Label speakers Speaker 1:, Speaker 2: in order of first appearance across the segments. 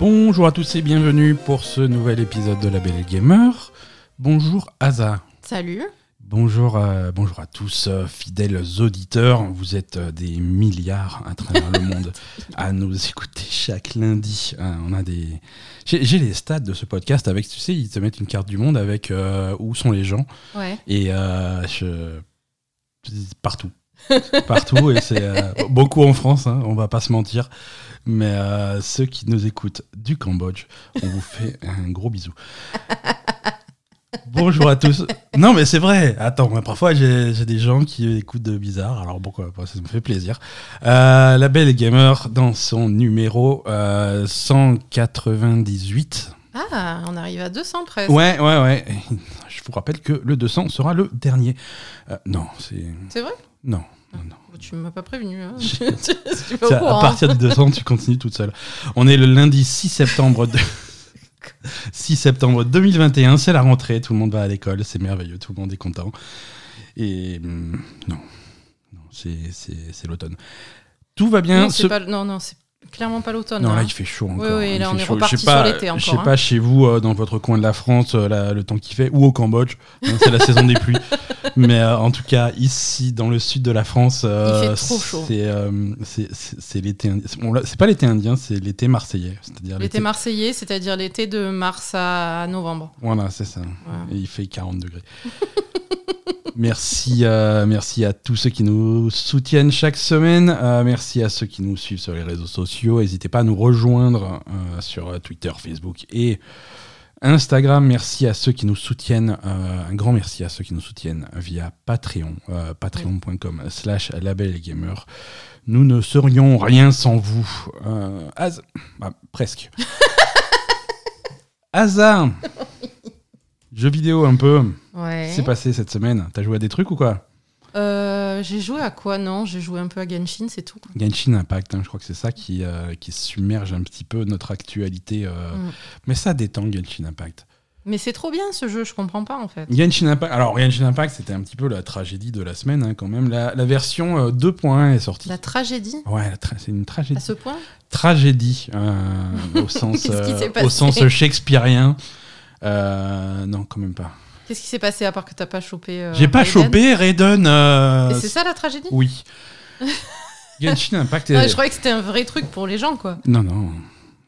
Speaker 1: Bonjour à tous et bienvenue pour ce nouvel épisode de La Belle et le Gamer. Bonjour Aza.
Speaker 2: Salut.
Speaker 1: Bonjour, euh, bonjour à tous, euh, fidèles auditeurs. Vous êtes euh, des milliards à travers le monde à nous écouter chaque lundi. Euh, on a des, j'ai j'ai les stats de ce podcast avec, tu sais, ils te mettent une carte du monde avec euh, où sont les gens
Speaker 2: Ouais.
Speaker 1: et euh, je- partout, partout et c'est euh, beaucoup en France. hein, on va pas se mentir, mais euh, ceux qui nous écoutent du Cambodge, on vous fait un gros bisou. Bonjour à tous. Non, mais c'est vrai. Attends, moi, parfois j'ai j'ai des gens qui écoutent de bizarre. Alors pourquoi pas Ça me fait plaisir. Euh, la Belle et Gamer dans son numéro euh, 198.
Speaker 2: Ah, on arrive à 200 presque.
Speaker 1: Ouais, ouais, ouais. Je vous rappelle que le 200 sera le dernier. Euh, non, c'est.
Speaker 2: C'est vrai Ah,
Speaker 1: Non, non, non.
Speaker 2: Tu m'as pas prévenu. Hein.
Speaker 1: J'ai-
Speaker 2: Je suis pas au
Speaker 1: C'est À
Speaker 2: courant. hein.
Speaker 1: à partir du 200, tu continues toute seule. On est le lundi 6 septembre. De... 6 septembre 2021, c'est la rentrée, tout le monde va à l'école, c'est merveilleux, tout le monde est content. Et hum, non, non c'est- c'est c'est l'automne. Tout va bien.
Speaker 2: Non, c'est
Speaker 1: ce-
Speaker 2: pas- non, non, c'est clairement pas l'automne.
Speaker 1: Non,
Speaker 2: là.
Speaker 1: là, il fait chaud encore.
Speaker 2: oui,
Speaker 1: hein,
Speaker 2: là,
Speaker 1: il
Speaker 2: on
Speaker 1: fait
Speaker 2: est
Speaker 1: chaud.
Speaker 2: reparti
Speaker 1: Je sais pas-
Speaker 2: sur l'été
Speaker 1: Je sais
Speaker 2: encore, hein.
Speaker 1: pas chez vous, euh, dans votre coin de la France, euh, la- le temps qu'il fait, ou au Cambodge, hein, c'est la saison des pluies. Mais euh, en tout cas, ici, dans le sud de la France, euh,
Speaker 2: fait trop chaud.
Speaker 1: c'est euh, c'est- c'est- c'est l'été. indi- c'est- bon, là, c'est pas l'été indien, c'est l'été marseillais. C'est-à-dire
Speaker 2: L'été marseillais, c'est-à-dire l'été de mars à novembre.
Speaker 1: Voilà, c'est ça.
Speaker 2: Voilà.
Speaker 1: Et il fait 40 degrés. merci, euh, merci à tous ceux qui nous soutiennent chaque semaine. Euh, merci à ceux qui nous suivent sur les réseaux sociaux. N'hésitez pas à nous rejoindre euh, sur euh, Twitter, Facebook et Instagram. Merci à ceux qui nous soutiennent. euh, un grand merci à ceux qui nous soutiennent via Patreon. euh, Patreon.com slash label gamer. Nous ne serions rien sans vous. Euh, Az- bah, presque. Hasard Jeux vidéo un peu.
Speaker 2: Ouais.
Speaker 1: C'est passé cette semaine. T'as joué à des trucs ou quoi
Speaker 2: Euh, j'ai joué à quoi Non, j'ai joué un peu à Genshin, c'est tout.
Speaker 1: Genshin Impact, hein, je crois que c'est ça qui, euh, qui submerge un petit peu notre actualité. euh.
Speaker 2: Mm.
Speaker 1: Mais ça détend Genshin Impact.
Speaker 2: Mais c'est trop bien ce jeu, je comprends pas en fait.
Speaker 1: Genshin Impact, alors Genshin Impact, c'était un petit peu la tragédie de la semaine hein, quand même. La, la version euh, 2.1 est sortie.
Speaker 2: La tragédie
Speaker 1: Ouais, la tra- c'est une
Speaker 2: à
Speaker 1: tragédie.
Speaker 2: ce point
Speaker 1: Tragédie euh, au sens,
Speaker 2: Qu'est-ce qui
Speaker 1: euh,
Speaker 2: s'est
Speaker 1: au
Speaker 2: passé
Speaker 1: sens shakespearien. Euh, non, quand même pas.
Speaker 2: Qu'est-ce qui s'est passé à part que t'as pas chopé euh,
Speaker 1: J'ai pas
Speaker 2: Raiden
Speaker 1: chopé Raiden. euh,
Speaker 2: Et c'est ça la tragédie
Speaker 1: Oui. Genshin Impact est-
Speaker 2: Ah, Je croyais que c'était un vrai truc pour les gens quoi.
Speaker 1: Non, non.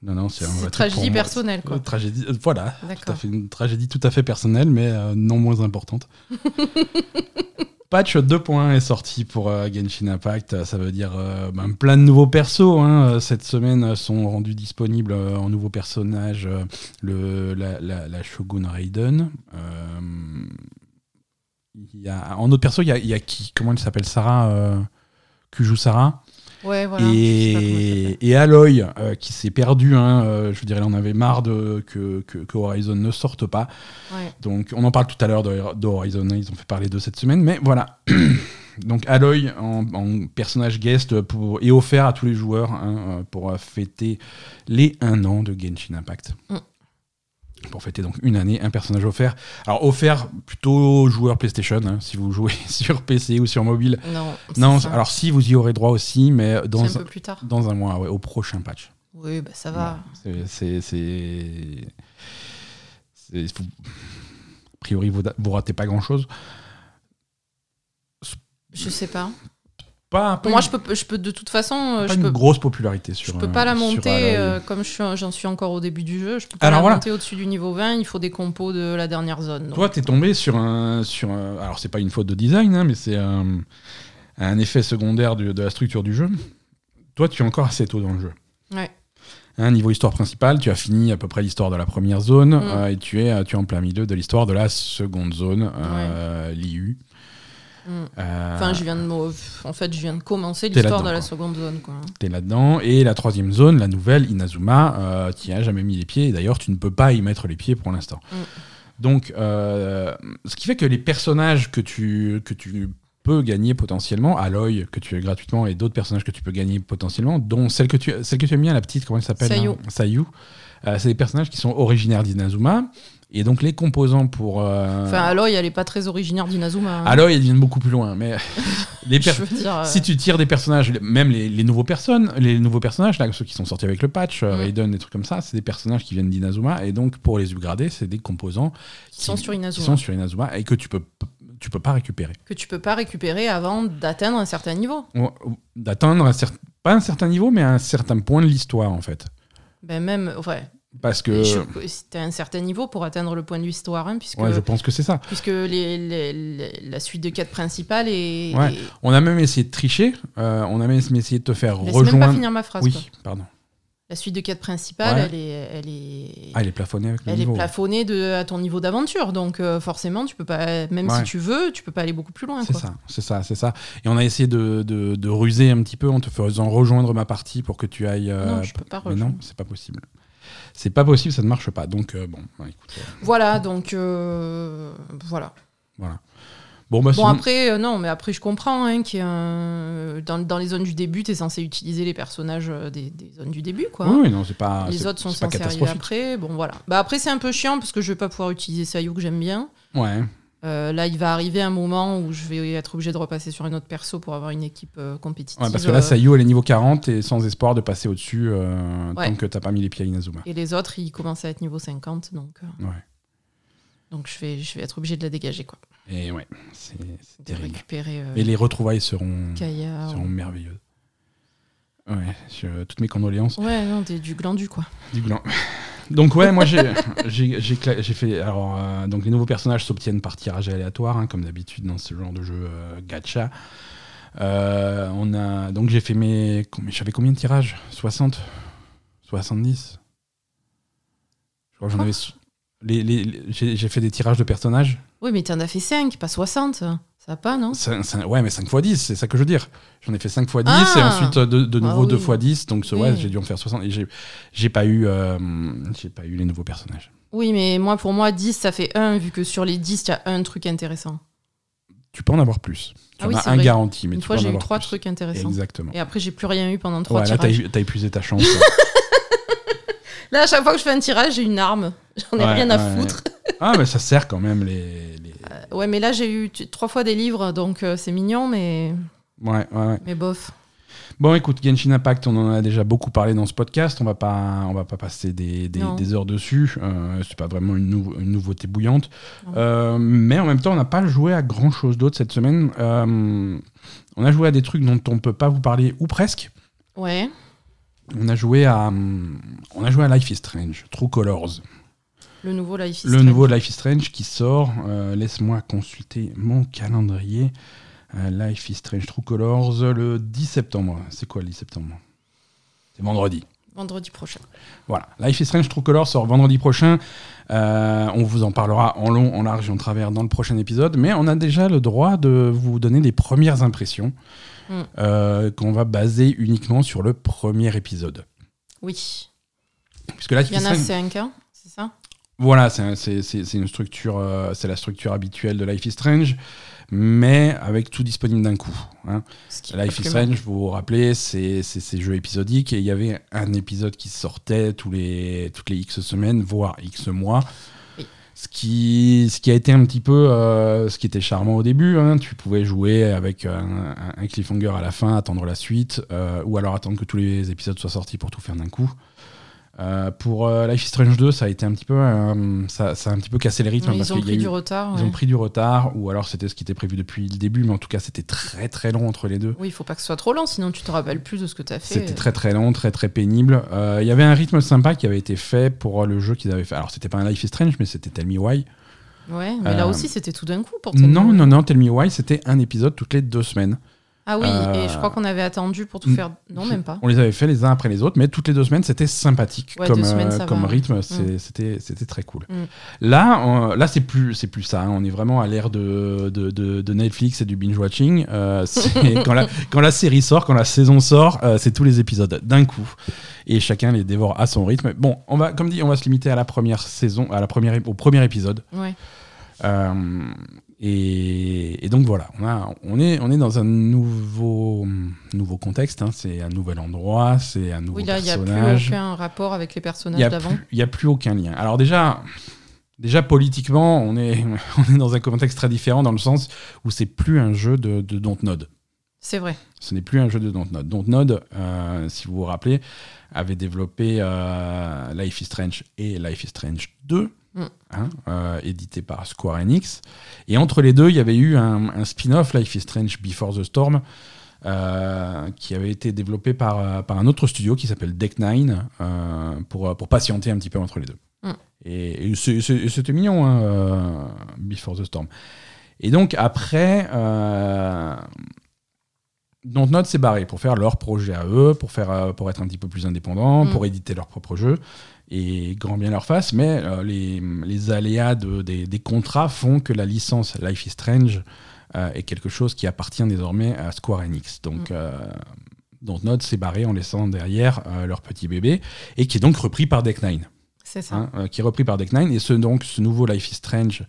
Speaker 1: Non, non, c'est
Speaker 2: C'est
Speaker 1: un vrai
Speaker 2: une
Speaker 1: truc
Speaker 2: tragédie
Speaker 1: pour moi.
Speaker 2: personnelle quoi.
Speaker 1: Euh, Tragédie, euh, voilà. Tout à
Speaker 2: D'accord.
Speaker 1: fait, une tragédie tout à fait personnelle, mais euh, non moins importante. Patch 2.1 est sorti pour euh, Genshin Impact. Euh, Ça veut dire euh, ben, plein de nouveaux persos. hein. Euh, Cette semaine euh, sont rendus disponibles euh, en nouveaux personnages euh, le, la, la- la Shogun Raiden. Euh, il y a, en autre perso, il y a, il y a qui Comment elle s'appelle Sarah euh, Kuju Sarah
Speaker 2: Ouais, voilà. Je sais pas comment il
Speaker 1: et,
Speaker 2: s'appelle.
Speaker 1: et Aloy, euh, qui s'est perdu, hein, euh, je dirais, on avait marre de, que, que, que Horizon ne sorte pas.
Speaker 2: Ouais.
Speaker 1: Donc, on en parle tout à l'heure de- de Horizon, hein, ils ont fait parler d'eux cette semaine, mais voilà. Donc, Aloy en, en personnage guest pour, et offert à tous les joueurs hein, euh, pour euh, fêter les 1 an de Genshin Impact.
Speaker 2: Mm.
Speaker 1: Pour fêter donc une année, un personnage offert. Alors, offert plutôt aux joueurs PlayStation, hein, si vous jouez sur PC ou sur mobile.
Speaker 2: Non, c'est
Speaker 1: Non,
Speaker 2: ça.
Speaker 1: alors si vous y aurez droit aussi, mais dans,
Speaker 2: C'est un peu plus tard.
Speaker 1: dans un mois, ouais, au prochain patch.
Speaker 2: Oui, bah ça va.
Speaker 1: Ouais, c'est- c'est- c'est- c'est- vous- A priori, vous, vous ratez pas grand chose.
Speaker 2: Je sais pas.
Speaker 1: Pas, pas
Speaker 2: Moi,
Speaker 1: une,
Speaker 2: je peux, je peux de toute façon, euh,
Speaker 1: pas
Speaker 2: je
Speaker 1: une
Speaker 2: peux,
Speaker 1: grosse popularité
Speaker 2: je
Speaker 1: sur.
Speaker 2: peux
Speaker 1: euh,
Speaker 2: pas la
Speaker 1: sur Aloy.
Speaker 2: monter euh, comme je suis, j'en suis encore au début du jeu. Je peux pas
Speaker 1: Alors
Speaker 2: la
Speaker 1: voilà.
Speaker 2: monter au-dessus du niveau 20. Il faut des compos de la dernière zone. donc.
Speaker 1: Toi, t'es tombé sur un, sur un- Alors, c'est pas une faute de design, hein, mais c'est un, un effet secondaire du- de la structure du jeu. Toi, tu es encore assez tôt dans le jeu.
Speaker 2: Ouais.
Speaker 1: Hein, niveau histoire principale, tu as fini à peu près l'histoire de la première zone
Speaker 2: Mm.
Speaker 1: euh, et tu es, euh, tu es en plein milieu de l'histoire de la seconde zone, euh, l'IU.
Speaker 2: Mm.
Speaker 1: Euh,
Speaker 2: Enfin, je viens de, mo- en fait, je viens de commencer
Speaker 1: T'es
Speaker 2: l'histoire
Speaker 1: là-dedans,
Speaker 2: de la
Speaker 1: quoi. Ah.
Speaker 2: seconde zone. Quoi.
Speaker 1: T'es là-dedans. Et la troisième zone, la nouvelle, Inazuma, euh, qui a jamais mis les pieds. Et d'ailleurs, tu ne peux pas y mettre les pieds pour l'instant.
Speaker 2: Mm.
Speaker 1: Donc, euh, ce qui fait que les personnages que tu, que tu peux gagner potentiellement, Aloy, que tu as gratuitement, et d'autres personnages que tu peux gagner potentiellement, dont celle que tu, celle que tu as mis à la petite, comment elle s'appelle
Speaker 2: Sayu.
Speaker 1: hein Sayu. Euh, c'est des personnages qui sont originaires d'Inazuma, Et donc, les composants pour. euh,
Speaker 2: Enfin, Aloy, elle est pas très originaire d'Inazuma. hein.
Speaker 1: Aloy, ils viennent beaucoup plus loin. Mais les
Speaker 2: je
Speaker 1: per-
Speaker 2: veux dire. euh,
Speaker 1: si tu tires des personnages, même les, les nouveaux personnes, les nouveaux personnages, là, ceux qui sont sortis avec le patch, euh,
Speaker 2: Mm.
Speaker 1: Raiden, des trucs comme ça, c'est des personnages qui viennent d'Inazuma. Et donc, pour les upgrader, c'est des composants
Speaker 2: qui sont sur
Speaker 1: qui
Speaker 2: Inazuma.
Speaker 1: sont sur Inazuma et que tu peux, tu peux pas récupérer.
Speaker 2: Que tu peux pas récupérer avant d'atteindre un certain niveau.
Speaker 1: Ou- ou D'atteindre un cer- pas un certain niveau, mais un certain point de l'histoire, en fait.
Speaker 2: Ben même, ouais.
Speaker 1: Parce que.
Speaker 2: Et je- C'était un certain niveau pour atteindre le point de l'histoire, hein, puisque,
Speaker 1: Ouais, je pense que c'est ça.
Speaker 2: puisque les, les- les- la suite de quêtes principales est.
Speaker 1: Ouais.
Speaker 2: est-
Speaker 1: On a même essayé de tricher, euh, on a même essayé de te faire
Speaker 2: Laisse même pas
Speaker 1: rejoindre.
Speaker 2: finir ma phrase. quoi.
Speaker 1: Oui, pardon.
Speaker 2: La suite de quêtes principales,
Speaker 1: Ouais.
Speaker 2: elle est, elle est,
Speaker 1: Ah, elle est plafonnée avec le
Speaker 2: elle est
Speaker 1: niveau.
Speaker 2: plafonnée de, à ton niveau d'aventure. Donc euh, forcément, tu peux pas, même
Speaker 1: Ouais.
Speaker 2: si tu veux, tu peux pas aller beaucoup plus loin.
Speaker 1: C'est
Speaker 2: Ah, quoi.
Speaker 1: ça, c'est ça, c'est ça. Et on a essayé de, de- de ruser un petit peu en te faisant rejoindre ma partie pour que tu ailles. euh,
Speaker 2: Non, je peux pas
Speaker 1: mais
Speaker 2: rejoindre.
Speaker 1: non, c'est pas possible. C'est pas possible, ça ne marche pas. Donc euh, bon, bah, écoute. euh,
Speaker 2: Voilà, donc euh, voilà.
Speaker 1: Bon, bah,
Speaker 2: Bon
Speaker 1: sinon-
Speaker 2: après, euh, non, mais après je comprends hein, qu'il y a un- dans, dans les zones du début, t'es censé utiliser les personnages euh, des, des zones du début, quoi. hein.
Speaker 1: Oui, oui, non, c'est pas.
Speaker 2: les
Speaker 1: Ah, c'est-
Speaker 2: autres sont
Speaker 1: c'est pas
Speaker 2: censés arriver
Speaker 1: catastrophique.
Speaker 2: après. Bon voilà. Bah après c'est un peu chiant parce que je vais pas pouvoir utiliser Sayu que j'aime bien.
Speaker 1: Ouais.
Speaker 2: Euh, là, il va arriver un moment où je vais être obligé de repasser sur un autre perso pour avoir une équipe euh, compétitive.
Speaker 1: Ouais, parce que là,
Speaker 2: euh,
Speaker 1: Sayu, elle est niveau 40 et sans espoir de passer au-dessus euh,
Speaker 2: Ouais.
Speaker 1: tant que t'as pas mis les pieds à Inazuma.
Speaker 2: Et les autres, ils commencent à être niveau 50, donc, euh,
Speaker 1: Ouais.
Speaker 2: donc je, vais, je vais être obligé de la dégager, quoi.
Speaker 1: Et ouais, c'est c'est
Speaker 2: De
Speaker 1: terrible.
Speaker 2: récupérer euh,
Speaker 1: Mais les Mmh, retrouvailles seront,
Speaker 2: Kaya.
Speaker 1: seront merveilleuses. Ouais, je- toutes mes condoléances.
Speaker 2: Ouais, non, t'es du glandu, quoi.
Speaker 1: Du blanc. Donc ouais, moi j'ai j'ai j'ai cla- j'ai fait alors euh, donc les nouveaux personnages s'obtiennent par tirage aléatoire hein, comme d'habitude dans ce genre de jeu euh, gacha. Euh, on a donc j'ai fait mes com- j'avais combien de tirages 60 70 Je crois que j'en
Speaker 2: Quoi
Speaker 1: avais so- les- les- les- j'ai j'ai fait des tirages de personnages.
Speaker 2: Oui, mais t'en as fait 5, pas 60. Ça va pas, non
Speaker 1: Cin- cin- ouais, mais 5 x 10, c'est ça que je veux dire. J'en ai fait 5 x 10
Speaker 2: Ah
Speaker 1: et ensuite euh, de, de
Speaker 2: Ah
Speaker 1: nouveau
Speaker 2: oui.
Speaker 1: 2 x 10. Donc, ce- ouais,
Speaker 2: Oui.
Speaker 1: j'ai dû en faire 60. Et j'ai- j'ai pas, eu, euh, j'ai pas eu les nouveaux personnages.
Speaker 2: Oui, mais moi, pour moi, 10, ça fait 1, vu que sur les 10, t'as un truc intéressant.
Speaker 1: Tu peux en avoir plus. Tu
Speaker 2: Ah
Speaker 1: en
Speaker 2: oui,
Speaker 1: as
Speaker 2: c'est
Speaker 1: un
Speaker 2: vrai.
Speaker 1: garanti, mais
Speaker 2: Une
Speaker 1: tu
Speaker 2: fois,
Speaker 1: peux en
Speaker 2: j'ai eu
Speaker 1: avoir
Speaker 2: 3
Speaker 1: plus.
Speaker 2: trucs intéressants.
Speaker 1: Exactement.
Speaker 2: Et après, j'ai plus rien eu pendant 3
Speaker 1: Ouais, là, t'as
Speaker 2: tirages.
Speaker 1: eu- t'as épuisé ta chance. là.
Speaker 2: Là, à chaque fois que je fais un tirage, j'ai une arme. J'en ai
Speaker 1: Ouais,
Speaker 2: rien à
Speaker 1: ouais,
Speaker 2: foutre. Euh.
Speaker 1: ah, mais ça sert quand même les. les-
Speaker 2: Ouais, mais là, j'ai eu t- trois fois des livres, donc euh, c'est mignon, mais,
Speaker 1: Ouais, ouais, ouais.
Speaker 2: mais bof.
Speaker 1: Bon, écoute, Genshin Impact, on en a déjà beaucoup parlé dans ce podcast. On va pas, on va pas passer des, des-
Speaker 2: Non.
Speaker 1: des heures dessus. Euh, c'est pas vraiment une, nou- une nouveauté bouillante.
Speaker 2: Non.
Speaker 1: Euh, mais en même temps, on n'a pas joué à grand chose d'autre cette semaine. Euh, on a joué à des trucs dont on peut pas vous parler ou presque.
Speaker 2: Ouais.
Speaker 1: On a joué à, hum, on a joué à Life is Strange, True Colors.
Speaker 2: Le nouveau Life is
Speaker 1: Le
Speaker 2: Strange.
Speaker 1: nouveau Life is Strange qui sort. Euh, Laisse-moi consulter mon calendrier. Euh, Life is Strange True Colors le 10 septembre. C'est quoi le 10 septembre C'est vendredi.
Speaker 2: Vendredi prochain.
Speaker 1: Voilà. Life is Strange True Color sort vendredi prochain. Euh, on vous en parlera en long, en large et en travers dans le prochain épisode. Mais on a déjà le droit de vous donner des premières impressions
Speaker 2: Mm.
Speaker 1: euh, qu'on va baser uniquement sur le premier épisode.
Speaker 2: Oui.
Speaker 1: Puisque Life
Speaker 2: Il y
Speaker 1: is
Speaker 2: en a
Speaker 1: Strange-
Speaker 2: 5, hein, c'est ça
Speaker 1: Voilà, c'est un- c'est c'est- c'est une structure, euh, c'est la structure habituelle de Life is Strange, mais avec tout disponible d'un coup. hein.
Speaker 2: Ce qui est
Speaker 1: Life
Speaker 2: pas
Speaker 1: is
Speaker 2: plus
Speaker 1: Strange, vous vous rappelez, c'est c'est ces jeux épisodiques et il y avait un épisode qui sortait tous les, toutes les X semaines, voire X mois.
Speaker 2: Oui.
Speaker 1: Ce qui, ce qui a été un petit peu euh, ce qui était charmant au début, hein. tu pouvais jouer avec un, un- un cliffhanger à la fin, attendre la suite, euh, ou alors attendre que tous les épisodes soient sortis pour tout faire d'un coup. Euh, pour euh, Life is Strange 2, ça a été un petit peu, euh, ça, ça a un petit peu cassé les rythmes
Speaker 2: mal.
Speaker 1: parce
Speaker 2: Ils ont
Speaker 1: qu'il y a
Speaker 2: pris
Speaker 1: eu-
Speaker 2: du retard.
Speaker 1: ils
Speaker 2: ouais.
Speaker 1: ont pris du retard, ou alors c'était ce qui était prévu depuis le début, mais en tout cas c'était très très long entre les deux.
Speaker 2: Oui, il faut pas que ce soit trop lent, sinon tu te rappelles plus de ce que tu as fait.
Speaker 1: C'était très très lent, très très pénible. Euh, Il y avait un rythme sympa qui avait été fait pour euh, le jeu qu'ils avaient fait. Alors c'était pas un Life is Strange, mais c'était Tell Me Why.
Speaker 2: Ouais, mais
Speaker 1: Euh,
Speaker 2: là aussi, c'était tout d'un coup pour Tell Me
Speaker 1: Non,
Speaker 2: Why.
Speaker 1: non, non, Tell Me Why, c'était un épisode toutes les deux semaines.
Speaker 2: Ah oui,
Speaker 1: Euh,
Speaker 2: et je crois qu'on avait attendu pour tout
Speaker 1: mm,
Speaker 2: faire. Non, même pas.
Speaker 1: On les avait fait les uns après les autres, mais toutes les deux semaines, c'était sympathique
Speaker 2: Ouais,
Speaker 1: comme,
Speaker 2: deux semaines,
Speaker 1: euh,
Speaker 2: ça
Speaker 1: comme
Speaker 2: va.
Speaker 1: rythme. c'est- C'était c'était très cool.
Speaker 2: Mm.
Speaker 1: Là, on- là c'est plus c'est plus ça. hein. On est vraiment à l'ère de, de, de- de Netflix et du binge watching. Euh, quand la quand la série sort, quand la saison sort, euh, c'est tous les épisodes d'un coup et chacun les dévore à son rythme. Bon, on va comme dit, on va se limiter à la première saison, à la première ép- au premier épisode.
Speaker 2: Ouais.
Speaker 1: Euh, et, et donc voilà, on, a- on, est, on est dans un nouveau, nouveau contexte, hein. c'est un nouvel endroit, c'est un nouveau
Speaker 2: Oui, là, il n'y a plus
Speaker 1: personnage.
Speaker 2: aucun rapport avec
Speaker 1: Il
Speaker 2: les
Speaker 1: n'y
Speaker 2: personnages
Speaker 1: a,
Speaker 2: d'avant.
Speaker 1: plus- il y a plus aucun lien. Alors déjà, Déjà, politiquement, on est, on est dans un contexte très différent dans le sens où c'est plus un jeu de, de Dontnod.
Speaker 2: C'est vrai.
Speaker 1: Ce n'est plus un jeu de Dontnod. Dontnod, euh, si vous vous rappelez, avait développé euh, Life is Strange et Life is Strange 2,
Speaker 2: Mm.
Speaker 1: hein, euh, édité par Square Enix. Et entre les deux, il y avait eu un, un spin-off, Life is Strange Before the Storm, euh, qui avait été développé par, euh, par un autre studio qui s'appelle Deck Nine, euh, pour, euh, pour patienter un petit peu entre les deux.
Speaker 2: Mm.
Speaker 1: Et, et c'est- c'est- c'était mignon, hein, euh, Before the Storm. Et donc après, euh, Dontnod s'est barré pour faire leur projet à eux, pour, faire, euh, pour être un petit peu plus indépendant,
Speaker 2: Mm.
Speaker 1: pour éditer leur propre jeu. Et grand bien leur face, mais euh, les, les aléas de- des, des contrats font que la licence Life is Strange euh, est quelque chose qui appartient désormais à Square Enix. Donc, euh, Dontnod s'est barré en laissant derrière euh, leur petit bébé, et qui est donc repris par Deck Nine.
Speaker 2: C'est ça.
Speaker 1: hein, euh, qui est repris par Deck Nine, et ce, donc, ce nouveau Life is Strange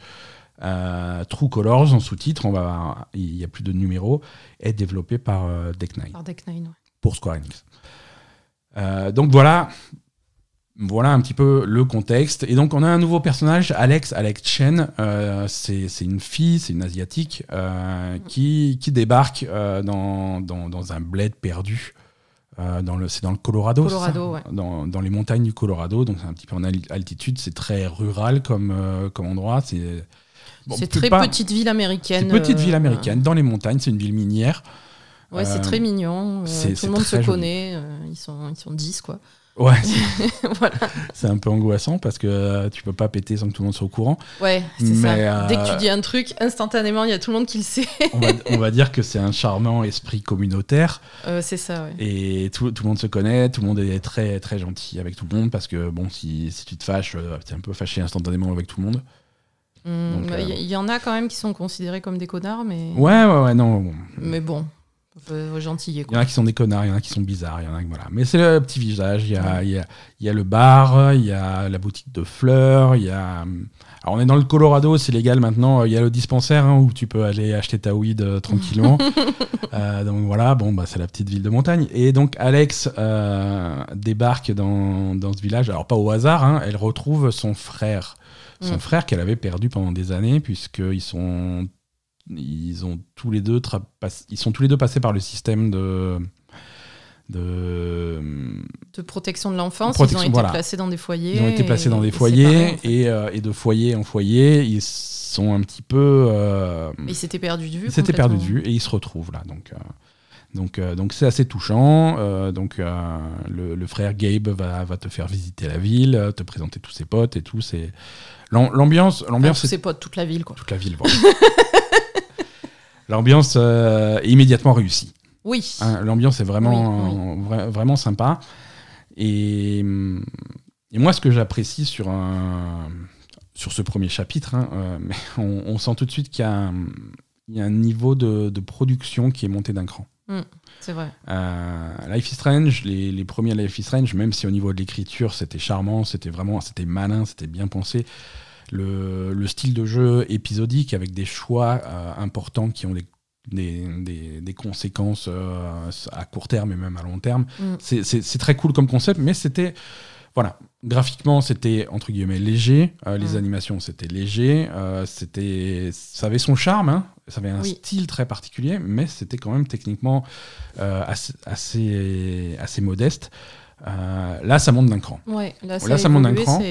Speaker 1: euh, True Colors, en sous-titre, on va- il n'y a plus de numéro, est développé par euh, Deck Nine
Speaker 2: Par Deck Nine, ouais.
Speaker 1: pour Square Enix. Euh, donc voilà, voilà un petit peu le contexte. Et donc on a un nouveau personnage, Alex, Alex Chen. Euh, c'est c'est une fille, c'est une asiatique euh, qui, qui débarque euh, dans, dans, dans un bled perdu. Euh, dans le, c'est dans le Colorado, c'est ça
Speaker 2: Colorado, ouais.
Speaker 1: dans, dans les montagnes du Colorado, donc c'est un petit peu en al- altitude, c'est très rural comme, euh, comme endroit. C'est bon,
Speaker 2: c'est
Speaker 1: peut-être
Speaker 2: très
Speaker 1: pas-
Speaker 2: petite ville
Speaker 1: c'est
Speaker 2: américaine.
Speaker 1: une petite ville
Speaker 2: euh,
Speaker 1: américaine, dans les montagnes, c'est une ville minière.
Speaker 2: Ouais, c'est
Speaker 1: Euh,
Speaker 2: très mignon. euh,
Speaker 1: c'est-
Speaker 2: tout
Speaker 1: c'est
Speaker 2: le monde
Speaker 1: très
Speaker 2: se
Speaker 1: joli.
Speaker 2: connaît. euh, ils, sont, ils sont 10, quoi.
Speaker 1: Ouais,
Speaker 2: voilà.
Speaker 1: C'est un peu angoissant parce que euh, tu peux pas péter sans que tout le monde soit au courant.
Speaker 2: Ouais, c'est
Speaker 1: Mais,
Speaker 2: ça.
Speaker 1: euh,
Speaker 2: Dès que tu dis un truc, instantanément, il y a tout le monde qui le sait.
Speaker 1: On va, on va dire que c'est un charmant esprit communautaire
Speaker 2: Euh, c'est ça, ouais.
Speaker 1: et tout, tout le monde se connaît, tout le monde est très très gentil avec tout le monde parce que bon, si, si tu te fâches, euh, t'es un peu fâché instantanément avec tout le monde.
Speaker 2: Hum,
Speaker 1: Donc,
Speaker 2: bah,
Speaker 1: euh,
Speaker 2: Il y, il y en a quand même qui sont considérés comme des connards, mais,
Speaker 1: Ouais, ouais, ouais, non. bon.
Speaker 2: mais bon, euh,
Speaker 1: Il
Speaker 2: gentillet,
Speaker 1: y en
Speaker 2: quoi.
Speaker 1: a qui sont des connards, il y en a qui sont bizarres, il y en a qui- voilà. Mais c'est le petit village, il y a, il y a- il y a le bar, il y a la boutique de fleurs, il y a... Alors on est dans le Colorado, c'est légal maintenant, euh, il y a le dispensaire hein, où tu peux aller acheter ta weed euh, tranquillement. Euh, donc voilà, bon, bah, c'est la petite ville de montagne. Et donc Alex euh, débarque dans, dans ce village, alors pas au hasard, hein, elle retrouve son frère. Son
Speaker 2: Mm.
Speaker 1: frère qu'elle avait perdu pendant des années, puisqu'ils sont... Ils ont tous les deux tra- pass- ils sont tous les deux passés par le système de, de
Speaker 2: De protection de l'enfance, ils
Speaker 1: Protection,
Speaker 2: ont été
Speaker 1: voilà.
Speaker 2: placés dans des foyers.
Speaker 1: ils ont été placés
Speaker 2: et-
Speaker 1: dans
Speaker 2: et
Speaker 1: des foyers
Speaker 2: séparés, en fait.
Speaker 1: et, euh, et de foyer en foyer ils sont un petit peu euh,
Speaker 2: Et Ils s'étaient perdus de vue.
Speaker 1: ils s'étaient perdus de
Speaker 2: complètement.
Speaker 1: vue et ils se retrouvent là donc euh, donc euh, donc c'est assez touchant Euh, donc euh, le, le frère Gabe va, va te faire visiter la ville euh, te présenter tous ses potes et tout c'est l'am- l'ambiance
Speaker 2: Enfin,
Speaker 1: l'ambiance
Speaker 2: Ah, tous ses potes, toute la ville, quoi.
Speaker 1: toute la ville voilà. l'ambiance euh, est immédiatement réussie
Speaker 2: Oui.
Speaker 1: Hein, L'ambiance est vraiment, euh,
Speaker 2: Oui,
Speaker 1: vra- vraiment sympa. Et, hum, et moi, ce que j'apprécie sur, un- sur ce premier chapitre, hein, euh, mais on, on sent tout de suite qu'il y, a un- il y a un niveau de, de production qui est monté d'un cran.
Speaker 2: C'est vrai.
Speaker 1: Euh, Life is Strange, les, les premiers Life is Strange, même si au niveau de l'écriture c'était charmant, c'était vraiment, c'était malin, c'était bien pensé. Le, le style de jeu épisodique avec des choix euh, importants qui ont des, des, des- des conséquences euh, à court terme et même à long terme,
Speaker 2: Mm.
Speaker 1: c'est- c'est c'est très cool comme concept, mais c'était. Voilà, graphiquement c'était entre guillemets léger, euh, les
Speaker 2: Mm.
Speaker 1: animations c'était léger, euh, c'était, ça avait son charme, hein, ça avait un
Speaker 2: Oui.
Speaker 1: style très particulier, mais c'était quand même techniquement euh, assez, assez, assez modeste. Euh, là, ça monte d'un cran.
Speaker 2: Ouais, là,
Speaker 1: Là, ça
Speaker 2: ça
Speaker 1: monte
Speaker 2: monte
Speaker 1: un cran.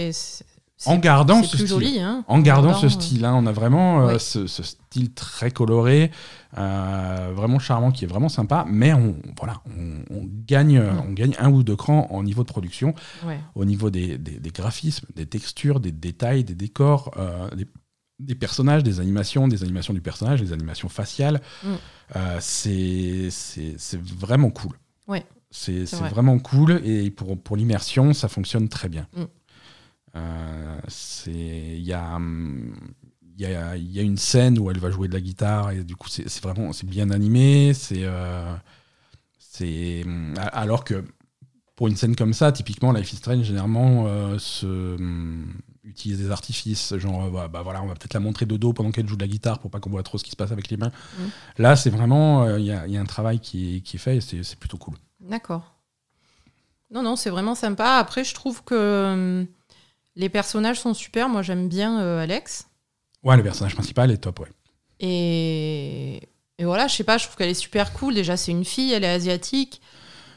Speaker 1: En
Speaker 2: C'est-
Speaker 1: gardant
Speaker 2: C'est
Speaker 1: ce
Speaker 2: plus
Speaker 1: style.
Speaker 2: joli, hein.
Speaker 1: En gardant ce
Speaker 2: euh,
Speaker 1: style, hein, on a vraiment euh,
Speaker 2: Ouais.
Speaker 1: ce, ce style très coloré, euh, vraiment charmant, qui est vraiment sympa. Mais on, voilà, on, on gagne, euh,
Speaker 2: Mm.
Speaker 1: on gagne un ou deux crans en niveau de production,
Speaker 2: Ouais.
Speaker 1: au niveau des, des- des graphismes, des textures, des détails, des décors, euh, des, des personnages, des animations, des animations du personnage, des animations faciales.
Speaker 2: Mm.
Speaker 1: Euh, c'est- c'est c'est vraiment cool.
Speaker 2: Ouais,
Speaker 1: C'est c'est
Speaker 2: vrai.
Speaker 1: vraiment cool et pour, pour l'immersion, ça fonctionne très bien.
Speaker 2: Mm.
Speaker 1: Euh, c'est- Il y a. hum, Il y a, il y a une scène où elle va jouer de la guitare et du coup c'est c'est vraiment c'est bien animé c'est euh, c'est hum, a- alors que pour une scène comme ça, typiquement, Life is Strange, généralement, euh, se, hum, utilise des artifices, genre, euh, bah, bah voilà, on va peut-être la montrer de dos pendant qu'elle joue de la guitare pour pas qu'on voit trop ce qui se passe avec les mains.
Speaker 2: Mm.
Speaker 1: Là, c'est vraiment, euh, il y, a- y a un travail qui, est- qui est fait et c'est c'est plutôt cool.
Speaker 2: D'accord. Non, non, c'est vraiment sympa. Après, je trouve que euh, Les personnages sont super. Moi, j'aime bien euh, Alex.
Speaker 1: Ouais, le personnage principal est top, ouais.
Speaker 2: Et... et voilà, je sais pas, je trouve qu'elle est super cool. Déjà, c'est une fille, elle est asiatique.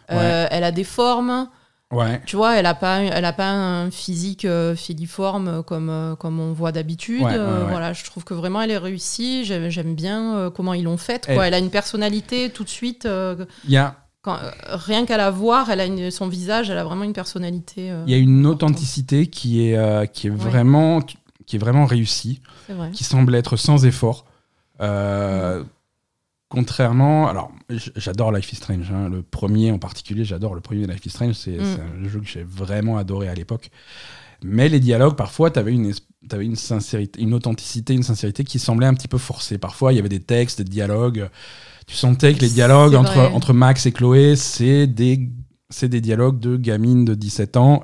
Speaker 1: Ouais.
Speaker 2: Euh, elle a des formes.
Speaker 1: Ouais.
Speaker 2: Tu vois, elle a pas, elle a pas un physique euh, filiforme euh, comme, euh, comme on voit d'habitude.
Speaker 1: Ouais, ouais,
Speaker 2: Euh,
Speaker 1: ouais.
Speaker 2: Voilà, je trouve que vraiment elle est réussie. J'aime j'aime bien euh, comment ils l'ont faite.
Speaker 1: Elle-
Speaker 2: quoi. Elle a une personnalité tout de suite. euh,
Speaker 1: Il y a,
Speaker 2: quand, euh, rien qu'à la voir, elle a une- son visage, elle a vraiment une personnalité. euh,
Speaker 1: il y a une authenticité qui est, euh, qui est, vraiment, qui est vraiment réussie,
Speaker 2: C'est vrai.
Speaker 1: qui semble être sans effort. Euh, Contrairement, alors j- j'adore Life is Strange, hein, le premier en particulier, j'adore le premier Life is Strange, c'est
Speaker 2: Mm.
Speaker 1: c'est un jeu que j'ai vraiment adoré à l'époque. Mais les dialogues, parfois, t'avais une, es- t'avais une sincérité, une authenticité, une sincérité qui semblait un petit peu forcée. Parfois, il y avait des textes, des dialogues. Tu sentais que les
Speaker 2: C'est
Speaker 1: dialogues entre,
Speaker 2: vrai.
Speaker 1: entre Max et Chloé, c'est des, c'est des dialogues de gamines de 17 ans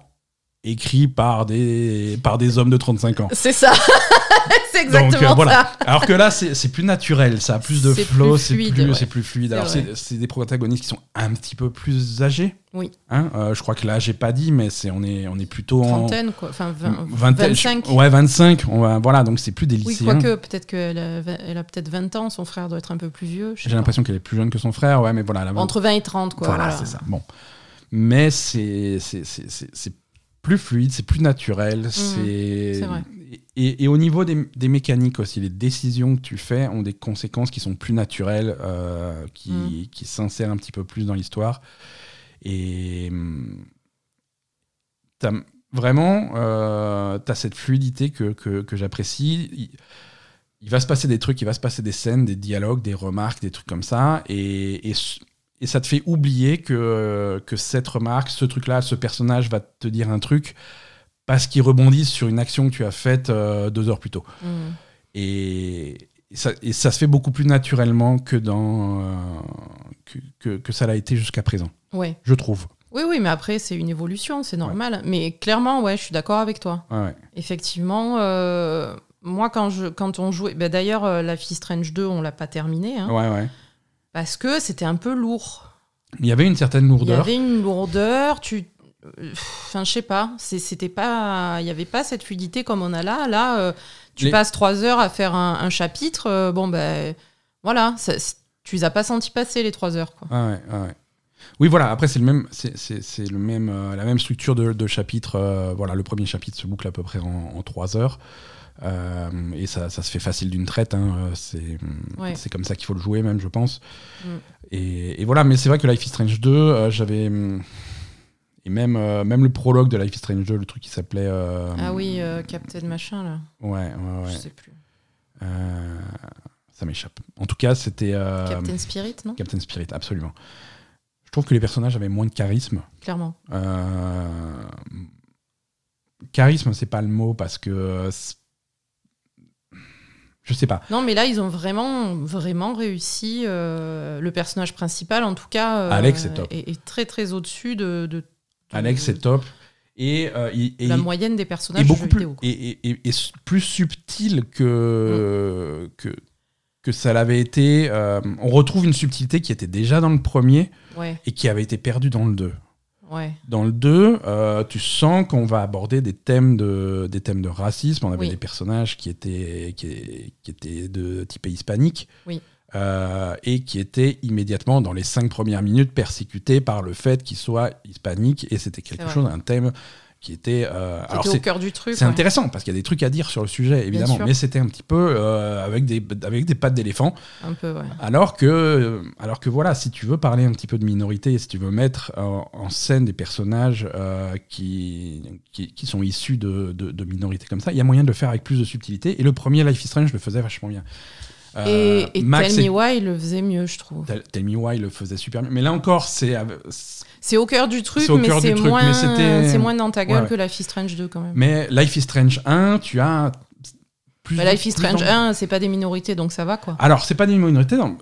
Speaker 1: écrits par des, par des hommes de 35 ans.
Speaker 2: C'est ça. c'est exactement
Speaker 1: Donc, euh, voilà.
Speaker 2: ça.
Speaker 1: Alors que là, c'est c'est plus naturel, ça a plus de
Speaker 2: C'est
Speaker 1: flow,
Speaker 2: plus
Speaker 1: c'est plus,
Speaker 2: fluide, ouais.
Speaker 1: c'est plus fluide.
Speaker 2: C'est
Speaker 1: Alors,
Speaker 2: vrai.
Speaker 1: c'est c'est des protagonistes qui sont un petit peu plus âgés.
Speaker 2: Oui.
Speaker 1: Hein Euh, je crois que là, j'ai pas dit, mais c'est on est on est plutôt en
Speaker 2: Trentaine, quoi. Enfin, vingt-
Speaker 1: vingtaine-
Speaker 2: 25.
Speaker 1: Ouais, 25. On va, voilà, donc c'est plus des
Speaker 2: Oui,
Speaker 1: lycéens.
Speaker 2: quoique, peut-être qu'elle a, elle a peut-être 20 ans. Son frère doit être un peu plus vieux. je sais
Speaker 1: j'ai
Speaker 2: pas.
Speaker 1: l'impression qu'elle est plus jeune que son frère. Ouais, mais voilà, elle a
Speaker 2: Entre 20 et 30, quoi.
Speaker 1: Voilà,
Speaker 2: voilà.
Speaker 1: c'est ça. Bon. Mais c'est c'est- c'est- c'est c'est plus fluide, c'est plus naturel. c'est
Speaker 2: Mmh. c'est vrai.
Speaker 1: Et, et au niveau des, des mécaniques aussi, les décisions que tu fais ont des conséquences qui sont plus naturelles, euh, qui,
Speaker 2: Mm.
Speaker 1: qui s'insèrent un petit peu plus dans l'histoire. Et hum, t'as vraiment, tu as cette fluidité que, que, que j'apprécie. Il- il va se passer des trucs, il va se passer des scènes, des dialogues, des remarques, des trucs comme ça. Et, et, s- et ça te fait oublier que, que cette remarque, ce truc-là, ce personnage va te dire un truc parce qu'il rebondit sur une action que tu as faite euh, deux heures plus tôt.
Speaker 2: Mm.
Speaker 1: Et ça, et ça se fait beaucoup plus naturellement que, dans, euh, que, que, que ça l'a été jusqu'à présent,
Speaker 2: Ouais.
Speaker 1: je trouve.
Speaker 2: Oui, oui, mais après, c'est une évolution, c'est normal. Mais clairement, ouais, je suis d'accord avec toi.
Speaker 1: Ouais, ouais.
Speaker 2: Effectivement, euh, moi, quand, je, quand on jouait. bah, D'ailleurs, euh, La Fille Strange 2, on l'a pas terminé, hein,
Speaker 1: Ouais, ouais.
Speaker 2: parce que c'était un peu lourd.
Speaker 1: Il y avait une certaine lourdeur.
Speaker 2: Il y avait une lourdeur, tu. euh, Enfin, je sais pas, c'est- c'était pas. Il n'y avait pas cette fluidité comme on a là. Là, euh, tu
Speaker 1: Les-
Speaker 2: passes trois heures à faire un, un chapitre, euh, bon, ben. Voilà, ça- c'est- tu les as pas senti passer les trois heures, quoi.
Speaker 1: Ah ouais, ah ouais. Oui, voilà. Après, c'est le même, c'est- c'est c'est le même, euh, la même structure de, de chapitre. euh, voilà, le premier chapitre se boucle à peu près en, en trois heures. Euh, et ça, ça se fait facile d'une traite. hein, euh, c'est
Speaker 2: Ouais.
Speaker 1: c'est comme ça qu'il faut le jouer, même, je pense.
Speaker 2: Mm.
Speaker 1: Et, et voilà. Mais c'est vrai que Life is Strange 2, euh, j'avais. hum, Et même, euh, même le prologue de Life is Strange 2, le truc qui s'appelait. euh,
Speaker 2: Ah oui, euh, Captain Machin, là,
Speaker 1: Ouais, ouais,
Speaker 2: je
Speaker 1: ouais.
Speaker 2: sais plus.
Speaker 1: Euh, ça m'échappe. En tout cas, c'était. euh,
Speaker 2: Captain Spirit, non
Speaker 1: Captain Spirit, absolument. Je trouve que les personnages avaient moins de charisme.
Speaker 2: Clairement.
Speaker 1: Euh, Charisme, c'est pas le mot parce que. euh, c'est- Je sais pas.
Speaker 2: Non, mais là, ils ont vraiment, vraiment réussi. euh, le personnage principal, en tout cas, euh,
Speaker 1: Alex est top.
Speaker 2: Est, est très, très au-dessus de, de- de-
Speaker 1: Alex, c'est top. Et, euh, il- et
Speaker 2: la
Speaker 1: il-
Speaker 2: moyenne des personnages
Speaker 1: est
Speaker 2: de
Speaker 1: beaucoup
Speaker 2: jeux
Speaker 1: plus,
Speaker 2: vidéo. quoi.
Speaker 1: et, et- et- et s- plus subtil
Speaker 2: Mm.
Speaker 1: que, que, que ça l'avait été. euh, on retrouve une subtilité qui était déjà dans le premier
Speaker 2: Ouais,
Speaker 1: et qui avait été perdue dans le 2.
Speaker 2: ouais.
Speaker 1: Dans le 2, euh, tu sens qu'on va aborder des thèmes de, des thèmes de racisme. On avait
Speaker 2: Oui.
Speaker 1: des personnages qui étaient, qui, qui étaient de type hispanique
Speaker 2: Oui.
Speaker 1: Euh, et qui étaient immédiatement, dans les cinq premières minutes, persécutés par le fait qu'ils soient hispaniques. Et c'était quelque
Speaker 2: vrai.
Speaker 1: chose, un thème qui était... euh, alors
Speaker 2: C'était au
Speaker 1: c'est-
Speaker 2: cœur du truc.
Speaker 1: c'est
Speaker 2: ouais.
Speaker 1: intéressant parce qu'il y a des trucs à dire sur le sujet, évidemment,
Speaker 2: sûr.
Speaker 1: mais c'était un petit peu euh, avec, des, avec des pattes d'éléphant.
Speaker 2: Un peu, ouais.
Speaker 1: Alors que, alors que voilà, si tu veux parler un petit peu de minorité, si tu veux mettre en, en scène des personnages euh, qui, qui, qui sont issus de, de, de minorités comme ça, il y a moyen de le faire avec plus de subtilité. Et le premier Life is Strange le faisait vachement bien. Euh,
Speaker 2: et et
Speaker 1: Max
Speaker 2: Tell
Speaker 1: et-
Speaker 2: Me Why le faisait mieux, je trouve.
Speaker 1: Tell- Tell Me Why le faisait super bien. Mais là encore, c'est. av- c'est-
Speaker 2: C'est au cœur du truc,
Speaker 1: C'est au
Speaker 2: mais
Speaker 1: cœur du
Speaker 2: c'est
Speaker 1: truc,
Speaker 2: moins,
Speaker 1: mais c'était-
Speaker 2: c'est moins dans ta gueule
Speaker 1: Ouais.
Speaker 2: que Life is Strange 2, quand même.
Speaker 1: Mais Life is Strange 1, tu as. Plus
Speaker 2: Bah, Life is
Speaker 1: plus
Speaker 2: Strange
Speaker 1: en-
Speaker 2: 1, c'est pas des minorités, donc ça va, quoi.
Speaker 1: Alors, c'est pas des minorités, non.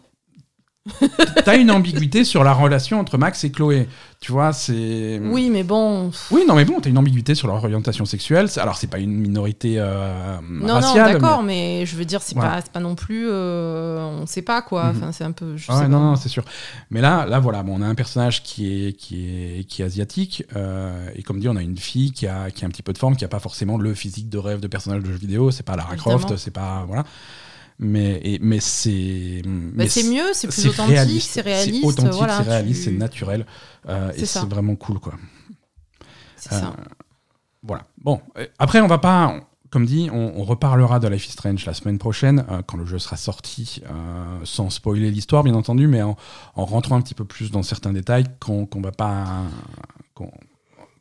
Speaker 1: T'as une ambiguïté sur la relation entre Max et Chloé. Tu vois, c'est.
Speaker 2: Oui, mais bon. pff,
Speaker 1: Oui, non, mais bon, t'as une ambiguïté sur leur orientation sexuelle. C'est- Alors, c'est pas une minorité euh,
Speaker 2: Non,
Speaker 1: raciale.
Speaker 2: non,
Speaker 1: mais-
Speaker 2: d'accord, mais... je veux dire, c'est
Speaker 1: Voilà.
Speaker 2: pas, c'est pas non plus. euh, on sait pas, quoi.
Speaker 1: Mhm.
Speaker 2: Enfin, c'est un peu. Je
Speaker 1: Ah
Speaker 2: sais
Speaker 1: ouais,
Speaker 2: pas.
Speaker 1: non, non, c'est sûr. Mais là, là, voilà, bon, on a un personnage qui est, qui est, qui est asiatique. euh, et comme dit, on a une fille qui a, qui a un petit peu de forme, qui a pas forcément le physique de rêve de personnage de jeu vidéo. C'est pas Lara Croft,
Speaker 2: Évidemment.
Speaker 1: c'est pas. Voilà. Mais, et- mais c'est.
Speaker 2: Bah,
Speaker 1: mais
Speaker 2: c'est mieux, c'est plus
Speaker 1: c'est
Speaker 2: authentique,
Speaker 1: réaliste.
Speaker 2: c'est réaliste.
Speaker 1: C'est authentique,
Speaker 2: voilà,
Speaker 1: c'est réaliste,
Speaker 2: tu-
Speaker 1: c'est naturel. euh, et
Speaker 2: C'est ça.
Speaker 1: c'est vraiment cool, quoi.
Speaker 2: C'est ça.
Speaker 1: euh, Voilà. Bon, euh, après, on va pas. on- comme dit, on, on reparlera de Life is Strange la semaine prochaine, euh, quand le jeu sera sorti, euh, sans spoiler l'histoire, bien entendu, mais en, en rentrant un petit peu plus dans certains détails qu'on qu'on va pas. qu'on-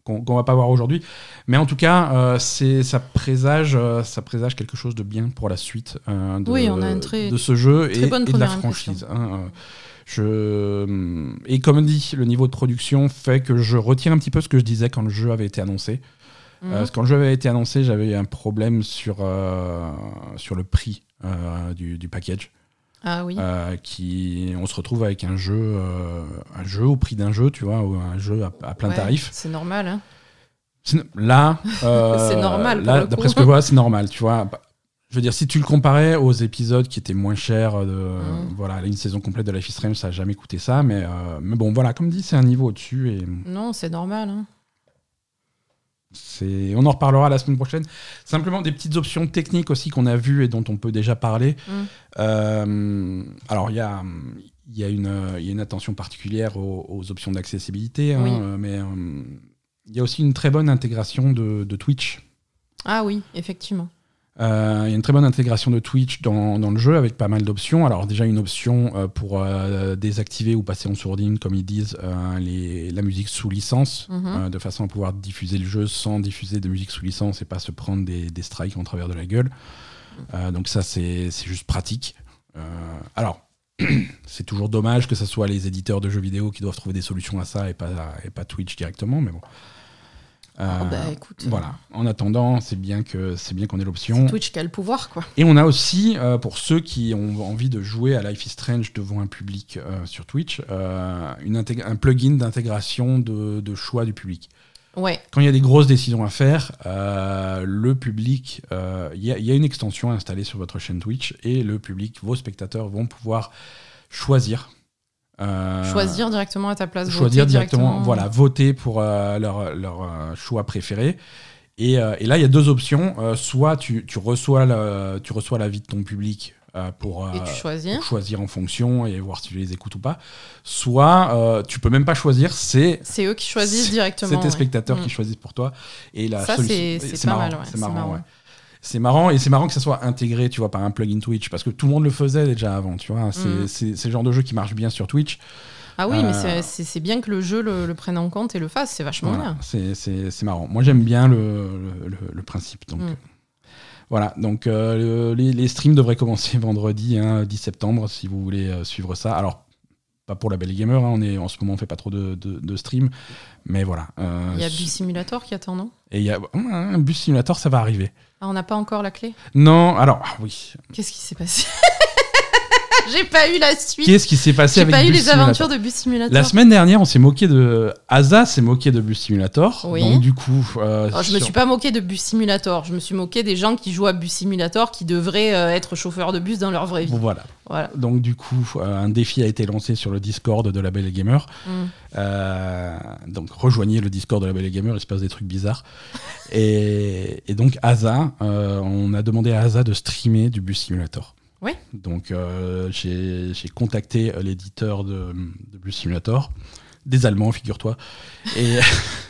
Speaker 1: qu'on qu'on va pas voir aujourd'hui, mais en tout cas, euh, c'est ça présage, euh, ça présage quelque chose de bien pour la suite euh, de,
Speaker 2: Oui, on a une très-
Speaker 1: de ce jeu
Speaker 2: très
Speaker 1: et,
Speaker 2: bonne
Speaker 1: et de la
Speaker 2: première impression.
Speaker 1: franchise. hein, euh, je... hum, Et comme dit, le niveau de production fait que je retire un petit peu ce que je disais quand le jeu avait été annoncé.
Speaker 2: Mhm.
Speaker 1: Euh, parce que quand le jeu avait été annoncé, j'avais eu un problème sur, euh, sur le prix euh, du, du package.
Speaker 2: Ah oui.
Speaker 1: Euh, qui, on se retrouve avec un jeu, euh, un jeu au prix d'un jeu, tu vois, ou un jeu à, à plein
Speaker 2: Ouais,
Speaker 1: tarif.
Speaker 2: C'est normal. hein.
Speaker 1: C'est no- Là, euh,
Speaker 2: C'est normal, pour
Speaker 1: Là,
Speaker 2: le coup.
Speaker 1: d'après ce que je vois, c'est normal, tu vois. Bah, Je veux dire, si tu le comparais aux épisodes qui étaient moins chers, euh, de,
Speaker 2: Mhm.
Speaker 1: voilà, une saison complète de Life is Strange, ça n'a jamais coûté ça, mais, euh, mais bon, voilà, comme dit, c'est un niveau au-dessus et
Speaker 2: Non, c'est normal. hein.
Speaker 1: c'est, on en reparlera la semaine prochaine. Simplement des petites options techniques aussi qu'on a vues et dont on peut déjà parler.
Speaker 2: Mhm.
Speaker 1: Euh, alors, il y a, il y, a une, euh, il y a une attention particulière aux, aux options d'accessibilité, hein,
Speaker 2: Oui.
Speaker 1: euh, mais euh, il y a aussi une très bonne intégration de, de Twitch.
Speaker 2: Ah oui, effectivement.
Speaker 1: Euh, Il y a une très bonne intégration de Twitch dans, dans le jeu avec pas mal d'options. Alors déjà une option euh, pour euh, désactiver ou passer en sourdine, comme ils disent, euh, les- la musique sous licence,
Speaker 2: Mhm.
Speaker 1: euh, de façon à pouvoir diffuser le jeu sans diffuser de musique sous licence et pas se prendre des, des strikes en travers de la gueule. Euh, donc ça c'est c'est juste pratique. Euh, alors c'est toujours dommage que ce soit les éditeurs de jeux vidéo qui doivent trouver des solutions à ça et pas, et pas Twitch directement, mais bon.
Speaker 2: Ah
Speaker 1: Euh,
Speaker 2: bah écoute,
Speaker 1: voilà. En attendant, c'est bien que c'est bien qu'on ait l'option.
Speaker 2: c'est Twitch qui a le pouvoir, quoi.
Speaker 1: Et on a aussi, euh, pour ceux qui ont envie de jouer à Life is Strange devant un public euh, sur Twitch, euh, une intég- un plugin d'intégration de, de choix du public.
Speaker 2: Ouais,
Speaker 1: Quand il y a des grosses décisions à faire, euh, le public, euh, il y, a- il y a une extension installée sur votre chaîne Twitch et le public, vos spectateurs vont pouvoir choisir. euh,
Speaker 2: choisir directement à ta place.
Speaker 1: choisir
Speaker 2: voter
Speaker 1: directement, voilà, voter pour euh, leur, leur euh, choix préféré. Et, euh, et là, il y a deux options. Euh, soit tu, tu reçois le- tu reçois l'avis de ton public euh, pour, euh,
Speaker 2: Et tu choisis.
Speaker 1: pour choisir en fonction et voir si tu les écoutes ou pas. Soit euh, tu peux même pas choisir, c'est
Speaker 2: C'est eux qui choisissent
Speaker 1: c'est-
Speaker 2: directement.
Speaker 1: c'est tes
Speaker 2: ouais.
Speaker 1: spectateurs
Speaker 2: Mm.
Speaker 1: qui choisissent pour toi. Et la
Speaker 2: Ça,
Speaker 1: solution-
Speaker 2: c'est- c'est pas
Speaker 1: marrant,
Speaker 2: mal, ouais,
Speaker 1: C'est
Speaker 2: c'est
Speaker 1: marrant,
Speaker 2: marrant.
Speaker 1: ouais. C'est marrant et c'est marrant que ça soit intégré, tu vois, par un plugin Twitch parce que tout le monde le faisait déjà avant, tu vois. C'est
Speaker 2: Mm.
Speaker 1: c'est- c'est le genre de jeu qui marche bien sur Twitch.
Speaker 2: Ah oui, mais
Speaker 1: Euh,
Speaker 2: c'est- c'est c'est bien que le jeu le, le prenne en compte et le fasse, c'est vachement
Speaker 1: Voilà, c'est- c'est c'est marrant. Moi, j'aime bien le, le- le- le principe. Donc. euh,
Speaker 2: Mm.
Speaker 1: Voilà, donc euh, le- les, les streams devraient commencer vendredi, hein, 10 septembre, si vous voulez euh, suivre ça. Alors, pas pour la Belle Gamer, hein, on est, en ce moment, on fait pas trop de, de, de streams, mais voilà. euh,
Speaker 2: bien. Il y a du simulator qui attend, non
Speaker 1: Et il y a Hum, un bus simulator, ça va arriver.
Speaker 2: Ah, on n'a pas encore la clé
Speaker 1: Non, alors, ah oui.
Speaker 2: Qu'est-ce qui s'est passé J'ai pas eu la suite.
Speaker 1: Qu'est-ce qui s'est passé
Speaker 2: J'ai
Speaker 1: avec
Speaker 2: pas eu
Speaker 1: Bus
Speaker 2: les aventures
Speaker 1: Simulator
Speaker 2: de Bus Simulator. Oh,
Speaker 1: La semaine dernière, on s'est moqué de. Asa s'est moqué de Bus Simulator.
Speaker 2: Oui.
Speaker 1: Donc, du coup. euh,
Speaker 2: Alors, je me
Speaker 1: sur-
Speaker 2: suis pas moqué de Bus Simulator, je me suis moqué des gens qui jouent à Bus Simulator qui devraient euh, être chauffeurs de bus dans leur vraie vie.
Speaker 1: Bon, voilà.
Speaker 2: Voilà.
Speaker 1: Donc du coup, euh, un défi a été lancé sur le Discord de la Belle et Gamer.
Speaker 2: Mm.
Speaker 1: Euh, donc rejoignez le Discord de la Belle et Gamer, il se passe des trucs bizarres. Et, et donc Asa, euh, on a demandé à Asa de streamer du bus simulator.
Speaker 2: Ouais.
Speaker 1: Donc euh, j'ai j'ai contacté euh, l'éditeur de, de bus simulator, des Allemands, figure-toi. Et,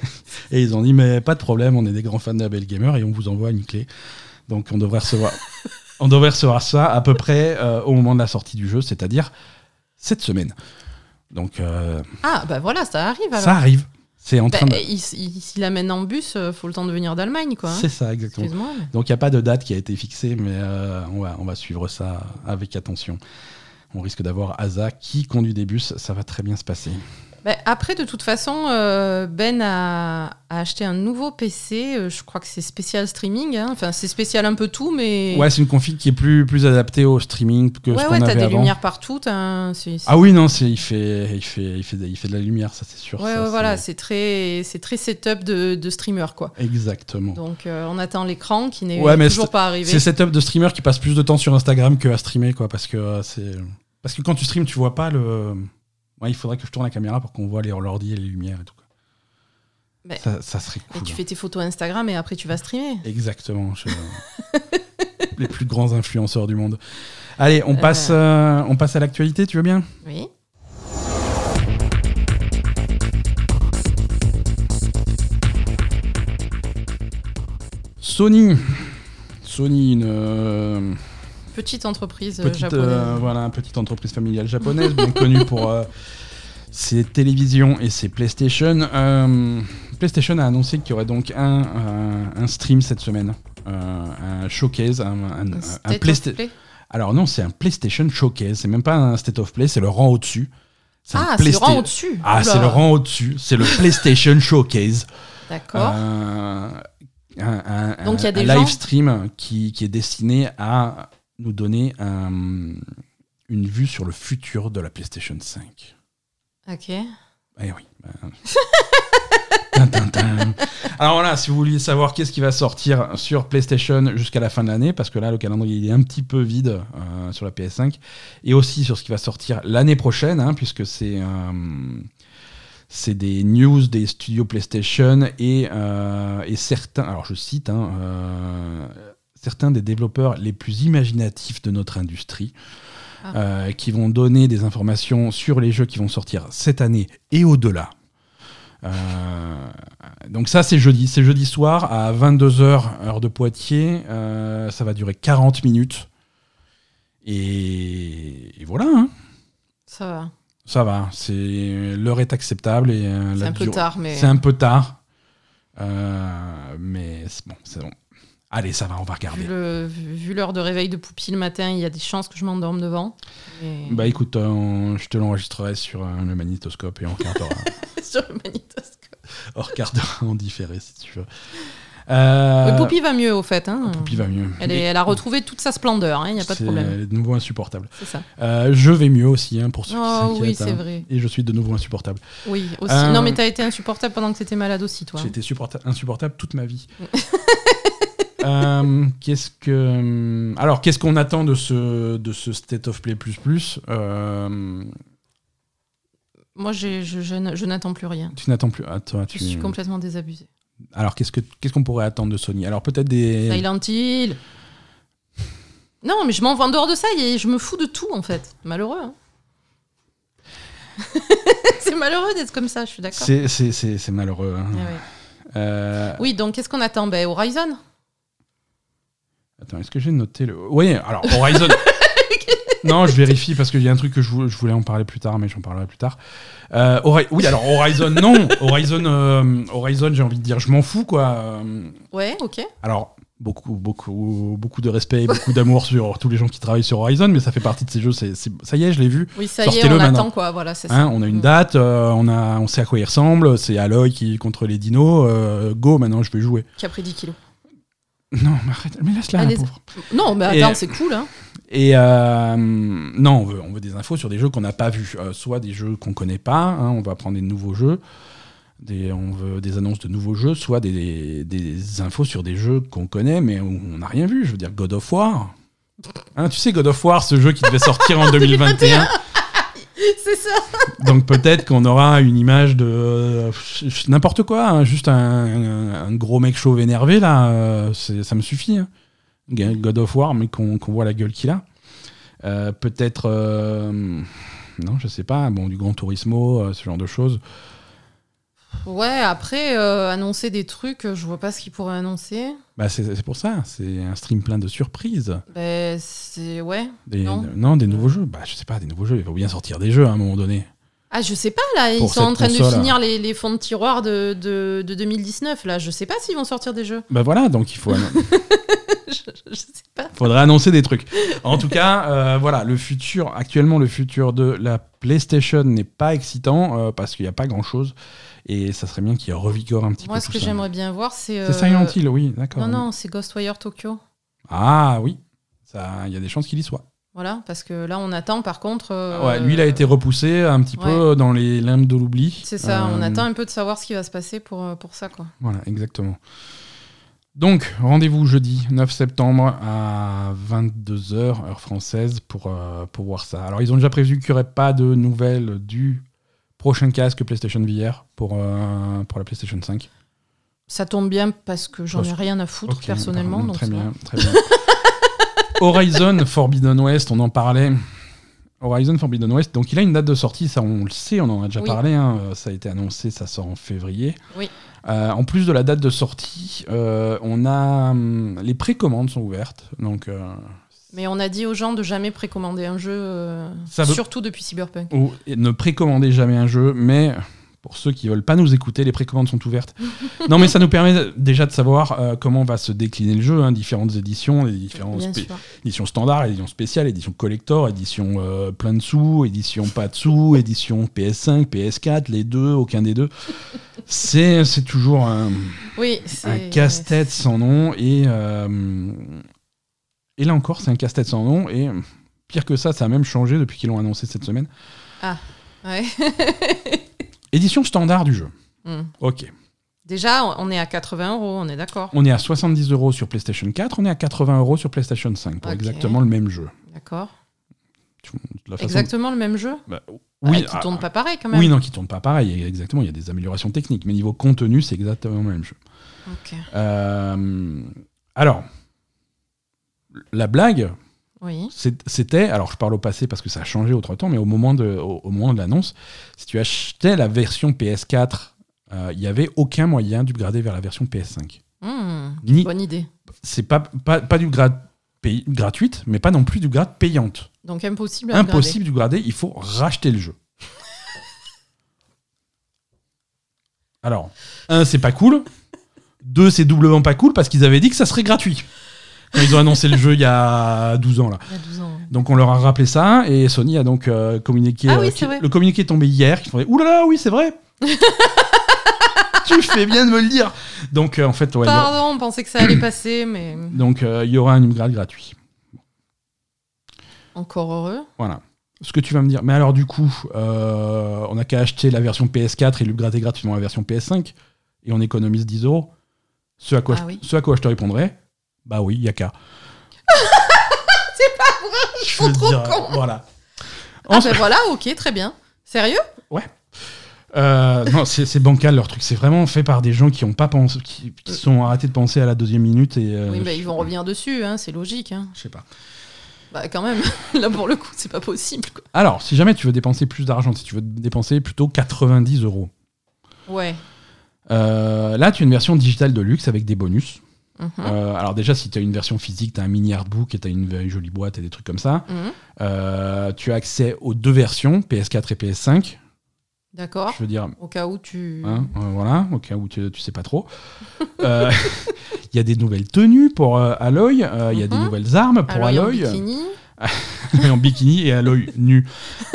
Speaker 1: et ils ont dit mais pas de problème, on est des grands fans de la Belle Gamer et on vous envoie une clé. Donc on devrait recevoir, on devrait recevoir ça à peu près euh, au moment de la sortie du jeu, c'est-à-dire cette semaine. Donc euh,
Speaker 2: Ah, bah voilà, ça arrive alors.
Speaker 1: ça arrive. C'est en
Speaker 2: Bah,
Speaker 1: train de.
Speaker 2: il, s- il- s'il amène en bus, euh, faut le temps de venir d'Allemagne, quoi. hein.
Speaker 1: C'est ça, exactement.
Speaker 2: Excuse-moi. mais-
Speaker 1: Donc il n'y a pas de date qui a été fixée, mais euh, on, va, on va suivre ça avec attention. On risque d'avoir Asa qui conduit des bus, ça va très bien se passer.
Speaker 2: Bah, après, de toute façon, euh, Ben a, a acheté un nouveau PC. euh, Je crois que c'est spécial streaming. hein. Enfin, c'est spécial un peu tout, mais.
Speaker 1: Ouais, c'est une config qui est plus, plus adaptée au streaming que ce
Speaker 2: ouais,
Speaker 1: qu'on
Speaker 2: ouais,
Speaker 1: avait
Speaker 2: t'as des
Speaker 1: avant.
Speaker 2: lumières partout. t'as un- c'est- c'est-
Speaker 1: Ah oui, non, c'est il fait, il fait, il fait, de, il fait de la lumière, ça c'est sûr.
Speaker 2: ouais,
Speaker 1: ça,
Speaker 2: ouais,
Speaker 1: c'est-
Speaker 2: voilà, c'est très, c'est très setup de, de streamer, quoi.
Speaker 1: Exactement.
Speaker 2: Donc, euh, on attend l'écran qui n'est
Speaker 1: Ouais, mais
Speaker 2: toujours
Speaker 1: c'est-
Speaker 2: pas arrivé.
Speaker 1: C'est setup de streamer qui passe plus de temps sur Instagram que à streamer, quoi, parce que euh, c'est, parce que quand tu streames, tu vois pas le. Ouais, il faudrait que je tourne la caméra pour qu'on voit les l'ordi et les lumières et tout. quoi.
Speaker 2: Mais-
Speaker 1: Ça, ça serait
Speaker 2: Et
Speaker 1: cool.
Speaker 2: tu fais tes photos Instagram et après tu vas streamer.
Speaker 1: Exactement. je- les plus grands influenceurs du monde. Allez, on passe, euh, on passe à l'actualité. Tu veux bien
Speaker 2: Oui.
Speaker 1: Sony. Sony, une. euh,
Speaker 2: Petite entreprise euh,
Speaker 1: petite,
Speaker 2: japonaise.
Speaker 1: euh, voilà, petite entreprise familiale japonaise, bien connue pour euh, ses télévisions et ses PlayStation. Euh, PlayStation a annoncé qu'il y aurait donc un, euh, un- un stream cette semaine, Euh, un showcase, un, un-
Speaker 2: Un
Speaker 1: un
Speaker 2: state of
Speaker 1: Playsta-
Speaker 2: play.
Speaker 1: Alors non, c'est un PlayStation showcase, c'est même pas un state of play, c'est le rang au-dessus. un
Speaker 2: Ah, c'est le
Speaker 1: Playsta-
Speaker 2: rang au-dessus.
Speaker 1: Ah,
Speaker 2: Oula.
Speaker 1: c'est le rang au-dessus, c'est le PlayStation showcase.
Speaker 2: D'accord.
Speaker 1: Euh, un, un-
Speaker 2: Donc, il y a
Speaker 1: un
Speaker 2: des
Speaker 1: live
Speaker 2: gens-
Speaker 1: stream qui, qui est destiné à nous donner un- une vue sur le futur de la PlayStation 5.
Speaker 2: Ok.
Speaker 1: Eh oui. ben. Tin, tin, tin. Alors voilà, si vous vouliez savoir qu'est-ce qui va sortir sur PlayStation jusqu'à la fin de l'année, parce que là le calendrier il est un petit peu vide euh, sur la PS5, et aussi sur ce qui va sortir l'année prochaine, hein, puisque c'est euh, c'est des news des studios PlayStation et, euh, et certains, alors je cite, hein, euh, certains des développeurs les plus imaginatifs de notre industrie,
Speaker 2: Ah.
Speaker 1: euh, qui vont donner des informations sur les jeux qui vont sortir cette année et au-delà. Euh, donc ça c'est jeudi, c'est jeudi soir à 22h heure de Poitiers, Euh, ça va durer 40 minutes. Et, et voilà, hein.
Speaker 2: Ça va.
Speaker 1: ça va, c'est l'heure est acceptable et euh,
Speaker 2: C'est
Speaker 1: la
Speaker 2: un peu
Speaker 1: dure-
Speaker 2: tard, mais.
Speaker 1: c'est un peu tard. Euh, mais c'est bon, c'est bon. Allez, ça va, on va
Speaker 2: Vu
Speaker 1: regarder.
Speaker 2: le- vu l'heure de réveil de Poupie le matin, il y a des chances que je m'endorme devant. Mais-
Speaker 1: Bah écoute, euh, on- je te l'enregistrerai sur euh, le magnétoscope et on regardera,
Speaker 2: sur le magnétoscope.
Speaker 1: on regardera en différé si tu veux. Euh,
Speaker 2: Oui, Poupie va mieux au fait. hein.
Speaker 1: Poupie va mieux.
Speaker 2: Elle, est- elle a retrouvé toute sa splendeur, hein, il n'y a pas de
Speaker 1: C'est
Speaker 2: problème.
Speaker 1: de nouveau insupportable.
Speaker 2: C'est ça.
Speaker 1: Euh, je vais mieux aussi, hein, pour ceux
Speaker 2: Oh
Speaker 1: qui
Speaker 2: oui,
Speaker 1: s'inquiètent.
Speaker 2: c'est
Speaker 1: hein.
Speaker 2: vrai.
Speaker 1: Et je suis de nouveau insupportable.
Speaker 2: Oui, aussi.
Speaker 1: Euh,
Speaker 2: Non, mais t'as été insupportable pendant que t'étais malade aussi, toi.
Speaker 1: J'ai été supporta- insupportable toute ma vie. Euh, qu'est-ce que hum, alors qu'est-ce qu'on attend de ce de ce State of Play plus plus Euh,
Speaker 2: Moi, j'ai- je, je n- je n'attends plus rien.
Speaker 1: Tu n'attends plus. Attends,
Speaker 2: Je
Speaker 1: tu...
Speaker 2: suis complètement désabusée.
Speaker 1: Alors qu'est-ce que qu'est-ce qu'on pourrait attendre de Sony Alors peut-être des.
Speaker 2: Silent Hill. Non, mais je m'en vais en dehors de ça et je me fous de tout, en fait. Malheureux. hein. c'est malheureux d'être comme ça, je suis d'accord.
Speaker 1: C'est c'est- c'est- c'est malheureux. hein.
Speaker 2: Ah ouais.
Speaker 1: Euh,
Speaker 2: Oui, donc qu'est-ce qu'on attend ben, Horizon
Speaker 1: Attends, est-ce que j'ai noté le. Oui, alors Horizon. non, je vérifie parce qu'il y a un truc que je vou- je voulais en parler plus tard, mais j'en parlerai plus tard. Euh, Hori- Oui, alors Horizon, non Horizon, euh, Horizon j'ai envie de dire, je m'en fous quoi. Euh,
Speaker 2: Ouais, ok.
Speaker 1: Alors, beaucoup, beaucoup, beaucoup de respect et beaucoup d'amour sur tous les gens qui travaillent sur Horizon, mais ça fait partie de ces jeux. c'est- c'est- ça y est, je l'ai vu.
Speaker 2: Oui, ça y est,
Speaker 1: Sortez-le
Speaker 2: on
Speaker 1: maintenant.
Speaker 2: attend quoi, voilà, c'est ça.
Speaker 1: Hein, on a une date, euh, on, a, on sait à quoi il ressemble. C'est Aloy qui contre les dinos. euh, go, maintenant je vais jouer.
Speaker 2: Qui a pris 10 kilos.
Speaker 1: Non, mais arrête, mais laisse-la, la
Speaker 2: Allez-y.
Speaker 1: pauvre.
Speaker 2: Non, mais
Speaker 1: Et-
Speaker 2: attends, c'est cool, hein.
Speaker 1: Et euh, non, on veut, on veut des infos sur des jeux qu'on n'a pas vus, Euh, soit des jeux qu'on connaît pas. hein, on va prendre des nouveaux jeux. Des, on veut des annonces de nouveaux jeux, soit des, des infos sur des jeux qu'on connaît mais où on n'a rien vu. Je veux dire God of War. Hein, tu sais God of War, ce jeu qui devait sortir en 2021.
Speaker 2: C'est ça.
Speaker 1: Donc peut-être qu'on aura une image de euh, pff, n'importe quoi, hein, juste un, un- un gros mec chauve énervé là, euh, c'est- ça me suffit. hein. Ga- God of War, mais qu'on qu'on voit la gueule qu'il a. Euh, peut-être, euh, non, je sais pas, bon, du Grand Turismo, euh, ce genre de choses.
Speaker 2: Ouais, après, euh, annoncer des trucs, euh, je vois pas ce qu'ils pourraient annoncer.
Speaker 1: Bah, c'est c'est pour ça, c'est un stream plein de surprises.
Speaker 2: Ben, c'est. Ouais.
Speaker 1: Des-
Speaker 2: Non.
Speaker 1: des nouveaux jeux. Bah, je sais pas, des nouveaux jeux. Il faut bien sortir des jeux à un moment donné.
Speaker 2: Ah, je sais pas, là, ils
Speaker 1: Pour
Speaker 2: sont
Speaker 1: cette
Speaker 2: en train
Speaker 1: console, hein.
Speaker 2: de finir les, les fonds de tiroir de, de, de 2019, là. Je sais pas s'ils vont sortir des jeux.
Speaker 1: Bah voilà, donc il faut.
Speaker 2: Je- je sais pas.
Speaker 1: Faudrait annoncer des trucs. En tout cas, euh, voilà, le futur, actuellement, le futur de la PlayStation n'est pas excitant euh, parce qu'il n'y a pas grand chose et ça serait bien qu'il revigore un petit
Speaker 2: Moi,
Speaker 1: peu.
Speaker 2: ce
Speaker 1: tout
Speaker 2: que
Speaker 1: ça.
Speaker 2: j'aimerais bien voir, c'est.
Speaker 1: C'est Silent
Speaker 2: euh,
Speaker 1: Hill, oui, d'accord.
Speaker 2: Non, non, c'est Ghostwire Tokyo.
Speaker 1: Ah oui, Ça, il y a des chances qu'il y soit.
Speaker 2: Voilà, parce que là, on attend par contre. euh,
Speaker 1: Ah Ouais, lui, il a été repoussé un petit peu dans les limbes de l'oubli.
Speaker 2: C'est ça, on
Speaker 1: Euh,
Speaker 2: attend un peu de savoir ce qui va se passer pour, euh, pour ça, quoi.
Speaker 1: Voilà, exactement. Donc, rendez-vous jeudi 9 septembre à 22h, heure française, pour, euh, pour voir ça. Alors, ils ont déjà prévu qu'il n'y aurait pas de nouvelles du prochain casque PlayStation VR pour, euh, pour la PlayStation 5.
Speaker 2: Ça tombe bien parce que j'en ai
Speaker 1: Parce-
Speaker 2: rien à foutre
Speaker 1: Ok,
Speaker 2: personnellement.
Speaker 1: pardon,
Speaker 2: donc
Speaker 1: très
Speaker 2: ça va.
Speaker 1: bien, très bien. Horizon Forbidden West, on en parlait. Horizon Forbidden West, donc il a une date de sortie, ça on le sait, on en a déjà
Speaker 2: Oui.
Speaker 1: parlé, hein, euh, ça a été annoncé, ça sort en février.
Speaker 2: Oui.
Speaker 1: Euh, en plus de la date de sortie, euh, on a hum, les précommandes sont ouvertes, donc euh,
Speaker 2: Mais on a dit aux gens de jamais précommander un jeu, euh,
Speaker 1: Ça veut-
Speaker 2: surtout depuis Cyberpunk.
Speaker 1: ou- et ne précommandez jamais un jeu, mais pour ceux qui veulent pas nous écouter, les précommandes sont ouvertes. non, mais ça nous permet déjà de savoir euh, comment va se décliner le jeu, hein, différentes éditions, les différents
Speaker 2: Bien
Speaker 1: spé-
Speaker 2: sûr.
Speaker 1: Édition standard, édition spéciale, édition collector, édition euh, plein de sous, édition pas de sous, édition PS5, PS4, les deux, aucun des deux. C'est c'est toujours un,
Speaker 2: Oui,
Speaker 1: un
Speaker 2: c'est-
Speaker 1: casse-tête sans nom. Et, euh, et là encore, c'est un casse-tête sans nom. Et pire que ça, ça a même changé depuis qu'ils l'ont annoncé cette semaine.
Speaker 2: Ouais.
Speaker 1: Édition standard du jeu.
Speaker 2: Hmm.
Speaker 1: Ok.
Speaker 2: Déjà, on- on est à 80 euros, on est d'accord.
Speaker 1: On est à 70 euros sur PlayStation 4, on est à 80 euros sur PlayStation 5 pour
Speaker 2: Ok.
Speaker 1: exactement le même jeu.
Speaker 2: D'accord.
Speaker 1: De la façon-
Speaker 2: Exactement le même jeu
Speaker 1: Bah, oui,
Speaker 2: Ah, Qui
Speaker 1: ah,
Speaker 2: tourne pas pareil quand même.
Speaker 1: Oui, non, qui tourne pas pareil, exactement. Il y a des améliorations techniques, mais niveau contenu, c'est exactement le même jeu.
Speaker 2: Ok.
Speaker 1: Euh, alors, la blague,
Speaker 2: Oui.
Speaker 1: c'est- c'était, alors je parle au passé parce que ça a changé autre temps, mais au moment de, au, au moment de l'annonce, si tu achetais la version PS4, euh, il y n'y avait aucun moyen d'upgrader vers la version PS5.
Speaker 2: Hmm,
Speaker 1: Ni-
Speaker 2: Bonne idée.
Speaker 1: C'est pas, pas, pas du grade paye- gratuite, mais pas non plus du grade payante.
Speaker 2: Donc impossible à
Speaker 1: Impossible de garder, il faut racheter le jeu. Alors, un, c'est pas cool. Deux, c'est doublement pas cool parce qu'ils avaient dit que ça serait gratuit. Quand ils ont annoncé le jeu il y a 12 ans, là.
Speaker 2: upgrader. Il y a 12 ans. hein.
Speaker 1: Donc on leur a rappelé ça et Sony a donc euh, communiqué.
Speaker 2: Ah oui,
Speaker 1: euh,
Speaker 2: c'est
Speaker 1: qui-
Speaker 2: vrai.
Speaker 1: le communiqué est tombé hier. Qui font Ouh là là, oui, c'est vrai. tu fais bien de me le dire. Donc euh, en fait, ouais, il y aura-
Speaker 2: Pardon, on pensait que ça allait passer, mais
Speaker 1: donc, euh, il y aura un upgrade gratuit.
Speaker 2: encore heureux.
Speaker 1: Voilà. Ce que tu vas me dire. Mais alors, du coup, euh, on n'a qu'à acheter la version PS4 et l'upgrader gratuitement la version PS5 et on économise 10 euros. Ce à quoi,
Speaker 2: Ah
Speaker 1: je,
Speaker 2: oui.
Speaker 1: ce à quoi je te répondrais, bah oui, y a qu'à. C'est pas vrai,
Speaker 2: trop con.
Speaker 1: Voilà.
Speaker 2: Ah
Speaker 1: En-
Speaker 2: ben voilà, ok, très bien. Sérieux bah.
Speaker 1: Euh, non, c'est c'est bancal leur truc. C'est vraiment fait par des gens qui ont pas pensé, qui, qui sont arrêtés de penser à la deuxième minute et. euh,
Speaker 2: Oui, bah,
Speaker 1: je-
Speaker 2: ils vont revenir dessus, hein, c'est logique. hein.
Speaker 1: Je sais pas.
Speaker 2: Bah quand même, là pour le coup, c'est pas possible. quoi.
Speaker 1: Alors, si jamais tu veux dépenser plus d'argent, si tu veux dépenser plutôt 90 euros.
Speaker 2: Ouais.
Speaker 1: Euh, là, tu as une version digitale de luxe avec des bonus.
Speaker 2: Mhm.
Speaker 1: Euh, alors déjà, si tu as une version physique, tu as un mini artbook et tu as une vieille jolie boîte et des trucs comme ça.
Speaker 2: Mhm.
Speaker 1: Euh, tu as accès aux deux versions, PS4 et PS5.
Speaker 2: D'accord.
Speaker 1: Je veux dire,
Speaker 2: Au cas où tu.
Speaker 1: hein, euh, voilà, au cas où tu, tu sais pas trop. Euh, Il y a des nouvelles tenues pour euh, Aloy, euh, il y a des
Speaker 2: Mhm.
Speaker 1: nouvelles armes pour
Speaker 2: Alors, il y a un
Speaker 1: Aloy, euh,
Speaker 2: bikini.
Speaker 1: en bikini et Aloy nu.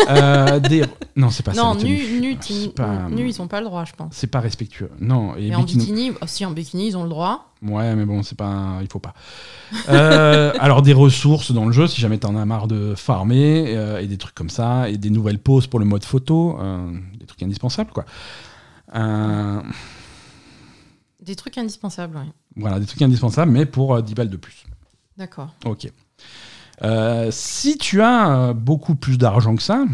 Speaker 1: Euh, des... Non, c'est pas ça.
Speaker 2: non,
Speaker 1: les tenues.
Speaker 2: nu, nu,
Speaker 1: C'est
Speaker 2: ti-
Speaker 1: pas-
Speaker 2: nu, ils ont pas le droit, je pense.
Speaker 1: C'est pas respectueux. Non, et
Speaker 2: Et en
Speaker 1: bikini.
Speaker 2: bikini, oh, si en bikini, ils ont le droit.
Speaker 1: Ouais, mais bon, c'est pas. un- Il faut pas. Euh, alors, des ressources dans le jeu, si jamais t'en as marre de farmer, euh, et des trucs comme ça, et des nouvelles poses pour le mode photo, euh, des trucs indispensables, quoi. Euh,
Speaker 2: Des trucs indispensables, oui.
Speaker 1: voilà, des trucs indispensables, mais pour euh, 10 balles de plus.
Speaker 2: D'accord.
Speaker 1: Ok. Euh, si tu as euh, beaucoup plus d'argent que ça,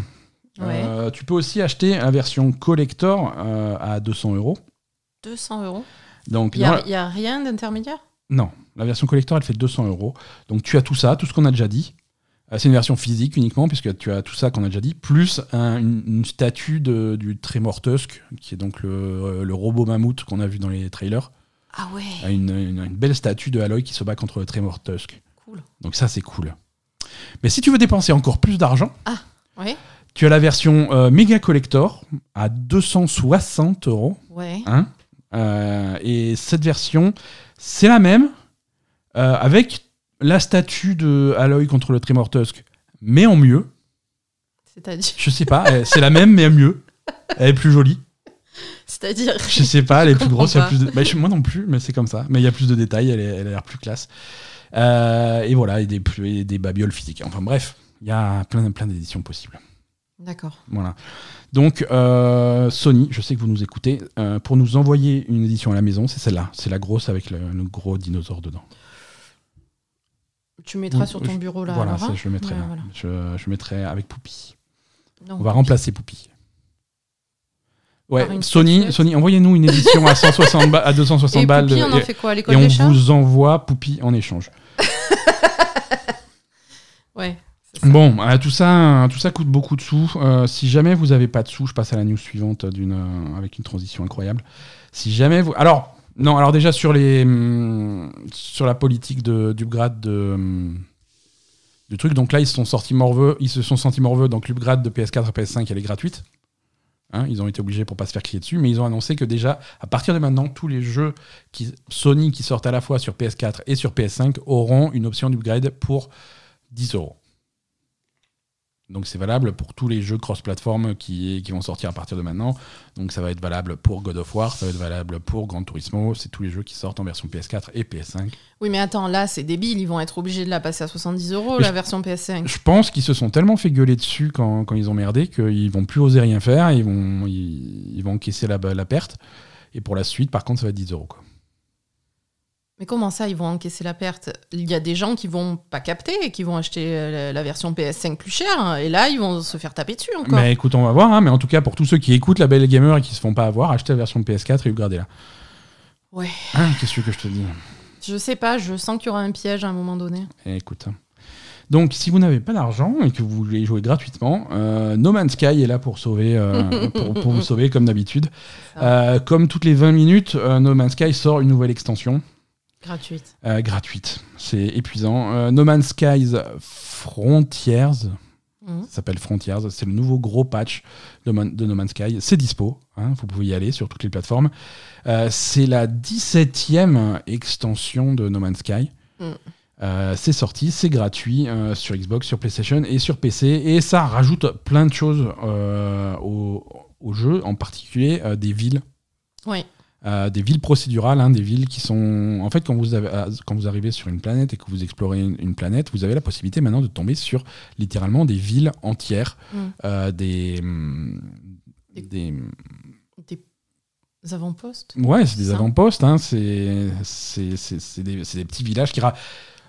Speaker 2: Ouais.
Speaker 1: euh, tu peux aussi acheter la version collector euh, à 200 euros.
Speaker 2: 200 euros.
Speaker 1: Donc,
Speaker 2: Il n'y a,
Speaker 1: dans
Speaker 2: y a rien d'intermédiaire
Speaker 1: Non, la version collector, elle fait 200 euros. Donc tu as tout ça, tout ce qu'on a déjà dit. Euh, C'est une version physique uniquement, puisque tu as tout ça qu'on a déjà dit, plus un- une, une statue de- du Tremortusk, qui est donc le, euh, le robot mammouth qu'on a vu dans les trailers.
Speaker 2: Ah ouais.
Speaker 1: Euh, Une, une- une belle statue de Aloy qui se bat contre le Tremortusk.
Speaker 2: Cool.
Speaker 1: Donc ça, c'est cool. Mais si tu veux dépenser encore plus d'argent,
Speaker 2: Ouais.
Speaker 1: tu as la version euh, Mega Collector à 260 euros.
Speaker 2: Ouais.
Speaker 1: Hein Euh, et cette version, c'est la même, euh, avec la statue de Aloy contre le Tremor Tusk, mais en mieux.
Speaker 2: C'est-à-dire,
Speaker 1: Je sais pas, elle- c'est la même, mais en mieux. Elle est plus jolie.
Speaker 2: c'est-à-dire.
Speaker 1: Je sais pas, elle est plus
Speaker 2: comprends
Speaker 1: grosse, il y a
Speaker 2: pas.
Speaker 1: plus de... bah, je- moi non plus, mais c'est comme ça. Mais il y a plus de détails, elle, est- elle a l'air plus classe. Euh, et voilà, et des, plus- et des babioles physiques. hein. Enfin bref, il y a plein, plein d'éditions possibles.
Speaker 2: D'accord.
Speaker 1: Voilà. Donc, euh, Sony, je sais que vous nous écoutez, euh, pour nous envoyer une édition à la maison, c'est celle-là. C'est la grosse avec le, le gros dinosaure dedans.
Speaker 2: Tu mettras
Speaker 1: Oui,
Speaker 2: sur ton
Speaker 1: je-
Speaker 2: bureau là.
Speaker 1: voilà,
Speaker 2: alors,
Speaker 1: ça,
Speaker 2: hein
Speaker 1: je le mettrai
Speaker 2: Ouais,
Speaker 1: là.
Speaker 2: voilà.
Speaker 1: Je, je mettrai avec Poupie.
Speaker 2: Non.
Speaker 1: On va remplacer Poupie. Ouais,
Speaker 2: Par une
Speaker 1: Sony,
Speaker 2: statuette.
Speaker 1: Sony envoyez-nous une édition à, 160 ba- à 260
Speaker 2: Et
Speaker 1: balles
Speaker 2: Poupie,
Speaker 1: de-
Speaker 2: on en
Speaker 1: et-
Speaker 2: fait quoi à
Speaker 1: et
Speaker 2: l'école
Speaker 1: on
Speaker 2: des chats
Speaker 1: vous envoie Poupie en échange.
Speaker 2: Ouais. c'est ça.
Speaker 1: Bon, euh, tout ça, euh, tout ça coûte beaucoup de sous. Euh, si jamais vous avez pas de sous, je passe à la news suivante d'une, euh, avec une transition incroyable. Si jamais vous, alors non, alors déjà sur les, hum, sur la politique de, du grade de, hum, du truc. Donc là, ils se sont sortis morveux, ils se sont sentis morveux. Donc l'upgrade de PS4 à PS5, elle est gratuite. Hein, ils ont été obligés pour pas se faire crier dessus, mais ils ont annoncé que déjà, à partir de maintenant, tous les jeux qui, Sony qui sortent à la fois sur PS4 et sur PS5 auront une option d'upgrade pour 10 euros. Donc c'est valable pour tous les jeux cross-platform qui, qui vont sortir à partir de maintenant. Donc ça va être valable pour God of War, ça va être valable pour Gran Turismo. C'est tous les jeux qui sortent en version PS4 et PS5.
Speaker 2: Oui, mais attends, là, c'est débile. Ils vont être obligés de la passer à 70 euros,
Speaker 1: Mais
Speaker 2: la version PS5.
Speaker 1: Je pense qu'ils se sont tellement fait gueuler dessus quand, quand ils ont merdé qu'ils vont plus oser rien faire, ils vont, ils, ils vont encaisser la, la perte. Et pour la suite, par contre, ça va être 10 euros. quoi.
Speaker 2: Mais comment ça, ils vont encaisser la perte Il y a des gens qui vont pas capter et qui vont acheter euh, la- la version PS5 plus chère. Et là, ils vont se faire taper dessus encore.
Speaker 1: Mais écoute, on va voir. hein, mais en tout cas, pour tous ceux qui écoutent la Belle Gamer et qui se font pas avoir, achetez la version PS4 et upgradez-la.
Speaker 2: Ouais.
Speaker 1: Hein, Qu'est-ce que je te dis
Speaker 2: Je sais pas, je sens qu'il y aura un piège à un moment donné.
Speaker 1: Eh, Écoute. hein. Donc, si vous n'avez pas d'argent et que vous voulez jouer gratuitement, euh, No Man's Sky est là pour, sauver, euh, pour, pour vous sauver comme d'habitude. Euh, comme toutes les 20 minutes, euh, No Man's Sky sort une nouvelle extension.
Speaker 2: Gratuite.
Speaker 1: Euh, gratuite. C'est épuisant. Euh, no Man's Skies Frontiers,
Speaker 2: Mhm.
Speaker 1: ça s'appelle Frontiers, c'est le nouveau gros patch de, Man- de No Man's Sky. C'est dispo, hein, vous pouvez y aller sur toutes les plateformes. Euh, c'est la 17e extension de No Man's Sky.
Speaker 2: Mhm.
Speaker 1: Euh, c'est sorti, c'est gratuit euh, sur Xbox, sur PlayStation et sur PC. Et ça rajoute plein de choses euh, au, au jeu, en particulier euh, des villes
Speaker 2: Oui.
Speaker 1: euh, des villes procédurales, hein, des villes qui sont... En fait, quand vous, avez- euh, quand vous arrivez sur une planète et que vous explorez une, une planète, vous avez la possibilité maintenant de tomber sur littéralement des villes entières,
Speaker 2: Mm.
Speaker 1: euh, des... hum, des-
Speaker 2: Des avant-postes
Speaker 1: ouais, c'est des
Speaker 2: Ça.
Speaker 1: avant-postes, hein, c'est c'est- c'est- c'est des, c'est des petits villages qui ra-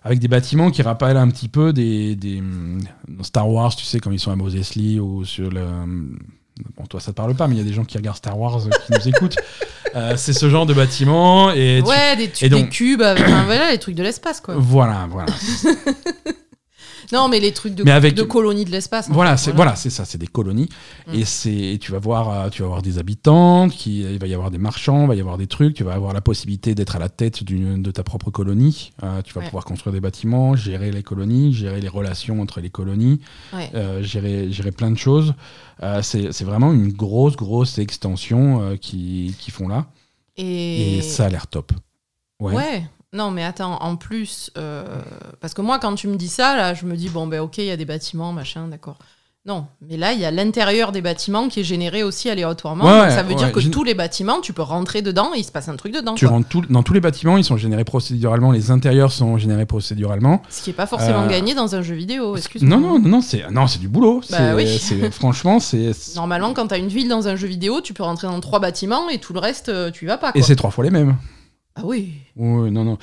Speaker 1: avec des bâtiments qui rappellent un petit peu des, des, hum, Star Wars, tu sais, quand ils sont à Mos Eisley ou sur le... hum, Bon, toi, ça te parle pas, mais il y a des gens qui regardent Star Wars euh, qui nous écoutent. Euh, c'est ce genre de bâtiment. Et tu
Speaker 2: Ouais, des, tu-
Speaker 1: et donc- Euh,
Speaker 2: des cubes, avec- enfin, voilà, les trucs de l'espace, quoi.
Speaker 1: Voilà, voilà.
Speaker 2: Non, mais les trucs de,
Speaker 1: Mais avec-
Speaker 2: de colonies de l'espace. en
Speaker 1: voilà,
Speaker 2: fait,
Speaker 1: c'est voilà, c'est ça, c'est des colonies.
Speaker 2: Mm.
Speaker 1: Et c'est et tu vas voir, euh, tu vas avoir des habitants, qui, il va y avoir des marchands, il va y avoir des trucs. Tu vas avoir la possibilité d'être à la tête d'une- de ta propre colonie. Euh, tu vas
Speaker 2: Ouais.
Speaker 1: pouvoir construire des bâtiments, gérer les colonies, gérer les relations entre les colonies,
Speaker 2: Ouais.
Speaker 1: euh, gérer gérer plein de choses. Euh, c'est c'est vraiment une grosse grosse extension euh, qui qui font là.
Speaker 2: Et,
Speaker 1: Et, ça a l'air top. Ouais.
Speaker 2: Ouais. Non, mais attends, en plus, euh, parce que moi, quand tu me dis ça, là, je me dis, bon, ben ok, il y a des bâtiments, machin, d'accord. Non, mais là, il y a l'intérieur des bâtiments qui est généré aussi aléatoirement.
Speaker 1: Ouais,
Speaker 2: donc ça veut
Speaker 1: ouais,
Speaker 2: dire que
Speaker 1: j'ai-
Speaker 2: tous les bâtiments, tu peux rentrer dedans et il se passe un truc dedans.
Speaker 1: Tu
Speaker 2: quoi.
Speaker 1: rentres tout- dans tous les bâtiments, ils sont générés procéduralement. Les intérieurs sont générés procéduralement.
Speaker 2: Ce qui n'est pas forcément
Speaker 1: Euh,
Speaker 2: gagné dans un jeu vidéo, Oh, excuse-moi. Bah
Speaker 1: Non, non, non, non, c'est non, c'est du boulot. C'est-
Speaker 2: oui.
Speaker 1: c'est- euh, franchement, c'est
Speaker 2: Normalement, quand t'as une ville dans un jeu vidéo, tu peux rentrer dans trois bâtiments et tout le reste, euh, tu y vas pas.
Speaker 1: et
Speaker 2: Quoi.
Speaker 1: c'est trois fois les mêmes.
Speaker 2: Ah oui.
Speaker 1: Ouais, non, non,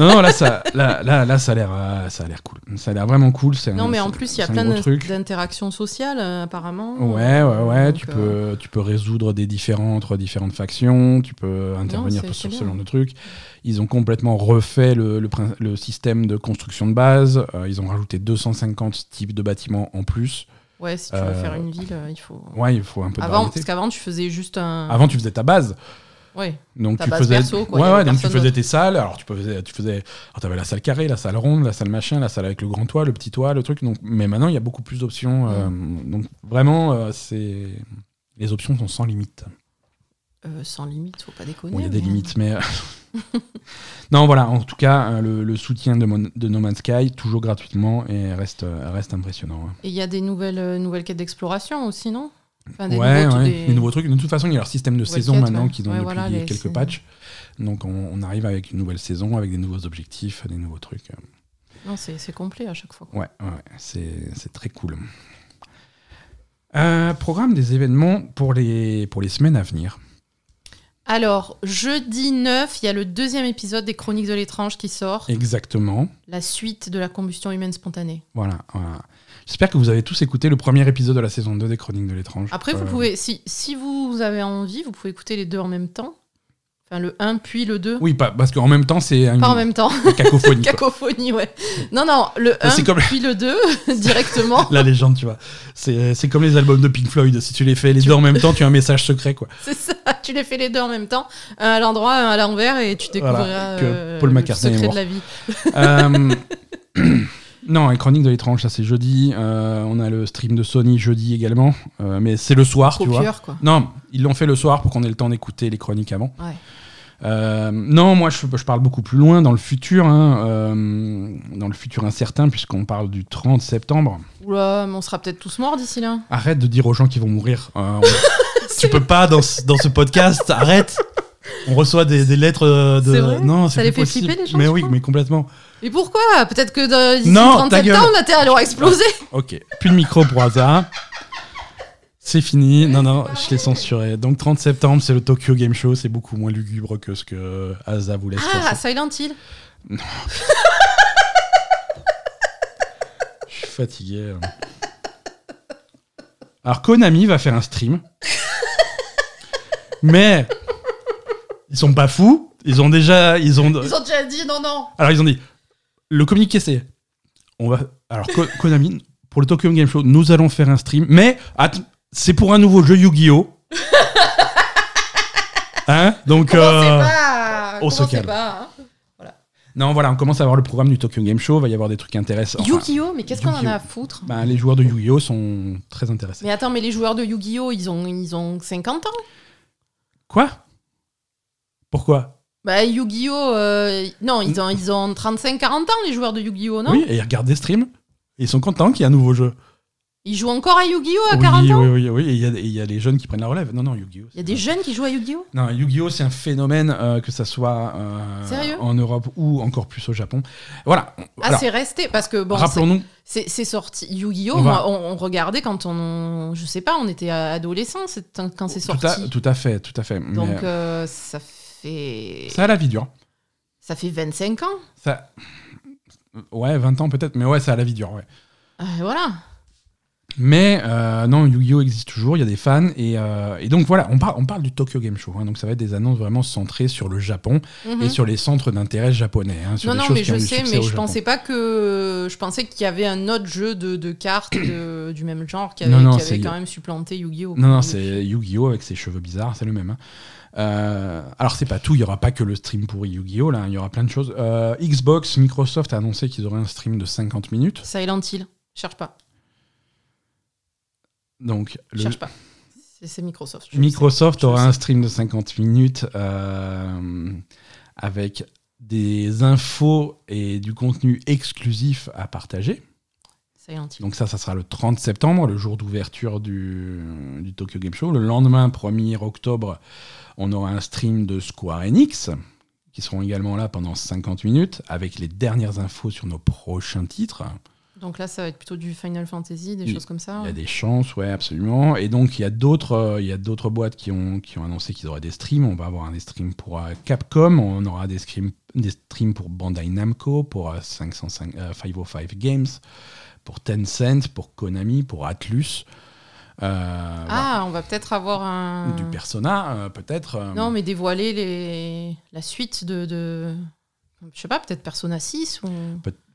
Speaker 1: non, non, là, ça, là, là, là, ça a l'air, euh, ça a l'air cool. Ça a l'air vraiment cool. c'est un-
Speaker 2: Non, mais en
Speaker 1: c'est-
Speaker 2: plus, il y a
Speaker 1: c'est un
Speaker 2: plein
Speaker 1: gros
Speaker 2: d'in-
Speaker 1: truc.
Speaker 2: d'interactions sociales, euh, apparemment.
Speaker 1: Ouais, ouais, ouais.
Speaker 2: Donc,
Speaker 1: tu
Speaker 2: euh,
Speaker 1: peux, tu peux résoudre des différends entre différentes factions. Tu peux intervenir
Speaker 2: c'est-
Speaker 1: sur
Speaker 2: c'est
Speaker 1: ce
Speaker 2: bien.
Speaker 1: genre de truc. Ils ont complètement refait le, le prin- le système de construction de base. Euh, ils ont rajouté 250 types de bâtiments en plus.
Speaker 2: Ouais, si tu veux
Speaker 1: Euh,
Speaker 2: faire une ville, euh, il faut.
Speaker 1: Ouais, il faut un peu de
Speaker 2: Avant,
Speaker 1: variété.
Speaker 2: parce qu'avant, tu faisais juste un.
Speaker 1: Avant, tu faisais ta base.
Speaker 2: Ouais.
Speaker 1: Donc
Speaker 2: Ta
Speaker 1: tu
Speaker 2: base
Speaker 1: faisais,
Speaker 2: perso, quoi,
Speaker 1: ouais,
Speaker 2: y avait
Speaker 1: ouais, donc tu
Speaker 2: personne
Speaker 1: faisais
Speaker 2: d'autre.
Speaker 1: tes salles. Alors tu faisais, tu faisais, alors t'avais la salle carrée, la salle ronde, la salle machin, la salle avec le grand toit, le petit toit, le truc. Donc, mais maintenant il y a beaucoup plus d'options. euh, donc vraiment, euh, c'est les options sont sans limite.
Speaker 2: Euh, sans limite, faut pas déconner.
Speaker 1: Bon, il y a des
Speaker 2: mais-
Speaker 1: limites, mais. euh, non, voilà, en tout cas, euh, le, le soutien de, Mon- de No Man's Sky, toujours gratuitement, et reste, euh, reste impressionnant. hein.
Speaker 2: Et il y a des nouvelles, euh, nouvelles quêtes d'exploration aussi, non Enfin,
Speaker 1: ouais,
Speaker 2: nouveaux-
Speaker 1: ouais,
Speaker 2: des-
Speaker 1: des nouveaux trucs. De toute façon, il y a leur système de
Speaker 2: Nouvelle
Speaker 1: saison
Speaker 2: quête,
Speaker 1: maintenant
Speaker 2: ouais.
Speaker 1: qu'ils ont
Speaker 2: Ouais,
Speaker 1: depuis
Speaker 2: voilà, les
Speaker 1: quelques
Speaker 2: saisons.
Speaker 1: patchs. Donc, on, on arrive avec une nouvelle saison, avec des nouveaux objectifs, des nouveaux trucs. euh.
Speaker 2: Non, c'est c'est complet à chaque fois. quoi.
Speaker 1: Ouais, ouais, ouais, c'est c'est très cool. Euh, programme des événements pour les, pour les semaines à venir.
Speaker 2: Alors, jeudi 9, il y a le deuxième épisode des Chroniques de l'étrange qui sort,
Speaker 1: Exactement.
Speaker 2: la suite de la combustion humaine spontanée.
Speaker 1: Voilà, voilà. J'espère que vous avez tous écouté le premier épisode de la saison 2 des Chroniques de l'étrange.
Speaker 2: Après, vous
Speaker 1: Euh,
Speaker 2: pouvez, si, si vous avez envie, vous pouvez écouter les deux en même temps. Enfin, le 1 puis le 2.
Speaker 1: Oui, pas, parce qu'en même temps, c'est une
Speaker 2: Pas en même temps,
Speaker 1: cacophonie. quoi.
Speaker 2: cacophonie, ouais. Non, non, le
Speaker 1: Ça,
Speaker 2: 1
Speaker 1: c'est comme-
Speaker 2: puis le 2, directement,
Speaker 1: La légende, tu vois. C'est c'est comme les albums de Pink Floyd. Si tu les fais les deux en même temps, tu as un message secret, quoi.
Speaker 2: c'est ça. Tu les fais les deux en même temps, un à l'endroit, un à l'envers, et tu
Speaker 1: Voilà,
Speaker 2: découvriras
Speaker 1: que
Speaker 2: euh,
Speaker 1: Paul
Speaker 2: le
Speaker 1: McCartney est
Speaker 2: secret
Speaker 1: mort.
Speaker 2: de la vie.
Speaker 1: Euh, non, les Chroniques de l'étrange, ça c'est jeudi. Euh, on a le stream de Sony jeudi également. Euh, mais c'est le soir, tu vois.
Speaker 2: Copieur, quoi.
Speaker 1: Non, ils l'ont fait le soir pour qu'on ait le temps d'écouter les chroniques avant.
Speaker 2: Ouais.
Speaker 1: Euh, non, moi je, je parle beaucoup plus loin dans le futur, hein, euh, dans le futur incertain, puisqu'on parle du 30 septembre.
Speaker 2: Oula, mais on sera peut-être tous morts d'ici là.
Speaker 1: Arrête de dire aux gens qu'ils vont mourir. Euh, on- tu peux pas dans ce, dans ce podcast, arrête. On reçoit des, des lettres euh, de.
Speaker 2: C'est vrai
Speaker 1: non,
Speaker 2: Ça
Speaker 1: c'est
Speaker 2: les
Speaker 1: plus
Speaker 2: fait
Speaker 1: possible.
Speaker 2: flipper, les gens,
Speaker 1: Mais
Speaker 2: tu
Speaker 1: oui,
Speaker 2: crois
Speaker 1: mais complètement.
Speaker 2: Mais pourquoi Peut-être que dans- d'ici
Speaker 1: Non,
Speaker 2: le 30
Speaker 1: ta gueule.
Speaker 2: septembre, la Terre elle aura explosé.
Speaker 1: Ok, plus de micro pour hasard. C'est fini. Non, non, je l'ai censuré. Donc 30 septembre, c'est le Tokyo Game Show. C'est beaucoup moins lugubre que ce que Asa vous laisse
Speaker 2: Ah,
Speaker 1: penser.
Speaker 2: Silent Hill.
Speaker 1: Je suis fatigué. hein. Alors Konami va faire un stream. Mais ils sont pas fous. Ils ont déjà, ils ont,
Speaker 2: Ils ont déjà dit non, non.
Speaker 1: alors ils ont dit le communiqué c'est on va alors Ko- Konami pour le Tokyo Game Show nous allons faire un stream mais att- c'est pour un nouveau jeu Yu-Gi-Oh. Hein Donc
Speaker 2: Commencez
Speaker 1: euh,
Speaker 2: pas.
Speaker 1: on se
Speaker 2: commencez
Speaker 1: calme.
Speaker 2: pas, hein.
Speaker 1: non voilà, on commence à voir le programme du Tokyo Game Show, il va y avoir des trucs intéressants. Enfin,
Speaker 2: Yu-Gi-Oh, mais qu'est-ce qu'on en
Speaker 1: Yu-Gi-Oh.
Speaker 2: a à foutre
Speaker 1: ben, les joueurs de Yu-Gi-Oh sont très intéressés.
Speaker 2: Mais attends, mais les joueurs de Yu-Gi-Oh, ils ont, ils ont 50 ans
Speaker 1: Quoi Pourquoi
Speaker 2: Bah, Yu-Gi-Oh, euh, non, ils ont, ils ont 35-40 ans, les joueurs de Yu-Gi-Oh, non
Speaker 1: Oui, et ils regardent des streams. Ils sont contents qu'il y ait un nouveau jeu.
Speaker 2: Ils jouent encore à Yu-Gi-Oh à
Speaker 1: oui,
Speaker 2: 40 Ah, ans
Speaker 1: oui, oui, oui, et il y a- et il y, a les jeunes qui prennent la relève. Non, non, Yu-Gi-Oh.
Speaker 2: Il y a des jeunes qui jouent à Yu-Gi-Oh
Speaker 1: Non, Yu-Gi-Oh, c'est un phénomène, euh, que ça soit euh,
Speaker 2: Sérieux
Speaker 1: en Europe ou encore plus au Japon. Voilà.
Speaker 2: Ah,
Speaker 1: Alors,
Speaker 2: c'est resté, parce que bon, c'est-
Speaker 1: rappelons-nous.
Speaker 2: c'est c'est sorti. Yu-Gi-Oh,
Speaker 1: On va-
Speaker 2: moi, on, on regardait quand on, je sais pas, on était adolescent c'est- quand c'est
Speaker 1: Tout à,
Speaker 2: sorti.
Speaker 1: tout à fait, tout à fait. Mais,
Speaker 2: Donc, euh, ça fait.
Speaker 1: ça a la vie dure.
Speaker 2: Ça fait 25 ans.
Speaker 1: Ça... Ouais, 20 ans peut-être, mais ouais, ça a la vie dure, ouais.
Speaker 2: Euh, voilà.
Speaker 1: Mais euh, non, Yu-Gi-Oh existe toujours, il y a des fans. Et, euh, et donc voilà, on, par- on parle du Tokyo Game Show. hein, donc ça va être des annonces vraiment centrées sur le Japon
Speaker 2: Mhm.
Speaker 1: et sur les centres d'intérêt japonais. hein, sur
Speaker 2: Non,
Speaker 1: les
Speaker 2: non,
Speaker 1: choses
Speaker 2: mais
Speaker 1: qui ont
Speaker 2: je
Speaker 1: du
Speaker 2: sais,
Speaker 1: succès
Speaker 2: mais
Speaker 1: au
Speaker 2: je
Speaker 1: Japon.
Speaker 2: pensais pas que. Je pensais qu'il y avait un autre jeu de, de cartes de- du même genre qui avait,
Speaker 1: Non, non,
Speaker 2: qui avait
Speaker 1: c'est-
Speaker 2: quand même supplanté Yu-Gi-Oh!
Speaker 1: Non, non, c'est Yu-Gi-Oh avec ses cheveux bizarres, c'est le même. hein. Euh, alors c'est pas tout, il y aura pas que le stream pourri Yu-Gi-Oh là, hein, il y aura plein de choses. Euh, Xbox, Microsoft a annoncé qu'ils auraient un stream de 50 minutes,
Speaker 2: Silent Hill. Cherche pas.
Speaker 1: donc le-
Speaker 2: Cherche pas. C'est- C'est Microsoft. je le
Speaker 1: Microsoft
Speaker 2: je le
Speaker 1: aura
Speaker 2: sais.
Speaker 1: un stream de 50 minutes euh, avec des infos et du contenu exclusif à partager.
Speaker 2: sais. Silent Hill.
Speaker 1: Donc ça, ça sera le 30 septembre, le jour d'ouverture du, du Tokyo Game Show. Le lendemain, 1er octobre, on aura un stream de Square Enix, qui seront également là pendant 50 minutes, avec les dernières infos sur nos prochains titres.
Speaker 2: Donc là, ça va être plutôt du Final Fantasy, des
Speaker 1: Il-
Speaker 2: choses comme ça.
Speaker 1: Il y a des chances, ouais, absolument. Et donc, il y a d'autres euh, il y a d'autres boîtes qui ont, qui ont annoncé qu'ils auraient des streams. On va avoir un des streams pour euh, Capcom, on aura des streams, des streams pour Bandai Namco, pour euh, 505, euh, 505 Games, pour Tencent, pour Konami, pour Atlus. Euh,
Speaker 2: Ah, on va peut-être avoir un.
Speaker 1: voilà. Du Persona, euh, peut-être. euh,
Speaker 2: Ah. Non, mais dévoiler les... la suite de, de. Je sais pas, peut-être Persona 6 ou.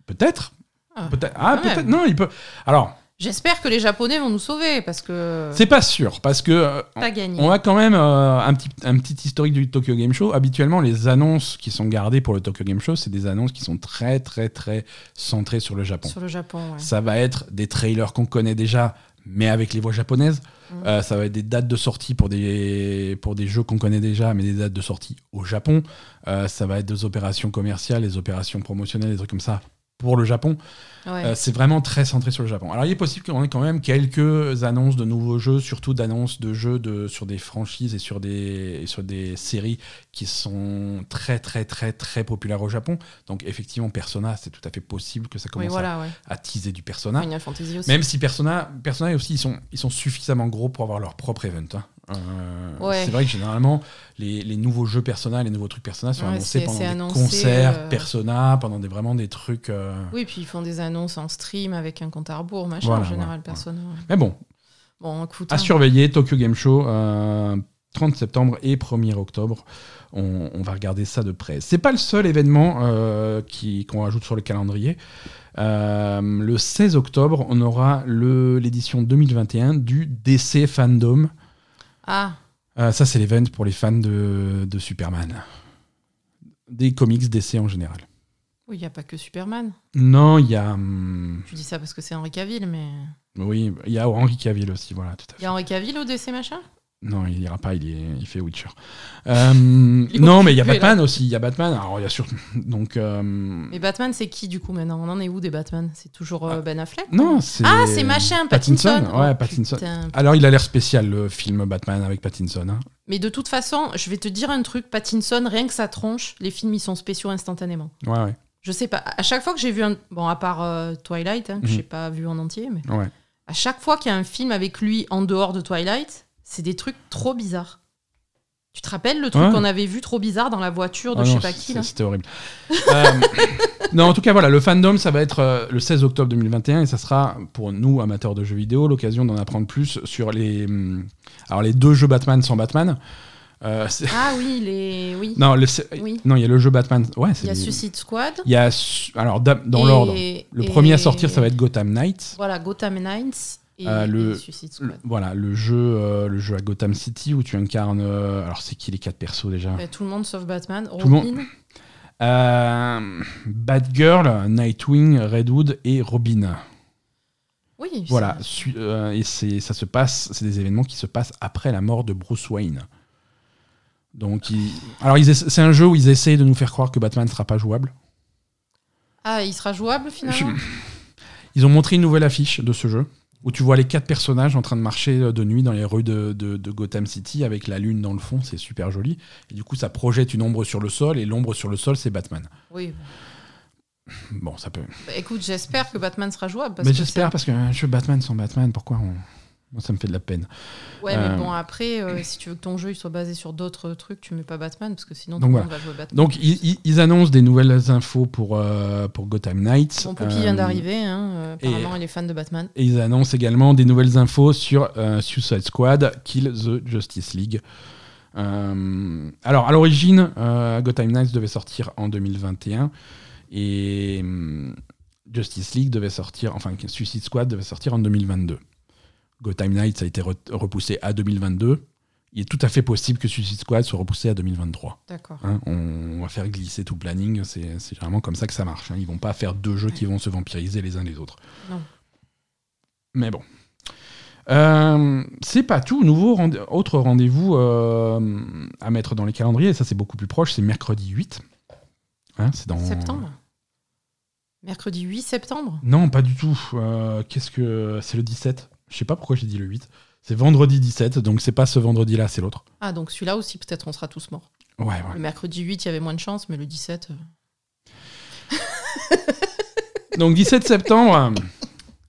Speaker 1: Peut-être.
Speaker 2: Ah,
Speaker 1: peut-être. Ah,
Speaker 2: quand
Speaker 1: peut-être.
Speaker 2: même.
Speaker 1: Non, il peut. Alors,
Speaker 2: J'espère que les Japonais vont nous sauver parce que.
Speaker 1: c'est pas sûr, parce que. euh,
Speaker 2: T'as gagné.
Speaker 1: On a quand même euh, un, petit, un petit historique du Tokyo Game Show. Habituellement, les annonces qui sont gardées pour le Tokyo Game Show, c'est des annonces qui sont très, très, très centrées sur le Japon.
Speaker 2: Sur le Japon, ouais.
Speaker 1: Ça va être des trailers qu'on connaît déjà, mais avec les voix japonaises.
Speaker 2: Mhm.
Speaker 1: Euh, ça va être des dates de sortie pour des, pour des jeux qu'on connaît déjà, mais des dates de sortie au Japon. Euh, ça va être des opérations commerciales, des opérations promotionnelles, des trucs comme ça pour le Japon.
Speaker 2: Ouais.
Speaker 1: Euh, c'est vraiment très centré sur le Japon. Alors il est possible qu'on ait quand même quelques annonces de nouveaux jeux, surtout d'annonces de jeux de, sur des franchises et sur des, et sur des séries qui sont très très très très populaires au Japon. Donc effectivement Persona, c'est tout à fait possible que ça
Speaker 2: oui,
Speaker 1: commence à-
Speaker 2: voilà, ouais.
Speaker 1: à, teaser du Persona.
Speaker 2: Final Fantasy aussi.
Speaker 1: Même si Persona, Persona aussi, ils sont, ils sont suffisamment gros pour avoir leur propre event. hein. Euh,
Speaker 2: Ouais.
Speaker 1: C'est vrai que généralement, les, les nouveaux jeux Persona, les nouveaux trucs Persona sont
Speaker 2: Ouais,
Speaker 1: annoncés
Speaker 2: c'est-
Speaker 1: pendant
Speaker 2: c'est
Speaker 1: des
Speaker 2: annoncé,
Speaker 1: concerts
Speaker 2: euh,
Speaker 1: Persona, pendant des, vraiment des trucs. euh,
Speaker 2: Oui, puis ils font des annonces en stream avec un compte à rebours, machin,
Speaker 1: Voilà,
Speaker 2: en général,
Speaker 1: voilà,
Speaker 2: personne. ouais.
Speaker 1: Mais bon,
Speaker 2: Bon, écoute.
Speaker 1: à
Speaker 2: hein.
Speaker 1: surveiller, Tokyo Game Show, euh, 30 septembre et 1er octobre. On, on va regarder ça de près. C'est pas le seul événement euh, qui- qu'on rajoute sur le calendrier. Euh, le 16 octobre, on aura le- l'édition 2021 du DC Fandom.
Speaker 2: Ah,
Speaker 1: Euh, ça, c'est l'event pour les fans de, de Superman. Des comics DC en général.
Speaker 2: oui, il n'y a pas que Superman.
Speaker 1: Non, il y a. hum,
Speaker 2: Je dis ça parce que c'est Henri Cavill, mais.
Speaker 1: oui, il y a Henry Cavill aussi, voilà, tout à
Speaker 2: Il
Speaker 1: fait.
Speaker 2: y a Henri Cavill au DC, machin
Speaker 1: Non, il ira pas, il, est, il fait Witcher. Euh, non, mais il y a
Speaker 2: occupé, là.
Speaker 1: Batman aussi, il y a Batman. Alors, il y a surtout. Donc. euh,
Speaker 2: Mais Batman, c'est qui du coup maintenant On en est où des Batman C'est toujours euh,
Speaker 1: Ah.
Speaker 2: Ben Affleck
Speaker 1: non, c'est.
Speaker 2: Ah, c'est machin, Pattinson.
Speaker 1: Ouais,
Speaker 2: Oh,
Speaker 1: Pattinson.
Speaker 2: putain.
Speaker 1: Alors, il a l'air spécial, le film Batman avec Pattinson. hein.
Speaker 2: Mais de toute façon, je vais te dire un truc Pattinson, rien que sa tronche, les films, ils sont spéciaux instantanément.
Speaker 1: Ouais, ouais.
Speaker 2: Je sais pas. À chaque fois que j'ai vu un. Bon, à part euh, Twilight, hein, que
Speaker 1: Mhm.
Speaker 2: j'ai pas vu en entier, mais.
Speaker 1: Ouais.
Speaker 2: À chaque fois qu'il y a un film avec lui en dehors de Twilight, c'est des trucs trop bizarres. Tu te rappelles le truc
Speaker 1: Ouais.
Speaker 2: qu'on avait vu trop bizarre dans la voiture de
Speaker 1: Ah
Speaker 2: je
Speaker 1: non,
Speaker 2: sais pas
Speaker 1: c'est-
Speaker 2: qui là
Speaker 1: C'était horrible. Euh, non, en tout cas, voilà, le fandom, ça va être euh, le 16 octobre 2021 et ça sera, pour nous, amateurs de jeux vidéo, l'occasion d'en apprendre plus sur les, hum, alors, les deux jeux Batman sans Batman. Euh, c'est-
Speaker 2: Ah oui, les. Oui.
Speaker 1: non, le- c'est-
Speaker 2: Oui.
Speaker 1: non, il y a le jeu Batman. Ouais, c'est-
Speaker 2: Il y a Suicide Squad.
Speaker 1: il y a su- alors, da- dans l'ordre, le premier à sortir, ça va être Gotham Knights.
Speaker 2: Voilà, Gotham Knights et,
Speaker 1: Euh, le-
Speaker 2: et Suicide
Speaker 1: Le-
Speaker 2: Squad.
Speaker 1: Voilà, le jeu, euh, le jeu à Gotham City où tu incarnes. euh, alors, c'est qui les quatre persos déjà
Speaker 2: Bah, tout le monde sauf Batman, Robin.
Speaker 1: le monde- Euh, Batgirl, Nightwing, Redwood et Robin.
Speaker 2: Oui, c'est-
Speaker 1: Voilà, su- euh, et c'est ça se passe, c'est des événements qui se passent après la mort de Bruce Wayne. Donc, ils- alors ils essa- c'est un jeu où ils essayent de nous faire croire que Batman ne sera pas jouable.
Speaker 2: Ah, il sera jouable finalement
Speaker 1: Ils ont montré une nouvelle affiche de ce jeu où tu vois les quatre personnages en train de marcher euh, de nuit dans les rues de, de- de Gotham City avec la lune dans le fond, c'est super joli. Et du coup, ça projette une ombre sur le sol et l'ombre sur le sol, c'est Batman.
Speaker 2: Oui.
Speaker 1: Bon, ça peut.
Speaker 2: Bah, écoute, j'espère que Batman sera jouable. Parce
Speaker 1: Mais
Speaker 2: que
Speaker 1: j'espère parce qu'un jeu Batman sans Batman, pourquoi on... Moi, ça me fait de la peine.
Speaker 2: c'est- Ouais,
Speaker 1: Euh,
Speaker 2: mais bon, après, euh, si tu veux que ton jeu il soit basé sur d'autres trucs, tu mets pas Batman parce que sinon
Speaker 1: Donc
Speaker 2: tout le
Speaker 1: voilà.
Speaker 2: monde va jouer Batman.
Speaker 1: Donc, ils, ils- ils annoncent des nouvelles infos pour, euh, pour Gotham Knights.
Speaker 2: Mon Poppy
Speaker 1: Euh,
Speaker 2: vient d'arriver, hein, euh,
Speaker 1: et-
Speaker 2: apparemment il est fan de Batman.
Speaker 1: Et ils annoncent également des nouvelles infos sur euh, Suicide Squad, Kill the Justice League. Euh, alors, à l'origine, euh, Gotham Knights devait sortir en 2021. Et hum, Justice League devait sortir, enfin, Suicide Squad devait sortir en 2022. Gotham Knights a été re- repoussé à 2022. Il est tout à fait possible que Suicide Squad soit repoussé à 2023.
Speaker 2: D'accord.
Speaker 1: Hein, on va faire glisser tout le planning, c'est c'est généralement comme ça que ça marche. hein. Ils vont pas faire deux jeux qui vont se vampiriser les uns les autres.
Speaker 2: Non.
Speaker 1: Mais bon. Euh, c'est pas tout. Nouveau rende- autre rendez-vous euh, à mettre dans les calendriers, ça c'est beaucoup plus proche, c'est mercredi 8. Hein, c'est dans...
Speaker 2: Septembre Mercredi 8 septembre
Speaker 1: Non, pas du tout. Euh, Qu'est-ce que. C'est le 17. Je sais pas pourquoi j'ai dit le 8. C'est vendredi 17, donc c'est pas ce vendredi-là, c'est l'autre.
Speaker 2: Ah, donc celui-là aussi, peut-être on sera tous morts.
Speaker 1: Ouais, ouais.
Speaker 2: Le mercredi 8, il y avait moins de chance, mais le 17. euh,
Speaker 1: Donc 17 septembre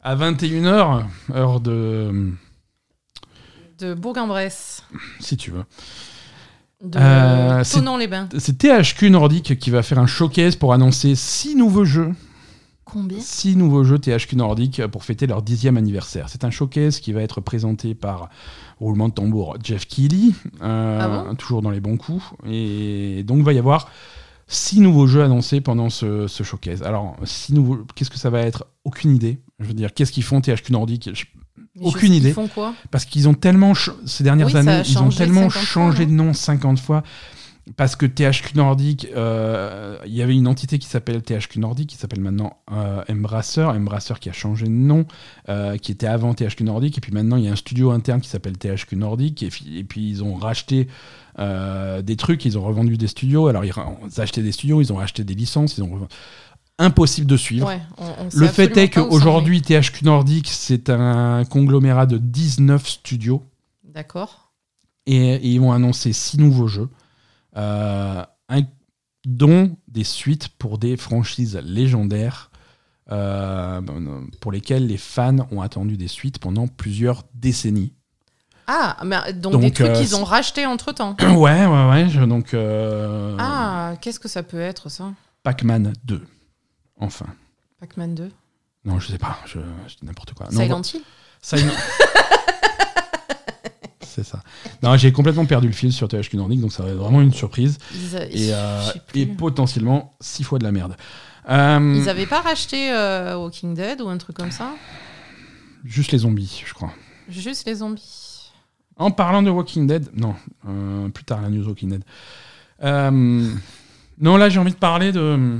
Speaker 1: à 21h, heure de...
Speaker 2: De Bourg-en-Bresse,
Speaker 1: Si tu veux.
Speaker 2: de
Speaker 1: Euh, c'est-
Speaker 2: Tonon les bains
Speaker 1: C'est THQ Nordic qui va faire un showcase pour annoncer six nouveaux jeux.
Speaker 2: Combien
Speaker 1: Six nouveaux jeux THQ Nordic pour fêter leur dixième anniversaire. C'est un showcase qui va être présenté par roulement de tambour Jeff Keighley, euh,
Speaker 2: Ah bon
Speaker 1: toujours dans les bons coups. Et donc il va y avoir six nouveaux jeux annoncés pendant ce, ce showcase. Alors, six nouveaux, qu'est-ce que ça va être Aucune idée. Je veux dire, qu'est-ce qu'ils font THQ Nordic Je-
Speaker 2: Mais je
Speaker 1: Aucune
Speaker 2: sais-
Speaker 1: idée.
Speaker 2: Ils font quoi
Speaker 1: parce qu'ils ont tellement ch- ces dernières
Speaker 2: Oui, ça a
Speaker 1: années, ils ont
Speaker 2: changé
Speaker 1: tellement
Speaker 2: 50 fois, hein.
Speaker 1: changé de nom 50 fois. parce que THQ Nordic, euh, il y avait une entité qui s'appelle THQ Nordic, qui s'appelle maintenant euh, Embracer, Embracer qui a changé de nom, euh, qui était avant THQ Nordic, et puis maintenant il y a un studio interne qui s'appelle THQ Nordic, et, fi- et puis ils ont racheté euh, des trucs, ils ont revendu des studios, alors ils ra- ils ont acheté des studios, ils ont acheté des licences, ils ont revendu. Impossible de suivre.
Speaker 2: Ouais, on- on sait
Speaker 1: Le fait
Speaker 2: absolument
Speaker 1: est
Speaker 2: pas où ça en
Speaker 1: qu'aujourd'hui, THQ Nordic, c'est un conglomérat de 19 studios
Speaker 2: est. D'accord.
Speaker 1: et, et ils ont annoncé six nouveaux jeux, euh, un- dont des suites pour des franchises légendaires euh, pour lesquelles les fans ont attendu des suites pendant plusieurs décennies.
Speaker 2: Ah, mais donc,
Speaker 1: Donc,
Speaker 2: des trucs
Speaker 1: euh,
Speaker 2: qu'ils
Speaker 1: c'est-
Speaker 2: ont rachetés entre temps.
Speaker 1: ouais, ouais, ouais. je- donc, euh,
Speaker 2: Ah, qu'est-ce que ça peut être ça
Speaker 1: Pac-Man 2. Enfin.
Speaker 2: Pac-Man 2
Speaker 1: Non, je sais pas, je, je dis n'importe quoi. Ah, Non, bah,
Speaker 2: Silent Hill
Speaker 1: Silent- C'est ça. Non, j'ai complètement perdu le fil sur THQ Nordic, donc ça va être vraiment une surprise.
Speaker 2: Ils, a-
Speaker 1: Et, euh,
Speaker 2: je sais plus.
Speaker 1: et potentiellement six fois de la merde. Euh,
Speaker 2: Ils avaient pas racheté euh, Walking Dead ou un truc comme ça
Speaker 1: Juste les zombies, je crois.
Speaker 2: Juste les zombies.
Speaker 1: En parlant de Walking Dead, non, euh, plus tard la news Walking Dead. Euh, non, là j'ai envie de parler de euh,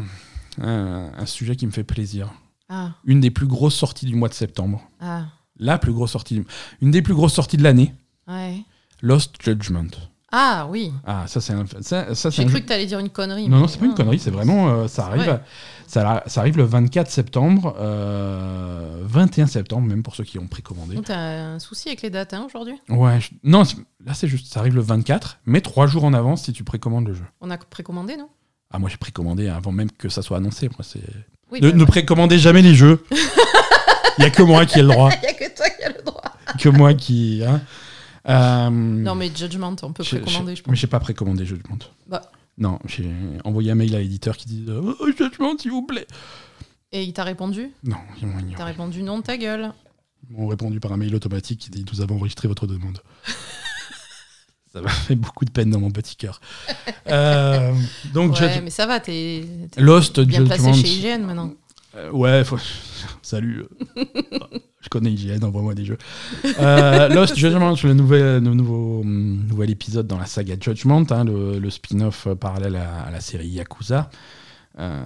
Speaker 1: un, un sujet qui me fait plaisir.
Speaker 2: Ah,
Speaker 1: Une des plus grosses sorties du mois de septembre.
Speaker 2: ah,
Speaker 1: La plus grosse sortie, du- une des plus grosses sorties de l'année.
Speaker 2: ouais.
Speaker 1: Lost Judgment.
Speaker 2: Ah oui.
Speaker 1: Ah, ça c'est un, ça, ça, c'est
Speaker 2: J'ai
Speaker 1: un
Speaker 2: cru
Speaker 1: jeu-
Speaker 2: que t'allais dire une connerie.
Speaker 1: Non,
Speaker 2: mais
Speaker 1: non, c'est pas une connerie, c'est vraiment. euh, ça,
Speaker 2: C'est
Speaker 1: arrive,
Speaker 2: vrai.
Speaker 1: ça, ça arrive le 24 septembre, euh, 21 septembre, même pour ceux qui ont précommandé.
Speaker 2: Donc, T'as un souci avec les dates hein, aujourd'hui
Speaker 1: Ouais, je- non, c'est- là c'est juste, ça arrive le 24, mais trois jours en avance si tu précommandes le jeu.
Speaker 2: On a précommandé, non
Speaker 1: Ah, moi j'ai précommandé avant même que ça soit annoncé. Moi, c'est...
Speaker 2: Oui.
Speaker 1: Ne,
Speaker 2: bah,
Speaker 1: ne précommandez jamais les jeux. Il n'y a que moi qui ai le droit.
Speaker 2: Il y a que toi qui as le droit.
Speaker 1: Que moi qui. hein. Euh,
Speaker 2: Non, mais Judgment, on peut
Speaker 1: j'ai-
Speaker 2: précommander,
Speaker 1: j'ai-
Speaker 2: je
Speaker 1: Mais
Speaker 2: pense.
Speaker 1: j'ai pas précommandé Judgment.
Speaker 2: Bah.
Speaker 1: Non, j'ai envoyé un mail à l'éditeur qui dit euh, oh, Judgment, s'il vous plaît.
Speaker 2: Et il t'a répondu
Speaker 1: Non, ils m'ont ignoré.
Speaker 2: T'as répondu non de ta gueule.
Speaker 1: Ils m'ont répondu par un mail automatique qui dit Nous avons enregistré votre demande. Ça m'a fait beaucoup de peine dans mon petit cœur. Euh, donc,
Speaker 2: Ouais,
Speaker 1: Judge-
Speaker 2: mais ça va, t'es t'es
Speaker 1: Lost
Speaker 2: bien placé
Speaker 1: Judgment.
Speaker 2: chez IGN maintenant.
Speaker 1: Euh, ouais, faut- salut. euh, Je connais IGN, envoie-moi des jeux. Euh, Lost Judgment, le nouvel, le nouveau, hum, nouvel épisode dans la saga Judgment, hein, le, le spin-off euh, parallèle à, à la série Yakuza. Euh,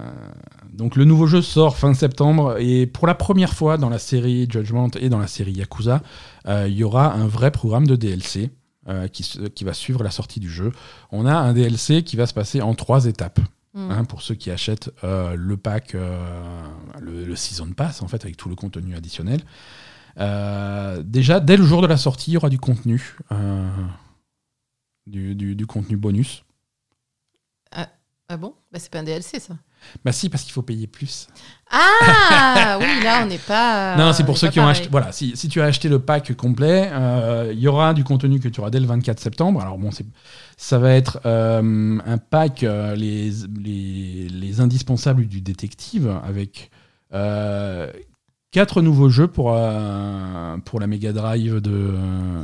Speaker 1: donc le nouveau jeu sort fin septembre et pour la première fois dans la série Judgment et dans la série Yakuza, euh, il y aura un vrai programme de DLC euh, qui, se- qui va suivre la sortie du jeu. On a un DLC qui va se passer en trois étapes.
Speaker 2: Hmm.
Speaker 1: Hein, pour ceux qui achètent euh, le pack, euh, le, le Season Pass, en fait, avec tout le contenu additionnel. Euh, déjà, dès le jour de la sortie, il y aura du contenu, euh, du, du- du contenu bonus.
Speaker 2: Ah bon bah, C'est pas un DLC, ça.
Speaker 1: Bah si, parce qu'il faut payer plus.
Speaker 2: Ah oui, là, on n'est pas. euh,
Speaker 1: non, c'est
Speaker 2: on
Speaker 1: pour
Speaker 2: est
Speaker 1: ceux
Speaker 2: pas
Speaker 1: qui ont
Speaker 2: pareil.
Speaker 1: acheté. Voilà, si, si tu as acheté le pack complet, euh, il y aura du contenu que tu auras dès le 24 septembre. Alors bon, c'est- ça va être euh, un pack, euh, les, les, les indispensables du détective, avec euh, quatre nouveaux jeux pour, euh, pour la Mega Drive de,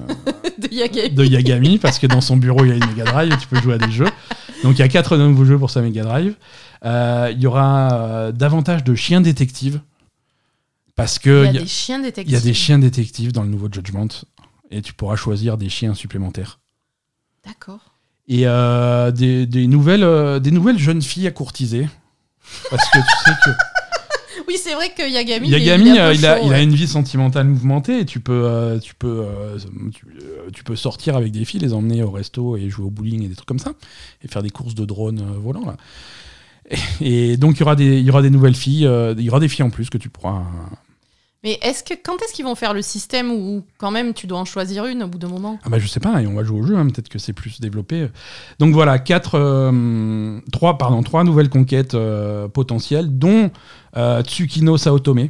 Speaker 2: de Yagami.
Speaker 1: de Yagami, parce que dans son bureau, il y a une Mega Drive et tu peux jouer à des jeux. Donc il y a quatre nouveaux jeux pour sa Mega Drive. Euh, Il y aura euh, davantage de chiens détectives. Parce que
Speaker 2: Il
Speaker 1: y
Speaker 2: y
Speaker 1: a-
Speaker 2: a des chiens
Speaker 1: il
Speaker 2: détectives.
Speaker 1: y a des chiens détectives dans le nouveau Judgment et tu pourras choisir des chiens supplémentaires.
Speaker 2: D'accord.
Speaker 1: Et euh, des, des nouvelles, euh, des nouvelles jeunes filles à courtiser. Parce que tu sais que
Speaker 2: Oui, c'est vrai que Yagami.
Speaker 1: Yagami,
Speaker 2: il, est
Speaker 1: euh, il, a,
Speaker 2: un peu chaud,
Speaker 1: il a
Speaker 2: ouais.
Speaker 1: une vie sentimentale mouvementée et tu peux, euh, tu, peux, euh, tu, euh, tu peux sortir avec des filles, les emmener au resto et jouer au bowling et des trucs comme ça, et faire des courses de drones euh, volants. Là. Et, et donc il y, aura des, il y aura des nouvelles filles, euh, il y aura des filles en plus que tu pourras... euh,
Speaker 2: Mais est-ce que quand est-ce qu'ils vont faire le système où quand même tu dois en choisir une au bout d'un moment
Speaker 1: Ah bah je sais pas, et on va jouer au jeu, hein, peut-être que c'est plus développé. Donc voilà, quatre, euh, trois, pardon, trois nouvelles conquêtes euh, potentielles, dont euh, Tsukino Saotome,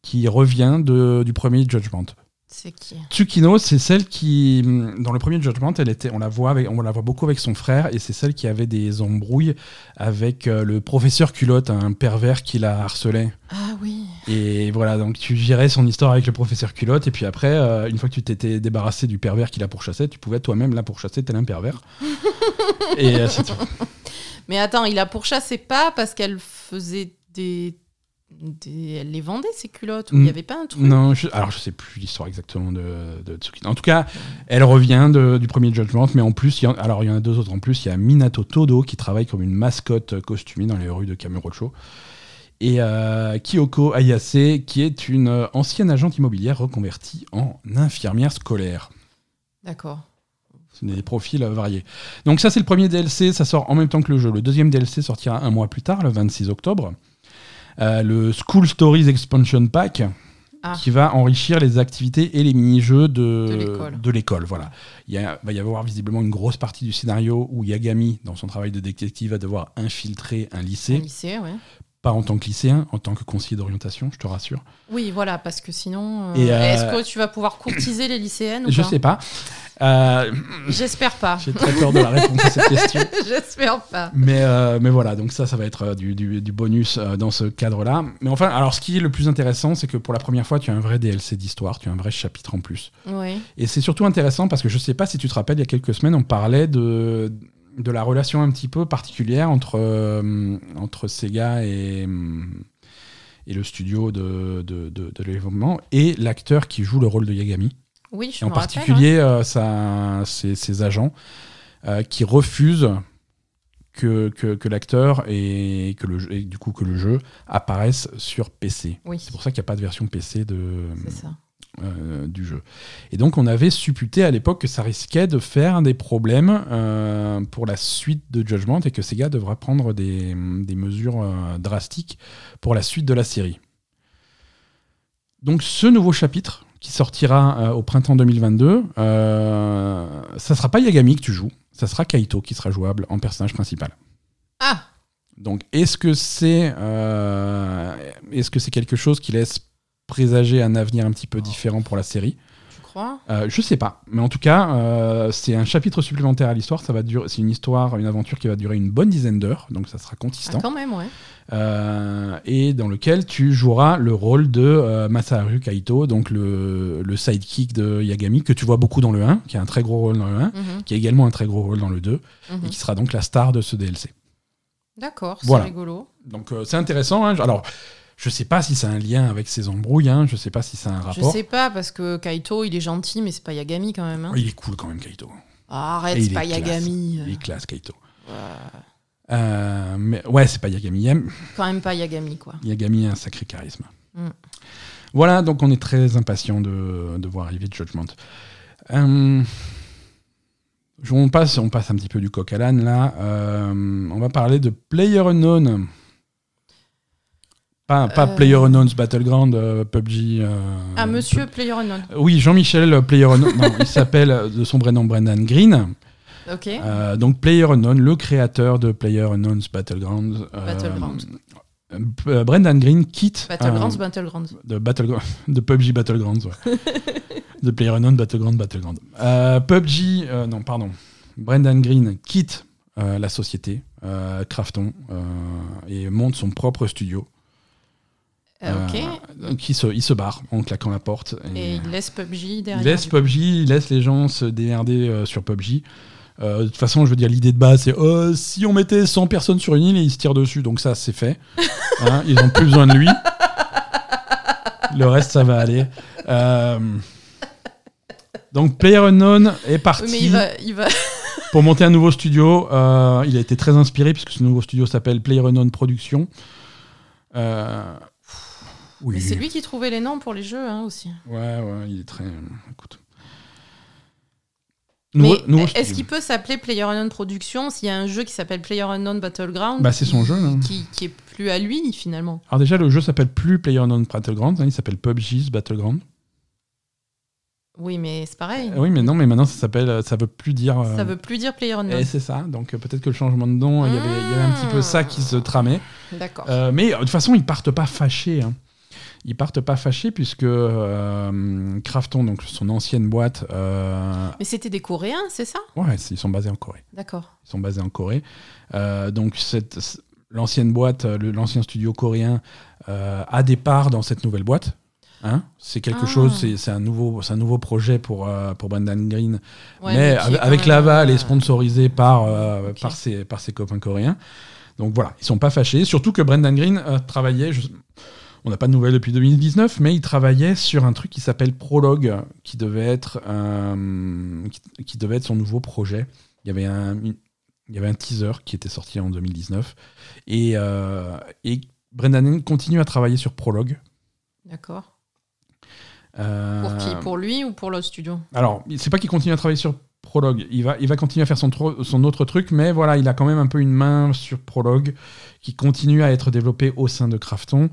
Speaker 1: qui revient de- du premier Judgment.
Speaker 2: C'est qui
Speaker 1: Tsukino, c'est celle qui, hum, dans le premier Judgment, elle était, on, la voit avec- on la voit beaucoup avec son frère, et c'est celle qui avait des embrouilles avec euh, le professeur Culotte, un pervers qui la harcelait.
Speaker 2: Ah oui.
Speaker 1: Et voilà, donc tu gérais son histoire avec le professeur culotte, et puis après, euh, une fois que tu t'étais débarrassé du pervers qui la pourchassait, tu pouvais toi-même la pourchasser tel un pervers. et euh, c'est tout.
Speaker 2: Mais attends, il a pourchassé pas parce qu'elle faisait des des- elle les vendait, ces culottes Ou il n'y
Speaker 1: Mm.
Speaker 2: avait pas un truc
Speaker 1: Non, je- alors je sais plus l'histoire exactement de, de Tsukino. En tout cas, elle revient de- du premier Judgment, mais en plus, il y en, alors il y en a deux autres en plus. Il y a Minato Todo qui travaille comme une mascotte costumée dans les rues de Kamurocho. Et euh, Kyoko Ayase, qui est une euh, ancienne agente immobilière reconvertie en infirmière scolaire.
Speaker 2: D'accord.
Speaker 1: C'est des profils euh, variés. Donc ça, c'est le premier DLC, ça sort en même temps que le jeu. Le deuxième DLC sortira un mois plus tard, le 26 octobre. Euh, le School Stories Expansion Pack,
Speaker 2: Ah.
Speaker 1: qui va enrichir les activités et les mini-jeux de,
Speaker 2: De l'école.
Speaker 1: de l'école. Voilà. Il y a- va y avoir visiblement une grosse partie du scénario où Yagami, dans son travail de détective, va devoir infiltrer un
Speaker 2: Un
Speaker 1: lycée.
Speaker 2: lycée, ouais.
Speaker 1: Pas en tant que lycéen, en tant que conseiller d'orientation, je te rassure.
Speaker 2: Oui, voilà, parce que sinon. euh,
Speaker 1: Et, euh,
Speaker 2: Est-ce que tu vas pouvoir courtiser les lycéennes ou
Speaker 1: Je
Speaker 2: pas Ah.
Speaker 1: sais pas. Euh,
Speaker 2: J'espère pas.
Speaker 1: J'ai très peur de la réponse à cette question.
Speaker 2: J'espère pas.
Speaker 1: Mais, euh, mais voilà, donc ça, ça va être euh, du, du- du bonus euh, dans ce cadre-là. Mais enfin, alors ce qui est le plus intéressant, c'est que pour la première fois, tu as un vrai DLC d'histoire, tu as un vrai chapitre en plus.
Speaker 2: Oui.
Speaker 1: Et c'est surtout intéressant parce que je sais pas si tu te rappelles, il y a quelques semaines, on parlait de, de la relation un petit peu particulière entre, euh, entre Sega et, hum, et le studio de, de, de, de l'événement et l'acteur qui joue le rôle de Yagami.
Speaker 2: Oui,
Speaker 1: Et
Speaker 2: je
Speaker 1: en
Speaker 2: me rappelle, hein.
Speaker 1: particulier euh, sa- ses, ses agents euh, qui refusent que, que, que l'acteur et que le jeu- et du coup que le jeu apparaissent sur PC.
Speaker 2: ouais. Oui,
Speaker 1: C'est pour ça qu'il n'y a pas de version PC de,
Speaker 2: c'est ça.
Speaker 1: euh, du jeu. Et donc on avait supputé à l'époque que ça risquait de faire des problèmes euh, pour la suite de Judgment et que Sega devra prendre des, des mesures euh, drastiques pour la suite de la série. Donc ce nouveau chapitre qui sortira euh, au printemps 2022, euh, ça sera pas Yagami que tu joues, ça sera Kaito qui sera jouable en personnage principal.
Speaker 2: Ah
Speaker 1: Donc, est-ce que c'est euh, est-ce que c'est quelque chose qui laisse présager un avenir un petit peu différent pour la série
Speaker 2: Tu crois
Speaker 1: Euh, Je sais pas, mais en tout cas, euh, c'est un chapitre supplémentaire à l'histoire. Ça va durer, c'est une histoire, une aventure qui va durer une bonne dizaine d'heures, donc ça sera
Speaker 2: Ah,
Speaker 1: consistant,
Speaker 2: quand même, ouais.
Speaker 1: Euh, et dans lequel tu joueras le rôle de euh, Masaharu Kaito, donc le, le sidekick de Yagami que tu vois beaucoup dans le 1, qui a un très gros rôle dans le 1,
Speaker 2: Mhm,
Speaker 1: qui a également un très gros rôle dans le 2,
Speaker 2: mhm.
Speaker 1: et qui sera donc la star de ce DLC.
Speaker 2: D'accord,
Speaker 1: Voilà.
Speaker 2: c'est rigolo.
Speaker 1: Donc euh, c'est intéressant. hein. Alors, je sais pas si ça a un lien avec ses embrouilles, hein. je sais pas si ça a un
Speaker 2: Je
Speaker 1: rapport.
Speaker 2: sais pas, parce que Kaito, il est gentil, mais c'est pas Yagami quand même. hein.
Speaker 1: Il est cool quand même, Kaito. Et
Speaker 2: Ah, arrête,
Speaker 1: il
Speaker 2: c'est
Speaker 1: est
Speaker 2: pas
Speaker 1: classe.
Speaker 2: Yagami.
Speaker 1: Il est classe, Kaito.
Speaker 2: Ouais,
Speaker 1: Euh, mais ouais, c'est pas Yagami. Yam-
Speaker 2: Quand même pas Yagami, quoi.
Speaker 1: Yagami a un sacré charisme.
Speaker 2: Mm.
Speaker 1: Voilà, donc on est très impatient de, de voir arriver Judgment. Euh, je- on, passe, on passe un petit peu du coq à l'âne là. Euh, on va parler de Player Unknown. Pas, pas
Speaker 2: Euh.
Speaker 1: Player Unknown's Battleground, euh, PUBG. euh,
Speaker 2: Ah, monsieur PlayerUnknown.
Speaker 1: Oui, Jean-Michel PlayerUnknown, non, il s'appelle euh, de son vrai nom Brendan Green.
Speaker 2: Ok.
Speaker 1: Euh, donc PlayerUnknown, le créateur de PlayerUnknown's Battlegrounds. euh,
Speaker 2: Battlegrounds.
Speaker 1: euh, euh, Brendan Green quitte
Speaker 2: Battlegrounds,
Speaker 1: euh,
Speaker 2: Battlegrounds.
Speaker 1: de, Battleground, de PUBG Battlegrounds, ouais. de PlayerUnknown Battleground Battleground. Euh, PUBG, euh, non, pardon. Brendan Green quitte euh, la société euh, Crafton euh, et monte son propre studio.
Speaker 2: Euh, ok.
Speaker 1: Euh, donc il se, il se barre en claquant la porte.
Speaker 2: Et il laisse PUBG derrière.
Speaker 1: Il laisse
Speaker 2: du coup.
Speaker 1: PUBG, il laisse les gens se démerder euh, sur PUBG. Euh, de toute façon, je veux dire, l'idée de base, c'est euh, si on mettait 100 personnes sur une île et ils se tirent dessus, donc ça, c'est fait. Hein, ils ont plus besoin de lui. Le reste, ça va aller. Euh, Donc, PlayerUnknown est parti
Speaker 2: Oui, mais il va, il va...
Speaker 1: pour monter un nouveau studio. Euh, il a été très inspiré puisque ce nouveau studio s'appelle PlayerUnknown Productions. Euh, Oui.
Speaker 2: Mais c'est lui qui trouvait les noms pour les jeux hein, aussi.
Speaker 1: Ouais, ouais, il est très. euh, Écoute.
Speaker 2: Mais
Speaker 1: Nouveau- nouveau
Speaker 2: est-ce
Speaker 1: studio.
Speaker 2: qu'il peut s'appeler PlayerUnknown Productions s'il y a un jeu qui s'appelle PlayerUnknown Battleground
Speaker 1: Bah, c'est son jeu, là.
Speaker 2: qui, qui est plus à lui finalement
Speaker 1: Alors déjà, le jeu s'appelle plus PlayerUnknown's Battlegrounds, hein, il s'appelle PUBG's Battleground.
Speaker 2: Oui, mais c'est pareil.
Speaker 1: Euh, oui, mais non, mais maintenant ça s'appelle, euh, ça veut plus dire. euh,
Speaker 2: Ça veut plus dire PlayerUnknown.
Speaker 1: Et c'est ça, donc euh, peut-être que le changement de nom, il y avait- il y avait un petit peu ça qui se tramait.
Speaker 2: D'accord.
Speaker 1: Euh, mais euh, de toute façon, ils partent pas fâchés. hein. Ils partent pas fâchés puisque euh, Krafton, donc son ancienne boîte, euh,
Speaker 2: Mais c'était des Coréens, c'est ça
Speaker 1: ouais, c'est- ils sont basés en Corée.
Speaker 2: D'accord.
Speaker 1: Ils sont basés en Corée. Euh, donc cette, c- l'ancienne boîte, euh, le- l'ancien studio coréen euh, a des parts dans cette nouvelle boîte. Hein c'est quelque
Speaker 2: Ah.
Speaker 1: chose, c'est, c'est un nouveau, c'est un nouveau projet pour, euh, pour Brendan Green, mais,
Speaker 2: Ouais, mais qui est
Speaker 1: avec,
Speaker 2: quand
Speaker 1: avec
Speaker 2: même,
Speaker 1: l'aval
Speaker 2: euh,
Speaker 1: et sponsorisé par, euh,
Speaker 2: Ok.
Speaker 1: par, ses, par ses copains coréens. Donc voilà, ils sont pas fâchés. Surtout que Brendan Green euh, travaillait, je- On n'a pas de nouvelles depuis 2019, mais il travaillait sur un truc qui s'appelle Prologue, qui devait être, euh, qui, qui devait être son nouveau projet. Il y avait un, il y avait un teaser qui était sorti en 2019. Et, euh, et Brendan Henning continue à travailler sur Prologue.
Speaker 2: D'accord.
Speaker 1: Euh,
Speaker 2: Pour qui Pour lui ou pour le studio
Speaker 1: Alors, c'est pas qu'il continue à travailler sur Prologue. Il va, il va continuer à faire son, tro- son autre truc, mais voilà, il a quand même un peu une main sur Prologue qui continue à être développé au sein de Krafton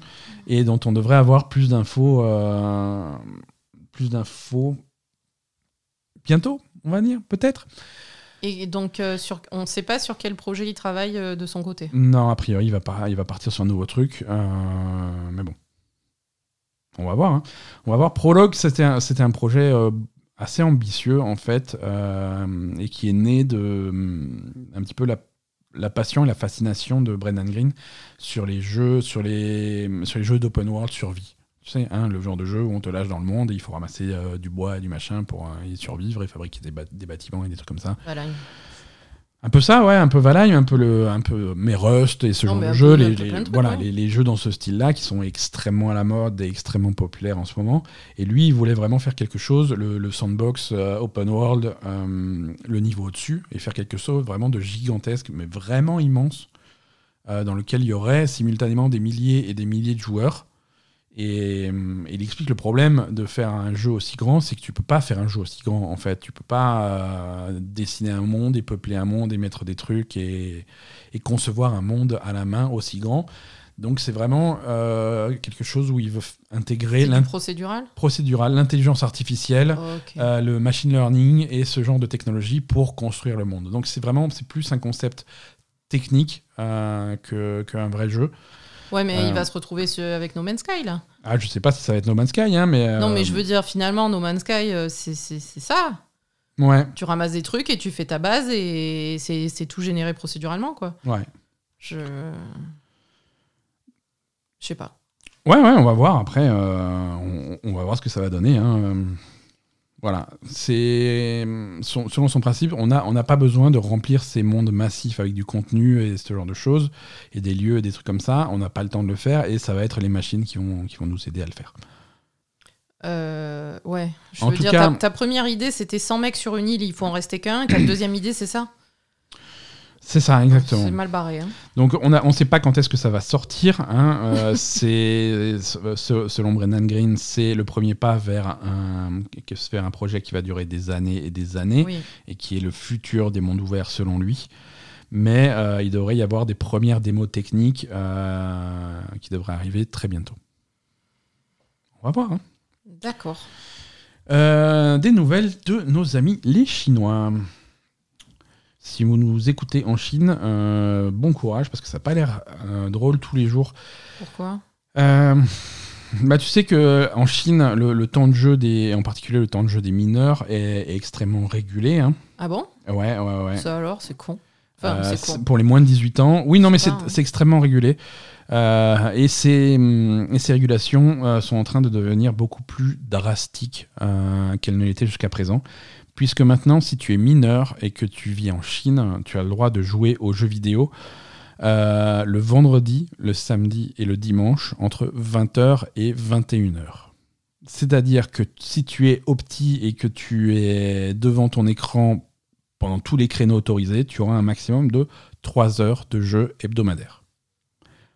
Speaker 1: et dont on devrait avoir plus d'infos. euh, plus d'infos. Bientôt, on va dire, peut-être.
Speaker 2: Et donc, euh, sur... on ne sait pas sur quel projet il travaille euh, de son côté.
Speaker 1: Non, a priori, il va, pas, il va partir sur un nouveau truc. euh, mais bon. On va voir. hein. On va voir. Prologue, c'était un, c'était un projet euh, assez ambitieux, en fait, euh, et qui est né de hum, un petit peu la, la passion et la fascination de Brendan Green sur les jeux, sur les, sur les jeux d'open world survie. Tu sais, hein, le genre de jeu où on te lâche dans le monde et il faut ramasser euh, du bois et du machin pour euh, y survivre et fabriquer des, ba- des bâtiments et des trucs comme ça.
Speaker 2: Voilà.
Speaker 1: Un peu ça, ouais, un peu Valheim, un peu le, un peu mais Rust et ce
Speaker 2: Non,
Speaker 1: genre
Speaker 2: mais
Speaker 1: de
Speaker 2: un
Speaker 1: jeu,
Speaker 2: peu- un
Speaker 1: les,
Speaker 2: peu
Speaker 1: les-
Speaker 2: plein de trucs,
Speaker 1: voilà,
Speaker 2: ouais.
Speaker 1: les, les jeux dans ce style-là qui sont extrêmement à la mode et extrêmement populaires en ce moment. Et lui, il voulait vraiment faire quelque chose, le, le sandbox euh, open world, euh, le niveau au-dessus, et faire quelque chose vraiment de gigantesque, mais vraiment immense, euh, dans lequel il y aurait simultanément des milliers et des milliers de joueurs. Et euh, il explique le problème de faire un jeu aussi grand, c'est que tu peux pas faire un jeu aussi grand en fait. Tu peux pas euh, dessiner un monde et peupler un monde et mettre des trucs et, et concevoir un monde à la main aussi grand. Donc c'est vraiment euh, quelque chose où il veut f- intégrer
Speaker 2: C'est
Speaker 1: l'in-
Speaker 2: du procédural
Speaker 1: procédural, l'intelligence artificielle,
Speaker 2: Ok.
Speaker 1: euh, le machine learning et ce genre de technologie pour construire le monde. Donc c'est vraiment c'est plus un concept technique euh, que qu'un vrai jeu.
Speaker 2: Ouais, mais
Speaker 1: euh,
Speaker 2: il va se retrouver ce- avec No Man's Sky, là.
Speaker 1: Ah je sais pas si ça va être No Man's Sky hein, mais
Speaker 2: Non, mais
Speaker 1: euh,
Speaker 2: je veux dire, finalement, No Man's Sky, euh, c'est c'est- c'est ça.
Speaker 1: ouais
Speaker 2: Tu ramasses des trucs et tu fais ta base et c'est c'est tout généré procéduralement, quoi.
Speaker 1: ouais.
Speaker 2: Je. Je sais pas.
Speaker 1: Ouais, ouais, on va voir après. euh, on, on va voir ce que ça va donner. hein, euh. Voilà. C'est son- selon son principe, on n'a on n'a pas besoin de remplir ces mondes massifs avec du contenu et ce genre de choses et des lieux et des trucs comme ça. On n'a pas le temps de le faire et ça va être les machines qui vont qui vont nous aider à le faire.
Speaker 2: Euh, ouais, je
Speaker 1: En
Speaker 2: veux
Speaker 1: tout
Speaker 2: dire,
Speaker 1: cas-
Speaker 2: ta, ta première idée c'était 100 mecs sur une île, il faut en rester qu'un. et Ta deuxième idée, c'est ça
Speaker 1: C'est ça,
Speaker 2: C'est
Speaker 1: exactement.
Speaker 2: mal barré. hein.
Speaker 1: Donc on ne on sait pas quand est-ce que ça va sortir. hein, euh, c'est ce- ce- selon Brennan Green, c'est le premier pas vers un que- vers un projet qui va durer des années et des années.
Speaker 2: Oui.
Speaker 1: et qui est le futur des mondes ouverts selon lui. Mais euh, il devrait y avoir des premières démos techniques euh, qui devraient arriver très bientôt. On va voir. hein.
Speaker 2: D'accord.
Speaker 1: Euh, des nouvelles de nos amis les Chinois. Si vous nous écoutez en Chine, euh, bon courage parce que ça n'a pas l'air euh, drôle tous les jours
Speaker 2: Pourquoi
Speaker 1: euh, bah, tu sais que en Chine, le, le temps de jeu des, en particulier le temps de jeu des mineurs est, est extrêmement régulé. hein.
Speaker 2: Ah bon
Speaker 1: Ouais, ouais, ouais.
Speaker 2: Ça alors, c'est con. Enfin,
Speaker 1: Euh,
Speaker 2: c'est
Speaker 1: c'est-
Speaker 2: con.
Speaker 1: pour les moins de 18 ans. Oui, non, mais c'est
Speaker 2: pas, hein.
Speaker 1: c'est extrêmement régulé. Euh, et, ces, hum, et ces régulations euh, sont en train de devenir beaucoup plus drastiques euh, qu'elles ne l'étaient jusqu'à présent. Puisque maintenant, si tu es mineur et que tu vis en Chine, tu as le droit de jouer aux jeux vidéo euh, le vendredi, le samedi et le dimanche entre 20h et 21h. C'est-à-dire que t- si tu es opti et que tu es devant ton écran pendant tous les créneaux autorisés, tu auras un maximum de 3 heures de jeu hebdomadaire.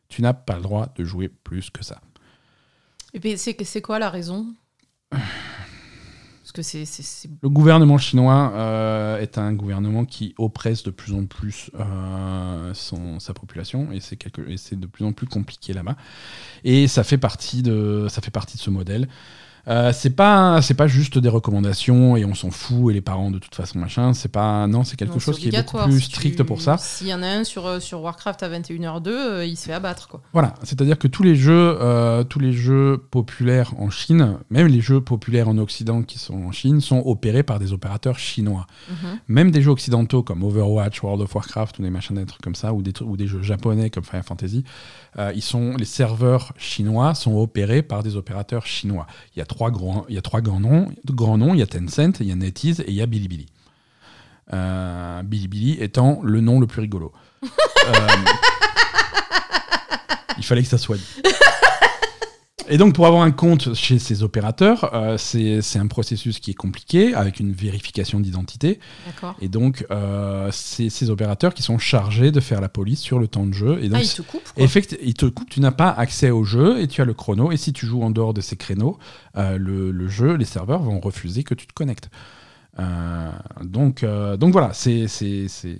Speaker 1: Tu n'as pas le droit de jouer plus que ça.
Speaker 2: Et puis, c'est c'est quoi la raison Parce que c'est. c'est- c'est-
Speaker 1: Le gouvernement chinois euh, est un gouvernement qui oppresse de plus en plus euh, son- sa population et c'est quelque- et c'est de plus en plus compliqué là-bas. Et ça fait partie de, ça fait partie de ce modèle. Euh, c'est pas c'est pas juste des recommandations et on s'en fout et les parents de toute façon machin c'est pas non c'est quelque
Speaker 2: non,
Speaker 1: chose
Speaker 2: c'est
Speaker 1: qui est beaucoup
Speaker 2: obligatoire.
Speaker 1: plus
Speaker 2: Si tu-
Speaker 1: strict pour ça
Speaker 2: S'il y en a un sur, euh, sur Warcraft à 21h02, euh, il se fait abattre, quoi.
Speaker 1: Voilà, c'est-à-dire que tous les jeux, euh, tous les jeux populaires en Chine, même les jeux populaires en Occident qui sont en Chine, sont opérés par des opérateurs chinois.
Speaker 2: Mhm.
Speaker 1: Même des jeux occidentaux comme Overwatch, World of Warcraft ou des machins des trucs comme ça, ou des, tru- ou des jeux japonais comme Final Fantasy, euh, ils sont, les serveurs chinois sont opérés par des opérateurs chinois. Il y a trois grands, il y a trois grands noms, grands noms, il y a Tencent, il y a NetEase et il y a Bilibili. Euh, Bilibili étant le nom le plus rigolo. Euh, il fallait que ça soit dit. Et donc, pour avoir un compte chez ces opérateurs, euh, c'est c'est un processus qui est compliqué, avec une vérification d'identité.
Speaker 2: D'accord.
Speaker 1: Et donc, euh, c'est ces opérateurs qui sont chargés de faire la police sur le temps de jeu. Et donc,
Speaker 2: Ah, il te coupe quoi.
Speaker 1: Effectivement, il te coupe, tu n'as pas accès au jeu et tu as le chrono. Et si tu joues en dehors de ces créneaux, euh, le, le jeu, les serveurs vont refuser que tu te connectes. Euh, donc, euh, donc voilà, c'est c'est- c'est-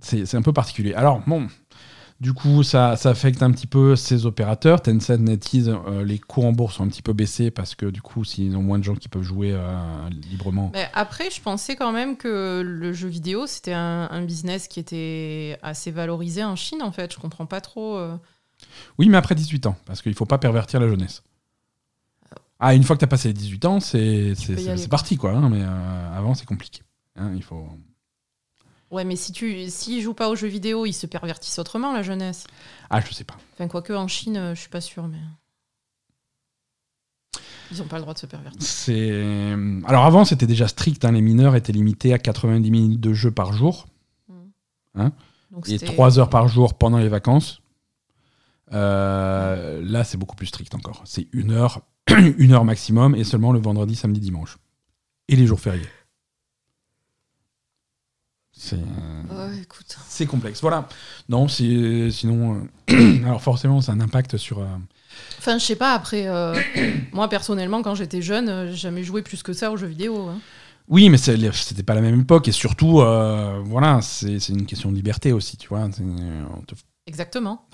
Speaker 1: c'est- c'est un peu particulier. Alors, bon, du coup, ça, ça affecte un petit peu ces opérateurs. Tencent, NetEase, euh, les cours en bourse sont un petit peu baissés parce que du coup, s'ils ont moins de gens qui peuvent jouer euh, librement.
Speaker 2: Mais après, je pensais quand même que le jeu vidéo, c'était un, un business qui était assez valorisé en Chine, en fait. Je comprends pas trop. euh.
Speaker 1: Oui, mais après 18 ans, parce qu'il faut pas pervertir la jeunesse. Ah, une fois que tu as passé les 18 ans, c'est c'est-
Speaker 2: peux y
Speaker 1: c'est-
Speaker 2: aller,
Speaker 1: c'est
Speaker 2: quoi.
Speaker 1: parti, quoi. hein, mais euh, avant, c'est compliqué. Hein, il faut...
Speaker 2: Ouais, mais si tu, s'ils jouent pas aux jeux vidéo, ils se pervertissent autrement, la jeunesse.
Speaker 1: Ah, je sais pas.
Speaker 2: Enfin, quoique en Chine, euh, je suis pas sûre, mais. Ils ont pas le droit de se pervertir.
Speaker 1: C'est euh, Alors, avant, c'était déjà strict. hein, les mineurs étaient limités à 90 minutes de jeu par jour
Speaker 2: Donc,
Speaker 1: et
Speaker 2: c'était-
Speaker 1: 3 heures par jour pendant les vacances. Euh, là, c'est beaucoup plus strict encore. C'est une heure, une heure maximum et seulement le vendredi, samedi, dimanche. Et les jours fériés. C'est. euh,
Speaker 2: Ouais, écoute.
Speaker 1: C'est complexe, voilà. Non, c'est- sinon, euh, alors forcément, ça a un impact sur. euh,
Speaker 2: Enfin, je sais pas, après, euh, moi personnellement, quand j'étais jeune, euh, j'ai jamais joué plus que ça aux jeux vidéo. hein.
Speaker 1: Oui, mais c'est- c'était pas la même époque et surtout, euh, voilà, c'est c'est une question de liberté aussi, tu vois. c'est- euh, on te-
Speaker 2: Exactement.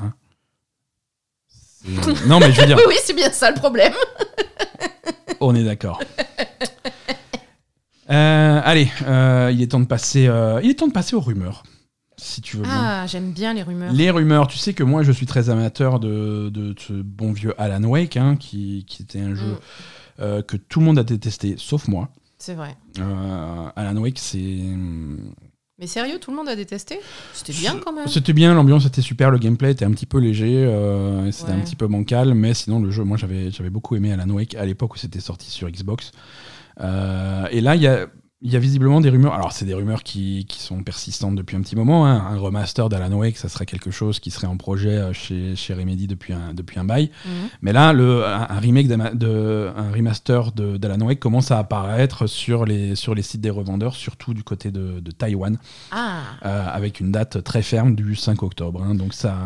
Speaker 1: c'est- non, mais je veux dire,
Speaker 2: Oui, oui, c'est bien ça le problème.
Speaker 1: on est d'accord. Euh, allez, euh, il est temps de passer. euh, il est temps de passer aux rumeurs, si tu veux. bien.
Speaker 2: Ah, j'aime bien les rumeurs.
Speaker 1: Les rumeurs, tu sais que moi, je suis très amateur de, de ce bon vieux Alan Wake, hein, qui, qui était un jeu
Speaker 2: Mm.
Speaker 1: euh, que tout le monde a détesté, sauf moi.
Speaker 2: C'est vrai.
Speaker 1: Euh, Alan Wake, c'est.
Speaker 2: Mais sérieux, tout le monde a détesté C'était bien quand même.
Speaker 1: C'était bien, l'ambiance était super, le gameplay était un petit peu léger, euh, et c'était
Speaker 2: Ouais.
Speaker 1: un petit peu bancal, mais sinon le jeu, moi j'avais j'avais beaucoup aimé Alan Wake à l'époque où c'était sorti sur Xbox. Euh, et là, il y a. Il y a visiblement des rumeurs, alors c'est des rumeurs qui, qui sont persistantes depuis un petit moment, hein. un remaster d'Alan Wake, ça serait quelque chose qui serait en projet euh, chez, chez Remedy depuis un, depuis un bail.
Speaker 2: Mhm.
Speaker 1: Mais là, le, un, un remake d'Ama- de, un remaster de- d'Alan Wake commence à apparaître sur les, sur les sites des revendeurs, surtout du côté de, de Taïwan,
Speaker 2: Ah,
Speaker 1: euh, avec une date très ferme du 5 octobre. hein. donc ça,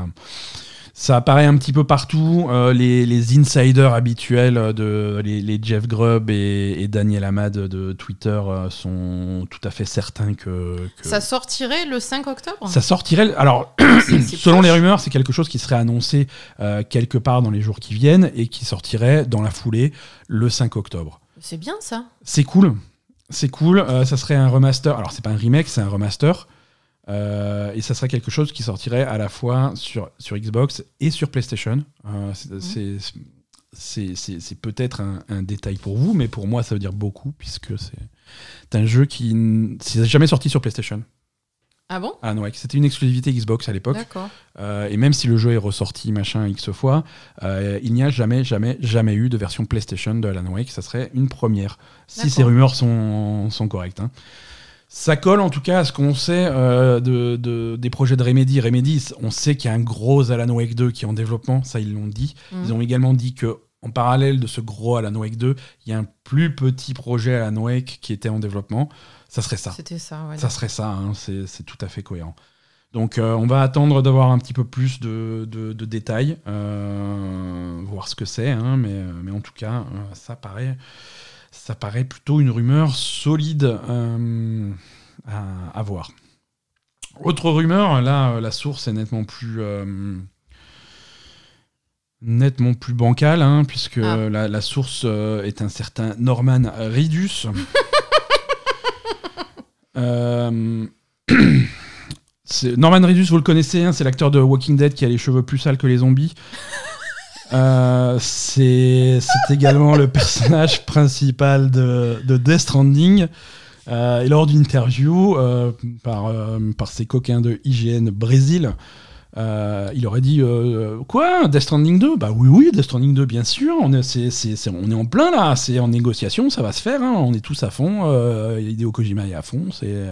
Speaker 1: ça apparaît un petit peu partout. Euh, les, les insiders habituels, de, les, les Jeff Grubb et, et Daniel Hamad de Twitter euh, sont tout à fait certains que, que
Speaker 2: ça hein. sortirait le 5 octobre
Speaker 1: ça sortirait. Alors,
Speaker 2: C'est- c'est
Speaker 1: Selon les
Speaker 2: proche.
Speaker 1: rumeurs, c'est quelque chose qui serait annoncé euh, quelque part dans les jours qui viennent et qui sortirait dans la foulée le 5 octobre.
Speaker 2: C'est bien ça.
Speaker 1: C'est cool. C'est cool. euh, ça serait un remaster. Alors, c'est pas un remake, c'est un remaster. Euh, et ça serait quelque chose qui sortirait à la fois sur, sur Xbox et sur PlayStation. Euh, c'est- c'est- c'est- c'est c'est peut-être un, un détail pour vous, mais pour moi, ça veut dire beaucoup puisque c'est c'est un jeu qui n- c'est jamais sorti sur PlayStation.
Speaker 2: Ah bon
Speaker 1: Ah non, ouais, c'était une exclusivité Xbox à l'époque.
Speaker 2: D'accord.
Speaker 1: Euh, et même si le jeu est ressorti machin X fois, euh, il n'y a jamais, jamais, jamais eu de version PlayStation de Alan Wake. Ça serait une première, si
Speaker 2: D'accord.
Speaker 1: ces rumeurs sont, sont correctes. hein. Ça colle en tout cas à ce qu'on sait euh, de, de- des projets de Remedy. Remedy, on sait qu'il y a un gros Alan Wake 2 qui est en développement, ça ils l'ont dit.
Speaker 2: Mhm.
Speaker 1: Ils ont également dit que en parallèle de ce gros Alan Wake 2, il y a un plus petit projet Alan Wake qui était en développement. Ça serait ça.
Speaker 2: C'était ça, ouais.
Speaker 1: Ah. Ça serait ça, hein, c'est c'est tout à fait cohérent. Donc euh, on va attendre d'avoir un petit peu plus de, de- de détails, euh, voir ce que c'est, hein, mais, euh, mais en tout cas, euh, ça, paraît, ça paraît plutôt une rumeur solide euh, à, à voir. Autre rumeur, là euh, la source est nettement plus... euh, nettement plus bancale, hein, puisque
Speaker 2: Ah.
Speaker 1: la, la source euh, est un certain Norman Ridus. Euh, c'est- Norman Reedus, vous le connaissez, hein, c'est l'acteur de Walking Dead qui a les cheveux plus sales que les zombies. Euh, c'est c'est également le personnage principal de, de Death Stranding. Euh, et lors d'une interview euh, par, euh, par ces coquins de IGN Brésil, euh, il aurait dit euh, Quoi Death Stranding 2 Bah oui, oui, Death Stranding 2, bien sûr. On est, c'est- c'est- c'est- on est en plein là, c'est en négociation, ça va se faire. hein, on est tous à fond. Euh, Hideo Kojima est à fond. C'est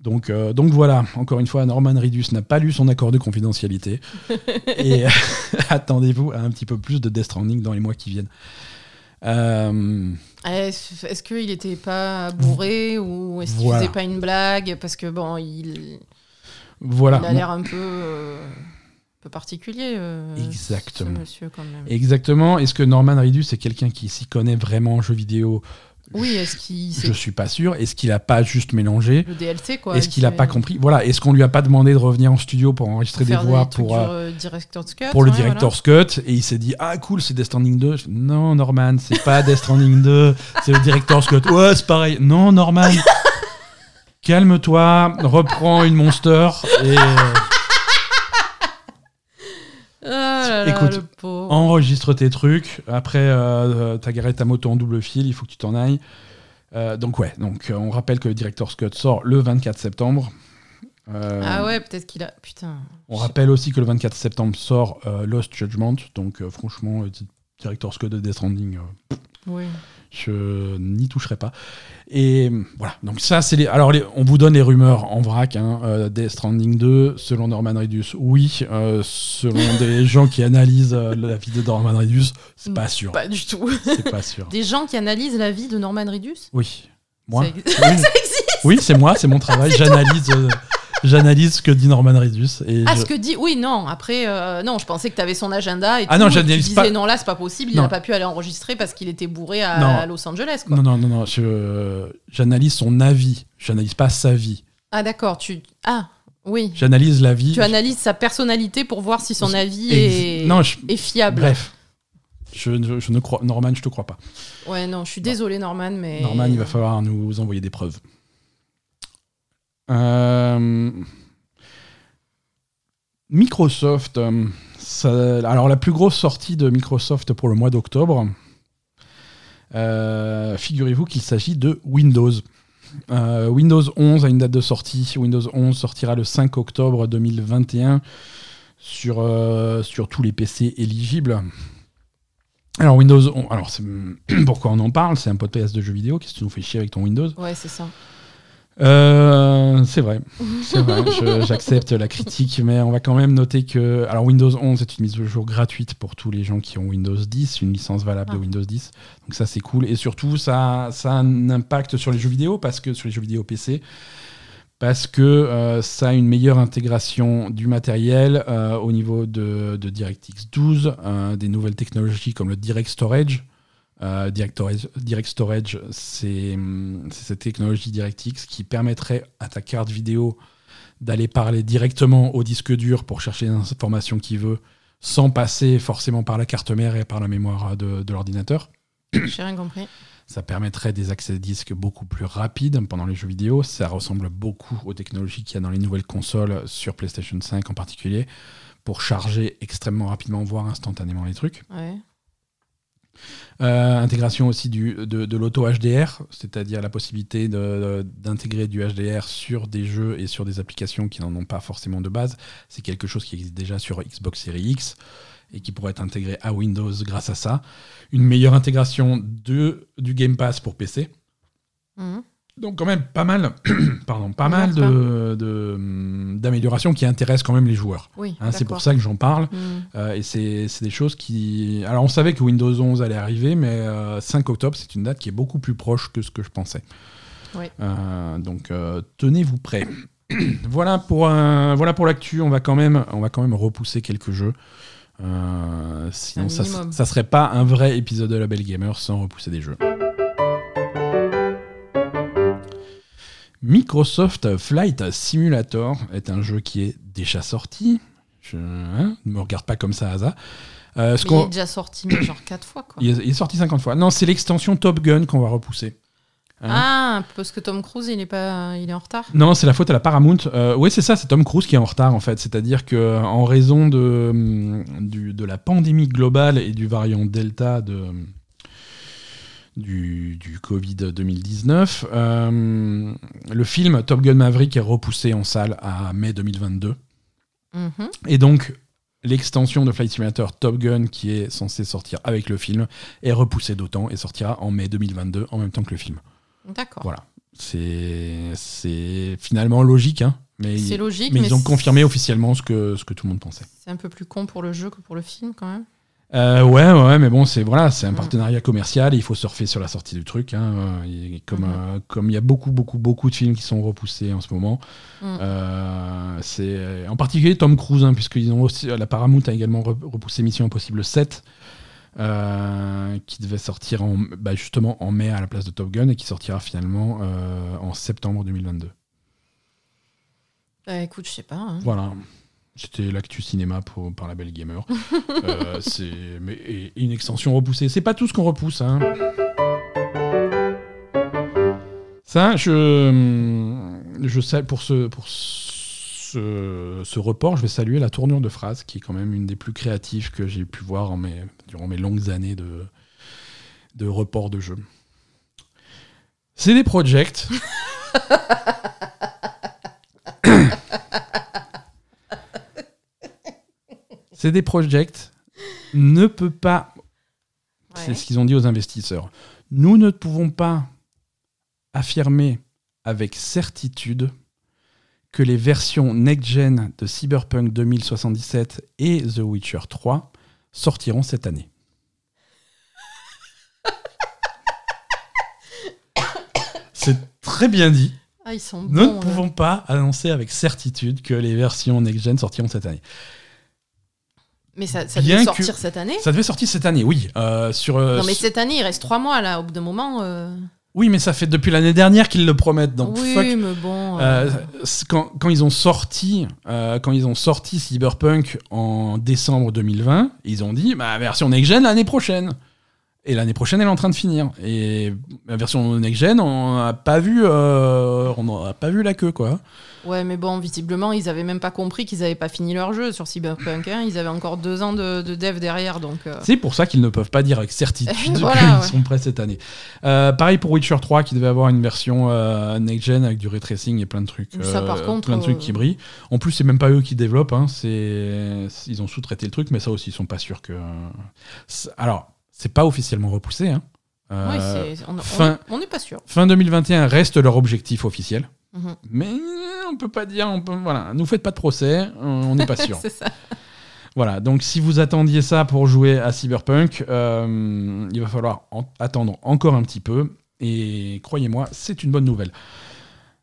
Speaker 1: Donc, euh, donc voilà, encore une fois, Norman Ridus n'a pas lu son accord de confidentialité. et attendez-vous à un petit peu plus de Death Stranding dans les mois qui viennent. Euh,
Speaker 2: Est-ce est-ce qu'il était pas bourré ou est-ce qu'il
Speaker 1: Voilà.
Speaker 2: faisait pas une blague Parce que bon, il,
Speaker 1: voilà.
Speaker 2: il a l'air un peu, euh, un peu particulier. euh,
Speaker 1: Exactement.
Speaker 2: Ce monsieur, quand même.
Speaker 1: Exactement. Est-ce que Norman Ridus est quelqu'un qui s'y connaît vraiment en jeux vidéo
Speaker 2: oui, est-ce qu'il
Speaker 1: Je
Speaker 2: c'est
Speaker 1: suis pas sûr. Est-ce qu'il a pas juste mélangé
Speaker 2: le DLC quoi
Speaker 1: Est-ce
Speaker 2: il
Speaker 1: qu'il a
Speaker 2: fait-
Speaker 1: pas compris Voilà. Est-ce qu'on lui a pas demandé de revenir en studio pour enregistrer des
Speaker 2: faire
Speaker 1: voix
Speaker 2: trucs
Speaker 1: pour euh,
Speaker 2: sur, euh, director's cut,
Speaker 1: pour le
Speaker 2: ouais, voilà.
Speaker 1: directeur Scott et il s'est dit ah cool c'est Death Stranding 2 Je fais, non Norman c'est pas Death Stranding 2 c'est le directeur Scott ouais c'est pareil non Norman calme-toi reprends une monster et euh,
Speaker 2: Ah là là,
Speaker 1: Écoute,
Speaker 2: le pauvre.
Speaker 1: enregistre tes trucs après euh, t'as garé ta moto en double fil il faut que tu t'en ailles Euh, donc ouais donc euh, on rappelle que le directeur Scott sort le 24 septembre Euh,
Speaker 2: Ah ouais, peut-être qu'il a. Putain.
Speaker 1: On rappelle aussi que le 24 septembre sort euh, Lost Judgment, donc euh, franchement, euh, Director Scott de Death Stranding, euh,
Speaker 2: Oui.
Speaker 1: je n'y toucherai pas. Et euh, voilà, donc ça, c'est les. Alors, les- on vous donne les rumeurs en vrac. Hein, euh, Death Stranding 2, selon Norman Reedus, oui. euh, selon des gens qui analysent euh, la vie de Norman Reedus, c'est pas sûr.
Speaker 2: Pas du tout.
Speaker 1: C'est pas sûr.
Speaker 2: Des gens qui analysent la vie de Norman Reedus
Speaker 1: Oui, moi.
Speaker 2: Ça ex-
Speaker 1: Oui,
Speaker 2: Ça existe
Speaker 1: oui, c'est moi, c'est mon travail. J'analyse. euh, J'analyse ce que dit Norman Reedus. Et
Speaker 2: Ah,
Speaker 1: je-
Speaker 2: ce que dit. Oui, non. Après, euh, non, je pensais que t'avais son agenda et
Speaker 1: Ah
Speaker 2: tout,
Speaker 1: non,
Speaker 2: et tu
Speaker 1: j'analyse
Speaker 2: disais,
Speaker 1: pas.
Speaker 2: Non, là, c'est pas possible. Il
Speaker 1: Non.
Speaker 2: n'a pas pu aller enregistrer parce qu'il était bourré à,
Speaker 1: Non.
Speaker 2: à Los Angeles, quoi.
Speaker 1: Non, non, non, non, je- j'analyse son avis. J'analyse pas sa vie.
Speaker 2: Ah, d'accord. Tu. Ah, oui.
Speaker 1: J'analyse la vie.
Speaker 2: Tu analyses sa personnalité pour voir si son avis
Speaker 1: Ex-
Speaker 2: est,
Speaker 1: Non, je-
Speaker 2: est fiable.
Speaker 1: bref. Je, ne- je ne crois, Norman, je te crois pas.
Speaker 2: Ouais, non, je suis désolée, Norman, mais.
Speaker 1: Norman, il va falloir nous envoyer des preuves. Euh, Microsoft, euh, ça- alors la plus grosse sortie de Microsoft pour le mois d'octobre, euh, figurez-vous qu'il s'agit de Windows. Euh, Windows 11 a une date de sortie. Windows 11 sortira le 5 octobre 2021 sur, euh, sur tous les PC éligibles. Alors Windows, on- alors c'est- hmm, pourquoi on en parle C'est un podcast de jeux vidéo. Qu'est-ce que tu nous fais chier avec ton Windows
Speaker 2: Ouais, c'est ça.
Speaker 1: euh, c'est vrai, c'est vrai. Je- J'accepte la critique, mais on va quand même noter que alors Windows 11 est une mise au jour gratuite pour tous les gens qui ont Windows 10, une licence valable de
Speaker 2: Ah.
Speaker 1: Windows 10. Donc ça c'est cool et surtout ça ça a un impact sur les jeux vidéo parce que sur les jeux vidéo PC parce que euh, ça a une meilleure intégration du matériel euh, au niveau de, de DirectX 12, euh, des nouvelles technologies comme le Direct Storage. Euh, Direct Storage, Direct Storage, c'est hum, c'est cette technologie DirectX qui permettrait à ta carte vidéo d'aller parler directement au disque dur pour chercher les informations qu'il veut, sans passer forcément par la carte mère et par la mémoire de- de l'ordinateur.
Speaker 2: J'ai rien compris.
Speaker 1: Ça permettrait des accès disques beaucoup plus rapides pendant les jeux vidéo. Ça ressemble beaucoup aux technologies qu'il y a dans les nouvelles consoles, sur PlayStation 5 en particulier, pour charger extrêmement rapidement, voire instantanément les trucs.
Speaker 2: Ouais.
Speaker 1: Euh, intégration aussi du, de, de l'auto-HDR, c'est-à-dire la possibilité de- d'intégrer du HDR sur des jeux et sur des applications qui n'en ont pas forcément de base. C'est quelque chose qui existe déjà sur Xbox Series X et qui pourrait être intégré à Windows grâce à ça. Une meilleure intégration de, du Game Pass pour PC.
Speaker 2: Mhm.
Speaker 1: Donc quand même pas mal, pardon, pas
Speaker 2: Non,
Speaker 1: mal
Speaker 2: c'est pas.
Speaker 1: de- de, hum, d'améliorations qui intéressent quand même les joueurs.
Speaker 2: Oui.
Speaker 1: hein. c'est
Speaker 2: d'accord.
Speaker 1: pour ça que j'en parle.
Speaker 2: Mhm.
Speaker 1: euh, et c'est c'est des choses qui... Alors on savait que Windows 11 allait arriver, mais euh, 5 octobre, c'est une date qui est beaucoup plus proche que ce que je pensais.
Speaker 2: Ouais.
Speaker 1: Euh, donc euh, tenez-vous prêts. voilà pour, un- voilà pour l'actu, on, va quand même- on va quand même repousser quelques jeux. Euh, sinon,
Speaker 2: Un
Speaker 1: ça,
Speaker 2: minimum.
Speaker 1: ça serait pas un vrai épisode de Label Gamer sans repousser des jeux. Microsoft Flight Simulator est un jeu qui est déjà sorti. Je hein, ne me regarde pas comme ça, Asa. Euh, ce
Speaker 2: Mais
Speaker 1: qu'on-
Speaker 2: il est déjà sorti mais genre quatre fois quoi.
Speaker 1: il, est, il est sorti 50 fois. Non, c'est l'extension Top Gun qu'on va repousser. Hein.
Speaker 2: Ah, parce que Tom Cruise, il est pas, il est en retard.
Speaker 1: Non, c'est la faute à la Paramount. Euh, oui, c'est ça, c'est Tom Cruise qui est en retard en fait. C'est-à-dire que euh, en raison de, hum, du- de la pandémie globale et du variant Delta de, hum, du, du Covid 2019, euh, le film Top Gun Maverick est repoussé en salle à mai 2022.
Speaker 2: Mhm.
Speaker 1: Et donc, l'extension de Flight Simulator Top Gun, qui est censée sortir avec le film, est repoussée d'autant et sortira en mai 2022 en même temps que le film.
Speaker 2: D'accord.
Speaker 1: Voilà. C'est c'est finalement logique, hein, mais,
Speaker 2: C'est
Speaker 1: ils,
Speaker 2: logique,
Speaker 1: mais
Speaker 2: mais,
Speaker 1: ils ont
Speaker 2: c'est-
Speaker 1: confirmé officiellement ce que, ce que tout le monde pensait.
Speaker 2: C'est un peu plus con pour le jeu que pour le film, quand même.
Speaker 1: Euh, ouais, ouais, mais bon, c'est voilà, c'est un
Speaker 2: Mm.
Speaker 1: partenariat commercial. et il faut surfer sur la sortie du truc. hein, euh, et comme
Speaker 2: Mhm.
Speaker 1: euh, comme il y a beaucoup, beaucoup, beaucoup de films qui sont repoussés en ce moment.
Speaker 2: Mm.
Speaker 1: euh, c'est euh, en particulier Tom Cruise, hein, puisqu'ils ont aussi la Paramount a également re- repoussé Mission Impossible 7, euh, qui devait sortir en, bah, justement en mai à la place de Top Gun et qui sortira finalement euh, en septembre 2022.
Speaker 2: Bah, écoute, je sais pas. hein.
Speaker 1: Voilà. C'était l'actu cinéma pour, par la belle gamer. Euh, c'est mais- et- et une extension repoussée. C'est pas tout ce qu'on repousse. hein. Ça, je, hum, je sais pour ce pour ce, ce report, je vais saluer la tournure de phrase qui est quand même une des plus créatives que j'ai pu voir en mes- durant mes longues années de de report de jeu. C'est des projects. C'est des projects. Ne peut pas c'est
Speaker 2: Ouais.
Speaker 1: ce qu'ils ont dit aux investisseurs. Nous ne pouvons pas affirmer avec certitude que les versions next-gen de Cyberpunk 2077 et The Witcher 3 sortiront cette année. C'est très bien dit.
Speaker 2: Ah, ils sont
Speaker 1: Nous
Speaker 2: bons.
Speaker 1: ne
Speaker 2: là.
Speaker 1: pouvons pas annoncer avec certitude que les versions next-gen sortiront cette année.
Speaker 2: Mais ça, ça
Speaker 1: Bien
Speaker 2: devait
Speaker 1: que-
Speaker 2: sortir cette année.
Speaker 1: Ça devait sortir cette année, oui. euh, sur, euh,
Speaker 2: Non, mais cette année, il reste trois mois, là. Au bout d'un moment. euh,
Speaker 1: Oui, mais ça fait depuis l'année dernière qu'ils le promettent. Donc,
Speaker 2: oui,
Speaker 1: fuck
Speaker 2: mais bon. euh,
Speaker 1: Euh, c- quand, quand ils ont sorti, euh, quand ils ont sorti Cyberpunk en décembre 2020, ils ont dit bah, version next gen l'année prochaine. Et l'année prochaine, elle est en train de finir. Et la version next gen, on n'a pas vu, euh, on n'en a pas vu la queue quoi.
Speaker 2: Ouais, mais bon, visiblement, ils avaient même pas compris qu'ils avaient pas fini leur jeu sur Cyberpunk. hein. Ils avaient encore deux ans de, de dev derrière, donc. euh,
Speaker 1: C'est pour ça qu'ils ne peuvent pas dire avec certitude
Speaker 2: Voilà,
Speaker 1: qu'ils
Speaker 2: ouais.
Speaker 1: sont prêts cette année. Euh, pareil pour Witcher 3 qui devait avoir une version euh, next-gen avec du ray tracing et plein de trucs,
Speaker 2: Ça, par contre,
Speaker 1: plein de trucs
Speaker 2: euh,
Speaker 1: qui brillent. En plus, c'est même pas eux qui développent, hein, c'est ils ont sous-traité le truc, mais ça aussi, ils sont pas sûrs que. c'est- Alors, c'est pas officiellement repoussé. hein. Euh,
Speaker 2: ouais, c'est- on- on-
Speaker 1: fin-
Speaker 2: on n'est pas sûr.
Speaker 1: fin 2021 reste leur objectif officiel,
Speaker 2: Mhm.
Speaker 1: mais on peut pas dire, on peut, voilà, nous faites pas de procès, euh, on n'est pas sûr.
Speaker 2: C'est ça.
Speaker 1: Voilà, donc si vous attendiez ça pour jouer à Cyberpunk, euh, il va falloir en- attendre encore un petit peu. Et croyez-moi, c'est une bonne nouvelle.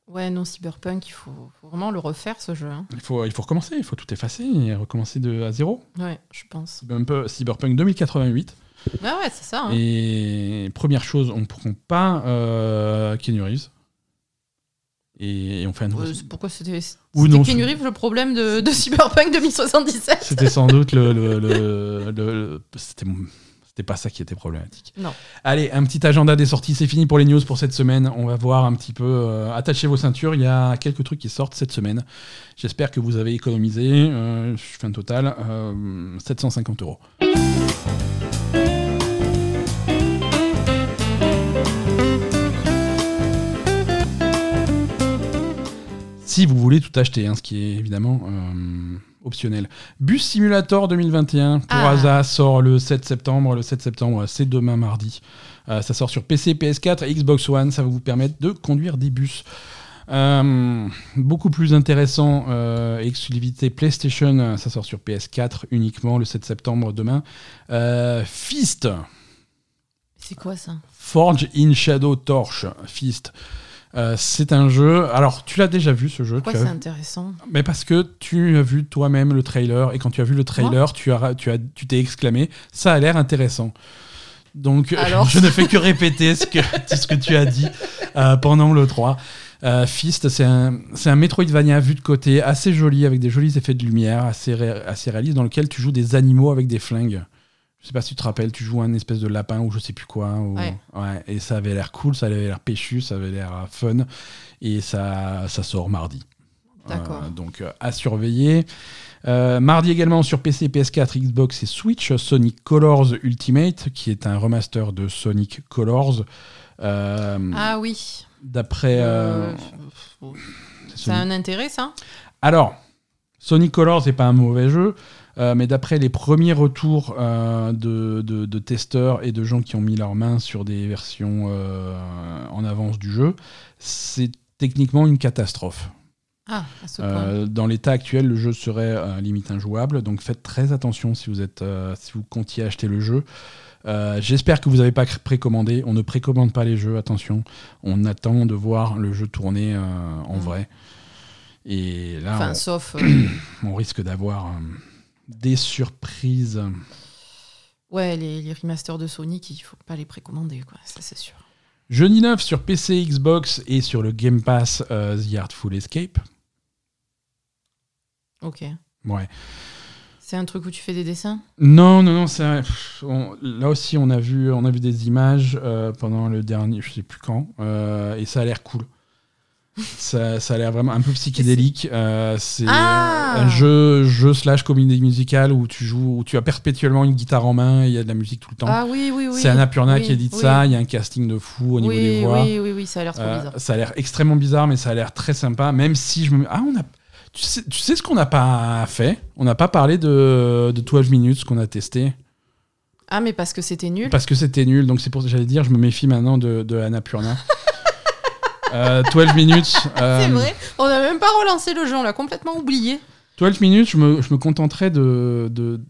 Speaker 2: Ouais, non, Cyberpunk, il faut, faut vraiment le refaire, ce jeu. hein.
Speaker 1: Il faut, il faut recommencer, il faut tout effacer et recommencer de à zéro.
Speaker 2: Ouais, je pense.
Speaker 1: Un peu Cyberpunk 2088.
Speaker 2: Ah ouais, c'est ça. hein.
Speaker 1: Et première chose, on ne prend pas euh, Keanu Reeves. Et, et on fait un nouveau.
Speaker 2: Euh, c'est- pourquoi c'était
Speaker 1: Ou
Speaker 2: c'était
Speaker 1: non,
Speaker 2: Keanu
Speaker 1: c'est-
Speaker 2: Reeves le problème de, de Cyberpunk 2077
Speaker 1: C'était sans doute le. le- le- le- le- C'était c'était pas ça qui était problématique.
Speaker 2: Non.
Speaker 1: Allez, un petit agenda des sorties, c'est fini pour les news pour cette semaine. On va voir un petit peu. euh, attachez vos ceintures, il y a quelques trucs qui sortent cette semaine. J'espère que vous avez économisé. euh, je fais un total euh, 750 euros. Si vous voulez tout acheter, hein, ce qui est évidemment euh, optionnel. Bus Simulator 2021 pour
Speaker 2: Ah.
Speaker 1: ASA sort le 7 septembre. Le 7 septembre, euh, c'est demain mardi. Euh, ça sort sur PC, PS4 et Xbox One. Ça va vous permettre de conduire des bus. Euh, beaucoup plus intéressant, euh, exclusivité PlayStation, euh, ça sort sur PS4 uniquement le 7 septembre demain. Euh, Fist,
Speaker 2: C'est quoi ça
Speaker 1: Forge in Shadow Torch, Fist. Euh, c'est un jeu. Alors, tu l'as déjà vu ce jeu
Speaker 2: Pourquoi
Speaker 1: tu as-
Speaker 2: c'est intéressant
Speaker 1: Mais parce que tu as vu toi-même le trailer et quand tu as vu le trailer, tu as tu as tu t'es exclamé ça a l'air intéressant. Donc euh,
Speaker 2: Alors
Speaker 1: je ne fais que répéter ce que ce que tu as dit euh, pendant le 3. Euh, Fist, c'est un, c'est un Metroidvania vu de côté, assez joli, avec des jolis effets de lumière, assez, ré- assez réaliste, dans lequel tu joues des animaux avec des flingues. Je sais pas si tu te rappelles, tu joues un espèce de lapin ou je sais plus quoi. ou-
Speaker 2: Ouais.
Speaker 1: Ouais, et ça avait l'air cool, ça avait l'air péchu, ça avait l'air euh, fun. Et ça, ça sort mardi.
Speaker 2: D'accord.
Speaker 1: Euh, donc euh, à surveiller. Euh, mardi également sur PC, PS4, Xbox et Switch, Sonic Colors Ultimate, qui est un remaster de Sonic Colors. Euh,
Speaker 2: Ah oui.
Speaker 1: D'après. euh,
Speaker 2: Euh, ça a un intérêt, ça
Speaker 1: alors, Sonic Colors, c'est pas un mauvais jeu. Euh, mais d'après les premiers retours euh, de, de- de testeurs et de gens qui ont mis leurs mains sur des versions euh, en avance du jeu, c'est techniquement une catastrophe.
Speaker 2: Ah, à ce point.
Speaker 1: Euh, dans l'état actuel, le jeu serait euh, limite injouable, donc faites très attention si vous, êtes, euh, si vous comptiez acheter le jeu. Euh, J'espère que vous n'avez pas cr- précommandé. On ne précommande pas les jeux, attention. On attend de voir le jeu tourner euh, en
Speaker 2: Mm.
Speaker 1: vrai. Et là,
Speaker 2: enfin,
Speaker 1: on-
Speaker 2: sauf. euh,
Speaker 1: on risque d'avoir euh, des surprises.
Speaker 2: ouais, les, les remasters de Sonic, il faut pas les précommander, quoi. Ça, c'est sûr.
Speaker 1: Jeudi 9 sur PC, Xbox et sur le Game Pass euh, The Artful Escape.
Speaker 2: Ok.
Speaker 1: Ouais.
Speaker 2: C'est un truc où tu fais des dessins
Speaker 1: Non, non, non, ça, pff, on- là aussi on a vu, on a vu des images euh, pendant le dernier, je sais plus quand, euh, et ça a l'air cool. Ça, ça a l'air vraiment un peu psychédélique. euh, c'est
Speaker 2: Ah
Speaker 1: un jeu, jeu slash comédie musicale où tu joues, où tu as perpétuellement une guitare en main et il y a de la musique tout le temps.
Speaker 2: Ah oui, oui, oui.
Speaker 1: C'est Annapurna
Speaker 2: Oui,
Speaker 1: qui édite
Speaker 2: oui.
Speaker 1: ça. Il y a un casting de fou au niveau
Speaker 2: oui,
Speaker 1: des voix.
Speaker 2: oui, oui, oui, ça a l'air trop
Speaker 1: Euh,
Speaker 2: bizarre.
Speaker 1: ça a l'air extrêmement bizarre, mais ça a l'air très sympa. Même si je me. Ah, on a. Tu sais, tu sais ce qu'on n'a pas fait On n'a pas parlé de, de 12 minutes, ce qu'on a testé.
Speaker 2: Ah, mais parce que c'était nul
Speaker 1: Parce que c'était nul, donc c'est pour ça que j'allais dire, je me méfie maintenant de, de Annapurna. Euh, 12 minutes. euh,
Speaker 2: C'est vrai, on a même pas relancé le jeu, on l'a complètement oublié.
Speaker 1: 12 minutes, je me, je me contenterai de, de,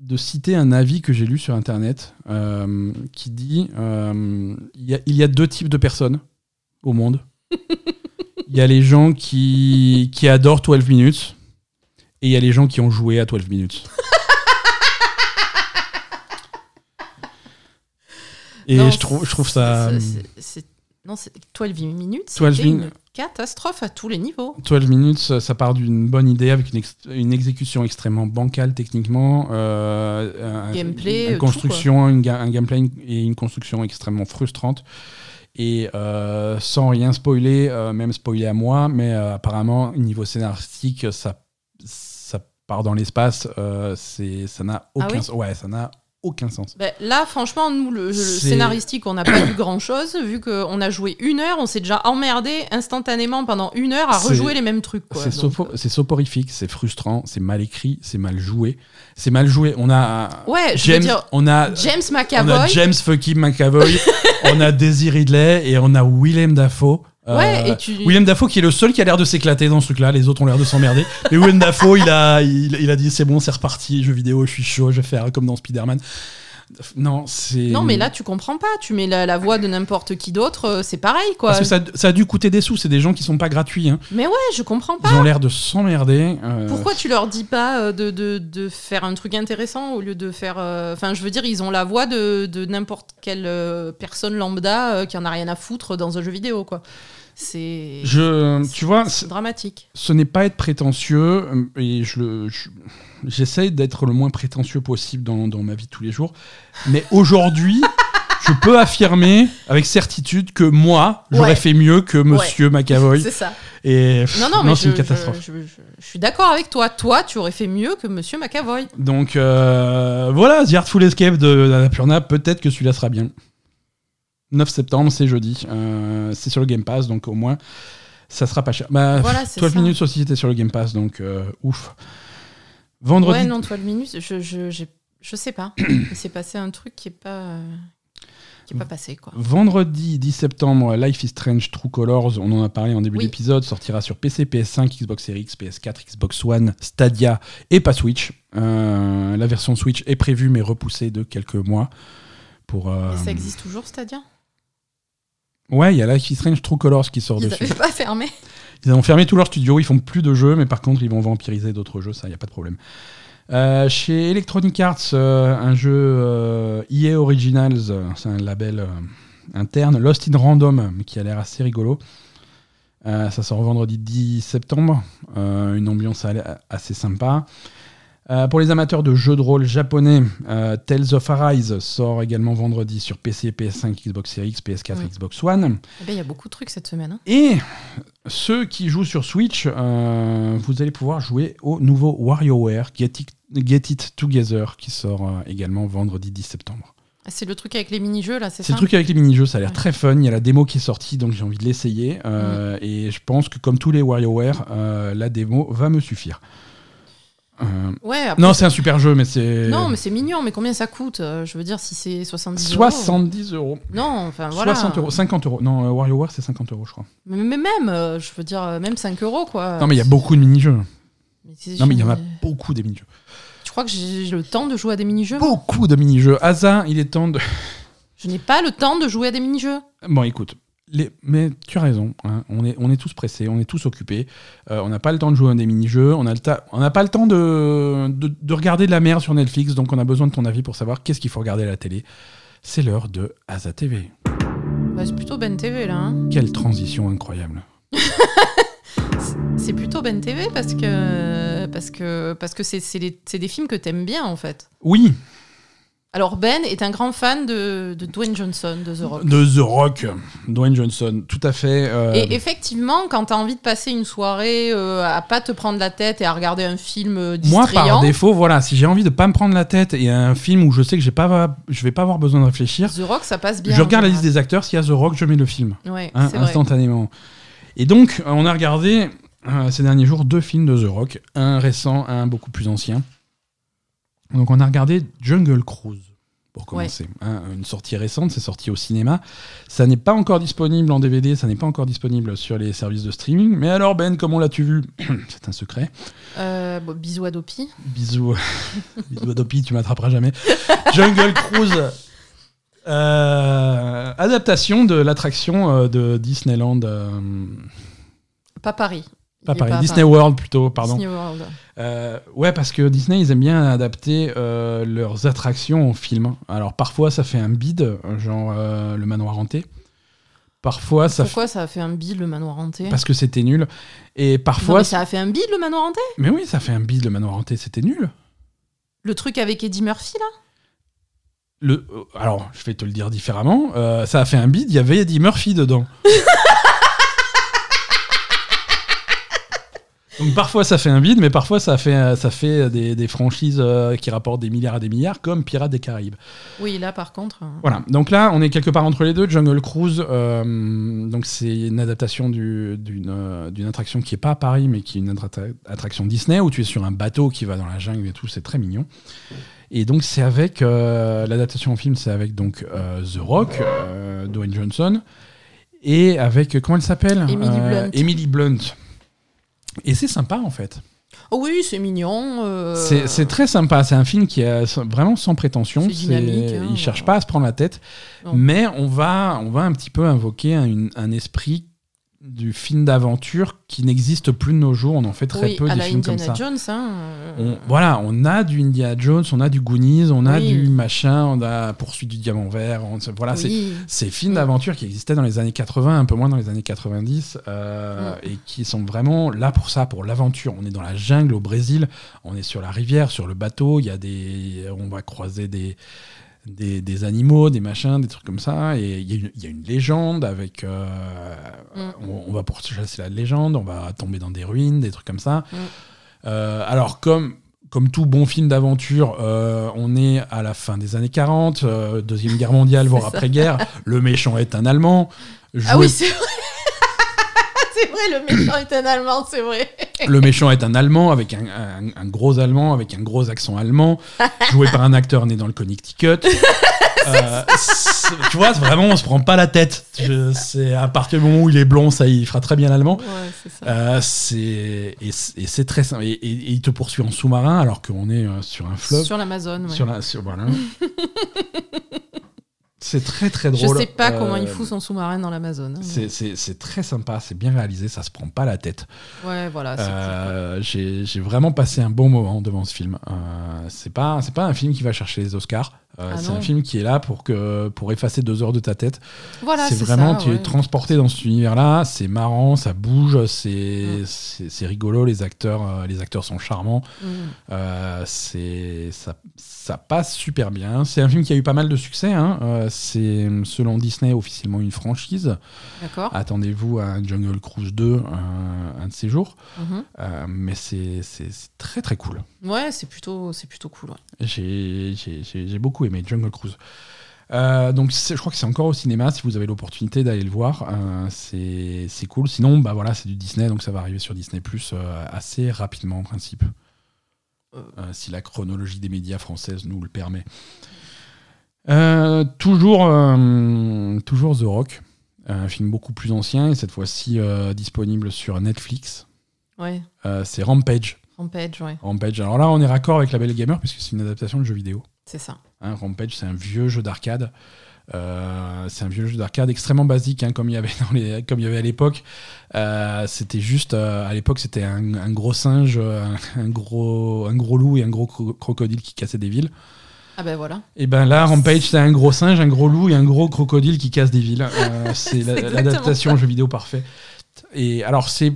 Speaker 1: de citer un avis que j'ai lu sur Internet euh, qui dit euh, il, y a, il y a deux types de personnes au monde. Il y a les gens qui, qui adorent 12 minutes et il y a les gens qui ont joué à 12 minutes. Et
Speaker 2: Non,
Speaker 1: je, trouve, je trouve
Speaker 2: c'est-
Speaker 1: ça. hum,
Speaker 2: c'est- c'est- c'est- Non, c'est 12 minutes.
Speaker 1: 12
Speaker 2: C'était une
Speaker 1: minutes.
Speaker 2: catastrophe à tous les niveaux.
Speaker 1: 12 minutes, ça ça part d'une bonne idée avec une, ex- une exécution extrêmement bancale techniquement. euh, un-
Speaker 2: Gameplay,
Speaker 1: une
Speaker 2: euh,
Speaker 1: construction, une ga- un gameplay une- et une construction extrêmement frustrante. Et euh, sans rien spoiler, euh, même spoiler à moi, mais euh, apparemment, niveau scénaristique, ça, ça part dans l'espace. euh, c'est- ça n'a
Speaker 2: Ah
Speaker 1: aucun,
Speaker 2: oui
Speaker 1: sens. ouais, ça n'a aucun sens.
Speaker 2: Ben, là, franchement, nous, le, le
Speaker 1: C'est-
Speaker 2: scénaristique, on n'a pas vu grand-chose, vu qu'on a joué une heure, on s'est déjà emmerdé instantanément pendant une heure à
Speaker 1: C'est-
Speaker 2: rejouer les mêmes trucs. quoi.
Speaker 1: C'est
Speaker 2: Donc,
Speaker 1: sopo- c'est soporifique, c'est frustrant, c'est mal écrit, c'est mal joué. C'est mal joué. On a.
Speaker 2: Ouais, je veux
Speaker 1: James,
Speaker 2: dire,
Speaker 1: on a
Speaker 2: James
Speaker 1: On a
Speaker 2: McAvoy.
Speaker 1: James fucking McAvoy, on a Daisy Ridley et on a Willem Dafoe. Euh,
Speaker 2: Ouais, et tu-
Speaker 1: Willem Dafoe qui est le seul qui a l'air de s'éclater dans ce truc-là, les autres ont l'air de s'emmerder. Mais Willem Dafoe, il a, il, il a dit c'est bon, c'est reparti, jeux vidéo, je suis chaud, je vais faire comme dans Spider-Man. Non, c'est.
Speaker 2: Non, mais là, tu comprends pas. Tu mets la, la voix de n'importe qui d'autre, euh, c'est pareil, quoi.
Speaker 1: Parce que Ah, ça, ça a dû coûter des sous, c'est des gens qui sont pas gratuits. hein.
Speaker 2: Mais ouais, je comprends
Speaker 1: Ils
Speaker 2: pas.
Speaker 1: ont l'air de s'emmerder. euh,
Speaker 2: Ah. Pourquoi tu leur dis pas euh, de, de- de faire un truc intéressant au lieu de faire. euh, Enfin, je veux dire, ils ont la voix de, de n'importe quelle euh, personne lambda euh, qui en a rien à foutre dans un jeu vidéo, quoi. C'est.
Speaker 1: je, tu vois,
Speaker 2: c'est dramatique.
Speaker 1: ce n'est pas être prétentieux, euh, et je le- je- j'essaie d'être le moins prétentieux possible dans, dans ma vie de tous les jours. Mais aujourd'hui, je peux affirmer avec certitude que moi, j'aurais
Speaker 2: Ouais.
Speaker 1: fait mieux que Monsieur McAvoy.
Speaker 2: C'est ça.
Speaker 1: Et pff,
Speaker 2: Non, non, mais
Speaker 1: c'est
Speaker 2: je,
Speaker 1: une catastrophe.
Speaker 2: Je, je- je- je suis d'accord avec toi. Toi, tu aurais fait mieux que Monsieur McAvoy.
Speaker 1: Donc euh, voilà, The Artful Escape de d'Annapurna, peut-être que celui-là sera bien. 9 septembre, c'est jeudi. Euh, c'est sur le Game Pass, donc au moins, ça sera pas cher. Bah,
Speaker 2: Voilà, c'est
Speaker 1: 12
Speaker 2: ça.
Speaker 1: minutes aussi, c'était sur le Game Pass, donc euh, ouf. Vendredi
Speaker 2: Ouais, non, toi, le minus, je, je, j'ai- je sais pas. Il s'est passé un truc qui est pas. euh, qui est pas passé, quoi.
Speaker 1: Euh, Vendredi 10 septembre, Life is Strange True Colors, on en a parlé en début
Speaker 2: Oui.
Speaker 1: d'épisode, sortira sur PC, PS5, Xbox Series X, PS4, Xbox One, Stadia et pas Switch. Euh, la version Switch est prévue mais repoussée de quelques mois. Pour, euh,
Speaker 2: Mais ça existe toujours, Stadia
Speaker 1: Ouais, il y a Life is Strange True Colors qui sort
Speaker 2: Ils
Speaker 1: dessus.
Speaker 2: n'avaient pas fermé.
Speaker 1: Ils ont fermé tous leurs studios, ils font plus de jeux, mais par contre, ils vont vampiriser d'autres jeux, ça, il n'y a pas de problème. Euh, chez Electronic Arts, euh, un jeu euh, EA Originals, euh, c'est un label euh, interne, Lost in Random, qui a l'air assez rigolo. Euh, ça sort vendredi 10 septembre, Euh, une ambiance a- assez sympa. Euh, pour les amateurs de jeux de rôle japonais, euh, Tales of Arise sort également vendredi sur PC, PS5, Xbox Series X, PS4,
Speaker 2: Oui.
Speaker 1: Xbox One.
Speaker 2: Eh ben, Il y a beaucoup de trucs cette semaine. hein.
Speaker 1: Et ceux qui jouent sur Switch, euh, vous allez pouvoir jouer au nouveau WarioWare Get It, Get It Together qui sort euh, également vendredi 10 septembre.
Speaker 2: C'est le truc avec les mini-jeux, là, c'est
Speaker 1: C'est
Speaker 2: ça
Speaker 1: le truc avec les mini-jeux, ça a l'air
Speaker 2: Ouais.
Speaker 1: très fun. Il y a la démo qui est sortie, donc j'ai envie de l'essayer.
Speaker 2: Mhm.
Speaker 1: Euh, Et je pense que comme tous les WarioWare, euh, la démo va me suffire. Euh,
Speaker 2: Ouais, après,
Speaker 1: Non, c'est un super jeu, mais c'est.
Speaker 2: non, mais c'est mignon, mais combien ça coûte Euh, Je veux dire, si c'est 70 euros.
Speaker 1: 70 euros.
Speaker 2: Non, enfin Ben voilà.
Speaker 1: 60 euros, 50 euros. Non, euh, WarioWare, c'est 50 euros, je crois.
Speaker 2: Mais, mais même, euh, je veux dire, euh, même 5 euros quoi.
Speaker 1: Non, mais il y a beaucoup de mini-jeux.
Speaker 2: Mais c'est-
Speaker 1: Non, mais il y en a beaucoup des mini-jeux.
Speaker 2: Tu crois que j'ai j'ai le temps de jouer à des mini-jeux
Speaker 1: Beaucoup de mini-jeux. Hasard, il est temps de.
Speaker 2: Je n'ai pas le temps de jouer à des mini-jeux.
Speaker 1: Bon, écoute. les- Mais tu as raison, hein, on, est, on est tous pressés, on est tous occupés, euh, on n'a pas le temps de jouer à des mini-jeux, on a le ta- on n'a pas le temps de, de, de regarder de la merde sur Netflix, donc on a besoin de ton avis pour savoir qu'est-ce qu'il faut regarder à la télé. C'est l'heure de Asa TV.
Speaker 2: Bah, c'est plutôt Ben TV là. hein.
Speaker 1: Quelle transition incroyable.
Speaker 2: C'est plutôt Ben TV parce que parce que parce que c'est c'est les- c'est des films que t'aimes bien en fait.
Speaker 1: Oui,
Speaker 2: Alors Ben est un grand fan de, de Dwayne Johnson de The Rock.
Speaker 1: de The Rock, Dwayne Johnson, tout à fait. euh,
Speaker 2: Et effectivement, quand t'as envie de passer une soirée euh, à pas te prendre la tête et à regarder un film euh,
Speaker 1: Moi, par
Speaker 2: distrayant,
Speaker 1: défaut, voilà, si j'ai envie de pas me prendre la tête et un film où je sais que j'ai pas, je vais pas avoir besoin de réfléchir,
Speaker 2: The Rock ça passe bien.
Speaker 1: je regarde la
Speaker 2: en
Speaker 1: liste
Speaker 2: général.
Speaker 1: des acteurs. S'il y a The Rock, je mets le film
Speaker 2: Ouais,
Speaker 1: hein,
Speaker 2: c'est vrai.
Speaker 1: instantanément. Et donc, euh, on a regardé euh, ces derniers jours deux films de The Rock, un récent, un beaucoup plus ancien. Donc, on a regardé Jungle Cruise pour commencer, hein, une sortie récente, c'est sorti au cinéma. Ça n'est pas encore disponible en DVD, ça n'est pas encore disponible sur les services de streaming. Mais alors, Ben, comment l'as-tu vu C'est un secret.
Speaker 2: Euh, bon, bisous à Dopi.
Speaker 1: Bisous. Bisous à Dopi, tu m'attraperas jamais. Jungle Cruise. Euh, adaptation de l'attraction euh, de Disneyland. euh,
Speaker 2: Pas Paris.
Speaker 1: pas
Speaker 2: Il est
Speaker 1: Paris,
Speaker 2: à
Speaker 1: Ah, Disney World plutôt, pardon.
Speaker 2: Disney World.
Speaker 1: Euh, ouais, parce que Disney, ils aiment bien adapter euh, leurs attractions en film. Alors parfois, ça fait un bide, genre euh, le manoir hanté. Parfois, ça fait.
Speaker 2: Pourquoi ça a fait un bide le manoir hanté
Speaker 1: Parce que c'était nul. Et
Speaker 2: Non,
Speaker 1: parfois.
Speaker 2: mais ça a fait un bide le manoir hanté
Speaker 1: mais oui, ça fait un bide, le manoir hanté, c'était nul.
Speaker 2: Le truc avec Eddie Murphy là
Speaker 1: Le, euh, alors, je vais te le dire différemment. euh, ça a fait un bid, il y avait Eddie Murphy dedans. Donc parfois ça fait un bid, mais parfois ça fait, euh, ça fait des, des franchises euh, qui rapportent des milliards et des milliards, comme Pirates des Caraïbes.
Speaker 2: Oui, là par contre. euh,
Speaker 1: Voilà, donc là on est quelque part entre les deux. Jungle Cruise, euh, donc c'est une adaptation du- d'une euh, d'une attraction qui est pas à Paris, mais qui est une attra- attraction Disney, où tu es sur un bateau qui va dans la jungle et tout, c'est très mignon. Et donc c'est avec euh, l'adaptation en film, c'est avec donc euh, The Rock, euh, Dwayne Johnson, et avec euh, comment elle s'appelle Euh,
Speaker 2: Emily Blunt.
Speaker 1: Emily Blunt. Et c'est sympa en fait.
Speaker 2: Oh oui, c'est mignon. euh,
Speaker 1: C'est c'est très sympa. C'est un film qui est sans- vraiment sans prétention.
Speaker 2: C'est dynamique,
Speaker 1: C'est-
Speaker 2: hein,
Speaker 1: il
Speaker 2: ouais.
Speaker 1: cherche pas à se prendre la tête,
Speaker 2: Non.
Speaker 1: mais on va, on va un petit peu invoquer un, une- un esprit du film d'aventure qui n'existe plus de nos jours. On en fait très
Speaker 2: oui,
Speaker 1: peu
Speaker 2: à
Speaker 1: des
Speaker 2: la
Speaker 1: films
Speaker 2: Indiana
Speaker 1: comme ça.
Speaker 2: Jones. Hein, euh,
Speaker 1: On- voilà, on a du Indiana Jones, on a du Goonies, on a
Speaker 2: Oui.
Speaker 1: du machin, on a poursuite du diamant vert. on- voilà, ah, c'est
Speaker 2: oui.
Speaker 1: ces films d'aventure qui existaient dans les années 80, un peu moins dans les années 90, euh,
Speaker 2: Mm.
Speaker 1: et qui sont vraiment là pour ça, pour l'aventure. On est dans la jungle au Brésil, on est sur la rivière, sur le bateau, il y a des, on va croiser des, des, des animaux, des machins, des trucs comme ça, et il y, a une- il y a une légende avec, euh,
Speaker 2: Mm.
Speaker 1: on, on va pourchasser la légende, on va tomber dans des ruines, des trucs comme ça.
Speaker 2: Mm.
Speaker 1: Euh, alors comme comme tout bon film d'aventure, euh, on est à la fin des années 40, euh, Deuxième Guerre mondiale, voire
Speaker 2: C'est ça.
Speaker 1: après-guerre. Le méchant est un Allemand.
Speaker 2: Ah
Speaker 1: Joué-
Speaker 2: oui, c'est vrai. c'est vrai, le méchant est un Allemand, c'est vrai.
Speaker 1: le méchant est un Allemand, avec un, un- un gros Allemand, avec un gros accent allemand, joué par un acteur né dans le Connecticut. Euh, c'est- tu vois, c'est vraiment, on se prend pas la tête. Je- C'est à partir du moment où il est blond, ça, il fera très bien l'allemand.
Speaker 2: Ouais, c'est ça.
Speaker 1: Euh, c'est et c'est et c'est très simple. Et, et- et il te poursuit en sous-marin alors qu'on est euh, sur un fleuve.
Speaker 2: Sur l'Amazon, ouais.
Speaker 1: Sur la, sur- voilà. c'est très très
Speaker 2: Je
Speaker 1: drôle.
Speaker 2: sais pas comment
Speaker 1: Euh,
Speaker 2: il fout son sous-marin dans l'Amazon. hein, mais-
Speaker 1: C'est c'est- c'est très sympa, c'est bien réalisé, ça se prend pas la tête.
Speaker 2: Ouais, voilà. Ah, c'est cool.
Speaker 1: Euh, J'ai j'ai vraiment passé un bon moment devant ce film. Euh, c'est pas c'est pas un film qui va chercher les Oscars. Euh,
Speaker 2: Ah
Speaker 1: c'est un
Speaker 2: non.
Speaker 1: film qui est là pour que pour effacer deux heures de ta tête.
Speaker 2: Voilà,
Speaker 1: c'est vraiment
Speaker 2: ça,
Speaker 1: tu es
Speaker 2: ouais.
Speaker 1: transporté dans cet univers-là. C'est marrant, ça bouge, c'est
Speaker 2: Mm.
Speaker 1: c'est c'est rigolo. Les acteurs euh, les acteurs sont charmants.
Speaker 2: Mm.
Speaker 1: Euh, c'est ça, ça passe super bien. C'est un film qui a eu pas mal de succès. hein. Euh, c'est selon Disney officiellement une franchise.
Speaker 2: D'accord.
Speaker 1: Attendez-vous à un Jungle Cruise 2 euh, un de ces jours.
Speaker 2: Mhm.
Speaker 1: Euh, mais c'est c'est- c'est très très cool.
Speaker 2: Ouais, c'est plutôt, c'est plutôt cool. ouais.
Speaker 1: J'ai j'ai- j'ai- j'ai beaucoup aimé Jungle Cruise. Euh, donc c'est- je crois que c'est encore au cinéma si vous avez l'opportunité d'aller le voir Euh, c'est c'est cool euh, sinon bah voilà c'est du Disney donc ça va arriver sur Disney Plus assez rapidement en principe euh, si la chronologie des médias françaises nous le permet. Euh, toujours, euh, toujours The Rock, un film beaucoup plus ancien et cette fois-ci euh, disponible sur Netflix.
Speaker 2: Ouais,
Speaker 1: Euh, c'est Rampage.
Speaker 2: Rampage, ouais,
Speaker 1: Rampage. Alors là, on est raccord avec la Belle Gamer puisque c'est une adaptation de jeu vidéo.
Speaker 2: c'est ça.
Speaker 1: Hein, Rampage, c'est un vieux jeu d'arcade. Euh, c'est un vieux jeu d'arcade extrêmement basique, hein, comme il y avait dans les, comme il y avait à l'époque. Euh, c'était juste, euh, à l'époque, c'était un, un gros singe, euh, un, gros, un gros loup et un gros cro- crocodile qui cassaient des villes.
Speaker 2: Ah ben voilà.
Speaker 1: Et ben là, Rampage, c'est un gros singe, un gros loup et un gros crocodile qui casse des villes. Euh, c'est la-
Speaker 2: exactement
Speaker 1: l'adaptation jeu vidéo parfait. Et alors, c'est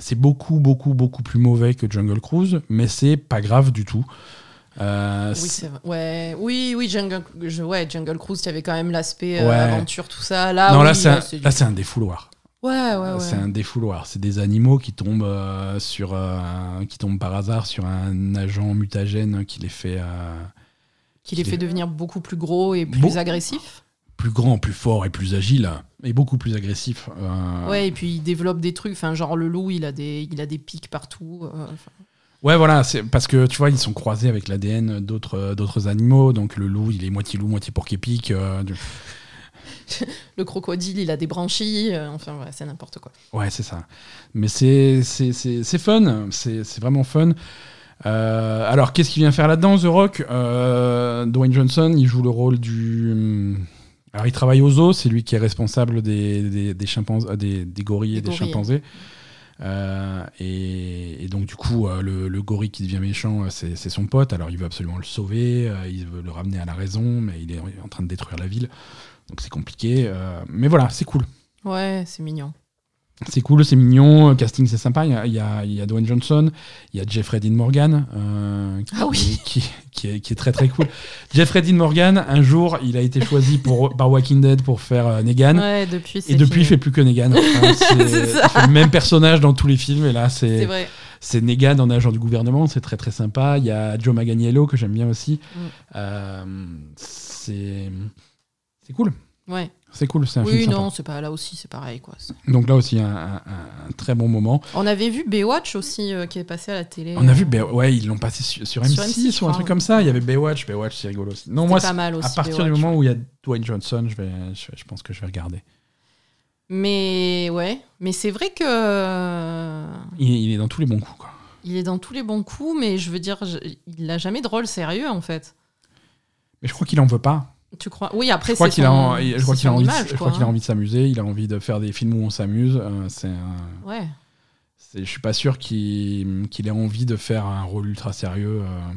Speaker 1: c'est beaucoup, beaucoup, beaucoup plus mauvais que Jungle Cruise, mais c'est pas grave du tout. Euh,
Speaker 2: Oui,
Speaker 1: c'est-
Speaker 2: c'est vrai. Ouais, oui, oui, Jungle, je- ouais, Jungle Cruise, il y avait quand même l'aspect euh,
Speaker 1: Ouais.
Speaker 2: aventure, tout ça. Là,
Speaker 1: non,
Speaker 2: Ah oui,
Speaker 1: là, c'est un,
Speaker 2: du-
Speaker 1: là, c'est un défouloir.
Speaker 2: Ouais, ouais, ouais.
Speaker 1: C'est un défouloir. C'est des animaux qui tombent, euh, sur, euh, qui tombent par hasard sur un agent mutagène qui les fait euh,
Speaker 2: Qui les
Speaker 1: qui
Speaker 2: fait
Speaker 1: est-
Speaker 2: devenir beaucoup plus gros et plus
Speaker 1: Beau-
Speaker 2: agressifs.
Speaker 1: plus grand, plus fort et plus agile et beaucoup plus agressif. euh,
Speaker 2: Ouais, et puis il développe des trucs. Enfin, genre le loup, il a des, il a des pics partout. euh, enfin,
Speaker 1: Ouais, voilà, c'est parce que tu vois, ils sont croisés avec l'ADN d'autres euh, d'autres animaux, donc le loup, il est moitié loup, moitié porc épic. euh, du-
Speaker 2: le crocodile, il a des branchies. euh, enfin, voilà, c'est n'importe quoi.
Speaker 1: Ouais, c'est ça. Mais c'est c'est- c'est c'est fun, c'est c'est vraiment fun. Euh, alors, qu'est-ce qu'il vient faire là-dedans, The Rock Euh, Dwayne Johnson, il joue le rôle du. hmm, Alors, il travaille aux zoo, c'est lui qui est responsable des, des, des, chimpanzés, euh, des, des gorilles et
Speaker 2: Des
Speaker 1: des,
Speaker 2: gorilles.
Speaker 1: chimpanzés. Euh, et, et donc, du coup, euh, le, le gorille qui devient méchant, euh, c'est c'est son pote. Alors, il veut absolument le sauver, euh, il veut le ramener à la raison, mais il est en train de détruire la ville. Donc, c'est compliqué. euh, mais voilà, c'est cool.
Speaker 2: Ouais, c'est mignon.
Speaker 1: C'est cool, c'est mignon, euh, casting c'est sympa. Il y a, il y a- il y a Dwayne Johnson, il y a Jeffrey Dean Morgan, euh, qui,
Speaker 2: Ah oui.
Speaker 1: qui, qui est, qui est très très cool. Jeffrey Dean Morgan, un jour, il a été choisi pour, par Walking Dead pour faire euh, Negan,
Speaker 2: Ouais, depuis, c'est
Speaker 1: et depuis il fait plus
Speaker 2: fini.
Speaker 1: que Negan. Enfin, c'est
Speaker 2: C'est ça.
Speaker 1: il fait le même personnage dans tous les films, et là
Speaker 2: C'est
Speaker 1: c'est
Speaker 2: vrai.
Speaker 1: c'est Negan en agent du gouvernement, c'est très très sympa. Il y a Joe Manganiello que j'aime bien aussi.
Speaker 2: Mm.
Speaker 1: Euh, c'est c'est cool,
Speaker 2: Ouais.
Speaker 1: c'est cool, c'est un
Speaker 2: Oui,
Speaker 1: film
Speaker 2: non, c'est pas là aussi, c'est pareil quoi. C'est-
Speaker 1: sympa. Donc là aussi un- un- un très bon moment.
Speaker 2: On avait vu Baywatch aussi euh, qui est passé à la télé.
Speaker 1: On a vu,
Speaker 2: C'était
Speaker 1: Bay- ouais, ils l'ont passé su- sur,
Speaker 2: Sur
Speaker 1: M6,
Speaker 2: M6, je
Speaker 1: ou un
Speaker 2: crois,
Speaker 1: truc
Speaker 2: ouais.
Speaker 1: comme ça. Il y avait Baywatch, Baywatch, c'est rigolo aussi. Non, moi,
Speaker 2: pas mal aussi.
Speaker 1: à partir du
Speaker 2: Baywatch.
Speaker 1: moment où il y a Dwayne Johnson, je, vais, je, je pense que je vais regarder.
Speaker 2: Mais ouais, mais c'est vrai que euh,
Speaker 1: Il, il est dans tous les bons coups, quoi.
Speaker 2: il est dans tous les bons coups, mais je veux dire, je- il a jamais de rôle sérieux en fait.
Speaker 1: Mais je crois qu'il en veut pas.
Speaker 2: Tu crois Oui, après
Speaker 1: Je crois
Speaker 2: c'est
Speaker 1: qu'il a,
Speaker 2: son-
Speaker 1: en- je
Speaker 2: c'est
Speaker 1: crois qu'il a
Speaker 2: son
Speaker 1: envie, de-
Speaker 2: image,
Speaker 1: je
Speaker 2: quoi,
Speaker 1: crois qu'il a
Speaker 2: hein.
Speaker 1: envie de s'amuser. Il a envie de faire des films où on s'amuse. euh, c'est un-
Speaker 2: Ouais.
Speaker 1: c'est- je suis pas sûr qu'il qu'il ait envie de faire un rôle ultra sérieux. euh.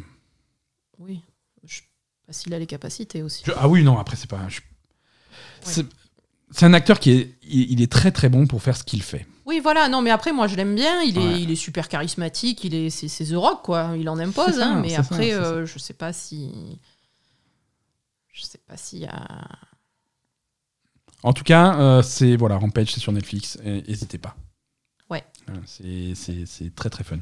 Speaker 2: Oui. Je sais pas s'il a les capacités aussi.
Speaker 1: Je- ah oui, non. Après, c'est pas. je- C'est c'est un acteur qui est, il- il est très très bon pour faire ce qu'il fait.
Speaker 2: Oui, voilà. Non, mais après, moi, je l'aime bien. Il est,
Speaker 1: Ouais.
Speaker 2: il est super charismatique. Il est, c'est, c'est The Rock, quoi. Il en impose.
Speaker 1: ça,
Speaker 2: hein, mais
Speaker 1: c'est ça,
Speaker 2: après,
Speaker 1: c'est ça.
Speaker 2: euh, je sais pas si, je sais pas s'il y a.
Speaker 1: En tout cas, euh, c'est voilà, Rampage, c'est sur Netflix. et- N'hésitez pas.
Speaker 2: Ouais.
Speaker 1: Voilà, c'est- C'est c'est très très fun.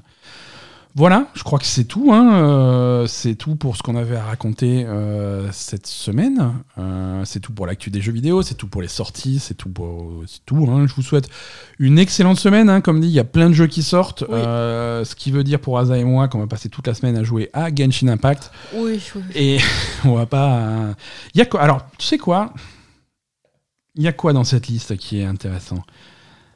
Speaker 1: Voilà, je crois que c'est tout. hein, euh, c'est tout pour ce qu'on avait à raconter euh, cette semaine. Euh, c'est tout pour l'actu des jeux vidéo, c'est tout pour les sorties, c'est tout pour c'est tout. hein. Je vous souhaite une excellente semaine. hein. Comme dit, il y a plein de jeux qui sortent.
Speaker 2: Oui.
Speaker 1: euh, ce qui veut dire pour Aza et moi qu'on va passer toute la semaine à jouer à Genshin Impact.
Speaker 2: Oui, oui.
Speaker 1: Et on va pas. euh, Il y a quoi Alors, tu sais quoi Il y a quoi dans cette liste qui est intéressant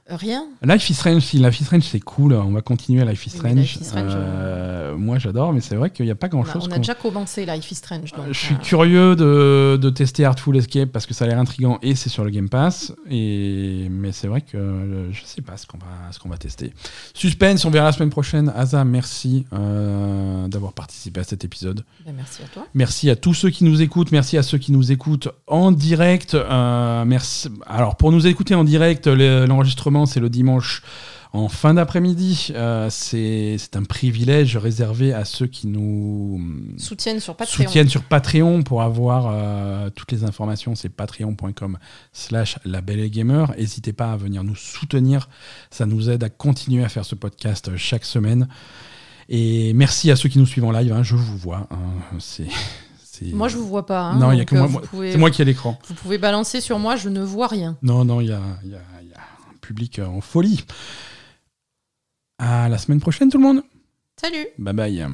Speaker 2: Rien.
Speaker 1: Life is Strange, si Life is Strange c'est cool, on va continuer à Life is
Speaker 2: Oui,
Speaker 1: Strange.
Speaker 2: mais Life is Strange, Bah,
Speaker 1: Euh, Moi j'adore, mais c'est vrai qu'il n'y a pas grand
Speaker 2: On a,
Speaker 1: chose.
Speaker 2: on a déjà commencé Life is Strange. Donc,
Speaker 1: Je suis
Speaker 2: euh,
Speaker 1: curieux de, de tester Artful Escape parce que ça a l'air intriguant et c'est sur le Game Pass. Et... Mais c'est vrai que euh, je sais pas ce qu'on va, ce qu'on va tester. Suspense, on verra la semaine prochaine. Aza, merci euh, d'avoir participé à cet épisode.
Speaker 2: ben, merci à toi.
Speaker 1: Merci à tous ceux qui nous écoutent. Merci à ceux qui nous écoutent en direct. Euh, merci. Alors, pour nous écouter en direct, le- l'enregistrement, c'est le dimanche en fin d'après-midi. Euh, c'est c'est un privilège réservé à ceux qui nous
Speaker 2: Soutiennent sur Patreon.
Speaker 1: soutiennent sur Patreon pour avoir euh, toutes les informations. C'est patreon.com slash la Belle et gamer. N'hésitez pas à venir nous soutenir. Ça nous aide à continuer à faire ce podcast euh, chaque semaine. Et merci à ceux qui nous suivent en live. hein. je vous vois. hein. c'est, c'est-
Speaker 2: Moi, je vous vois pas. hein,
Speaker 1: Non, il y a
Speaker 2: donc,
Speaker 1: que moi-
Speaker 2: euh, Vous
Speaker 1: moi-
Speaker 2: pouvez,
Speaker 1: c'est moi qui ai l'écran.
Speaker 2: vous pouvez balancer sur moi. Je ne vois rien.
Speaker 1: Non, non, il y a, il y a- il y a un public euh, en folie. À la semaine prochaine, tout le monde.
Speaker 2: Salut
Speaker 1: Bye bye.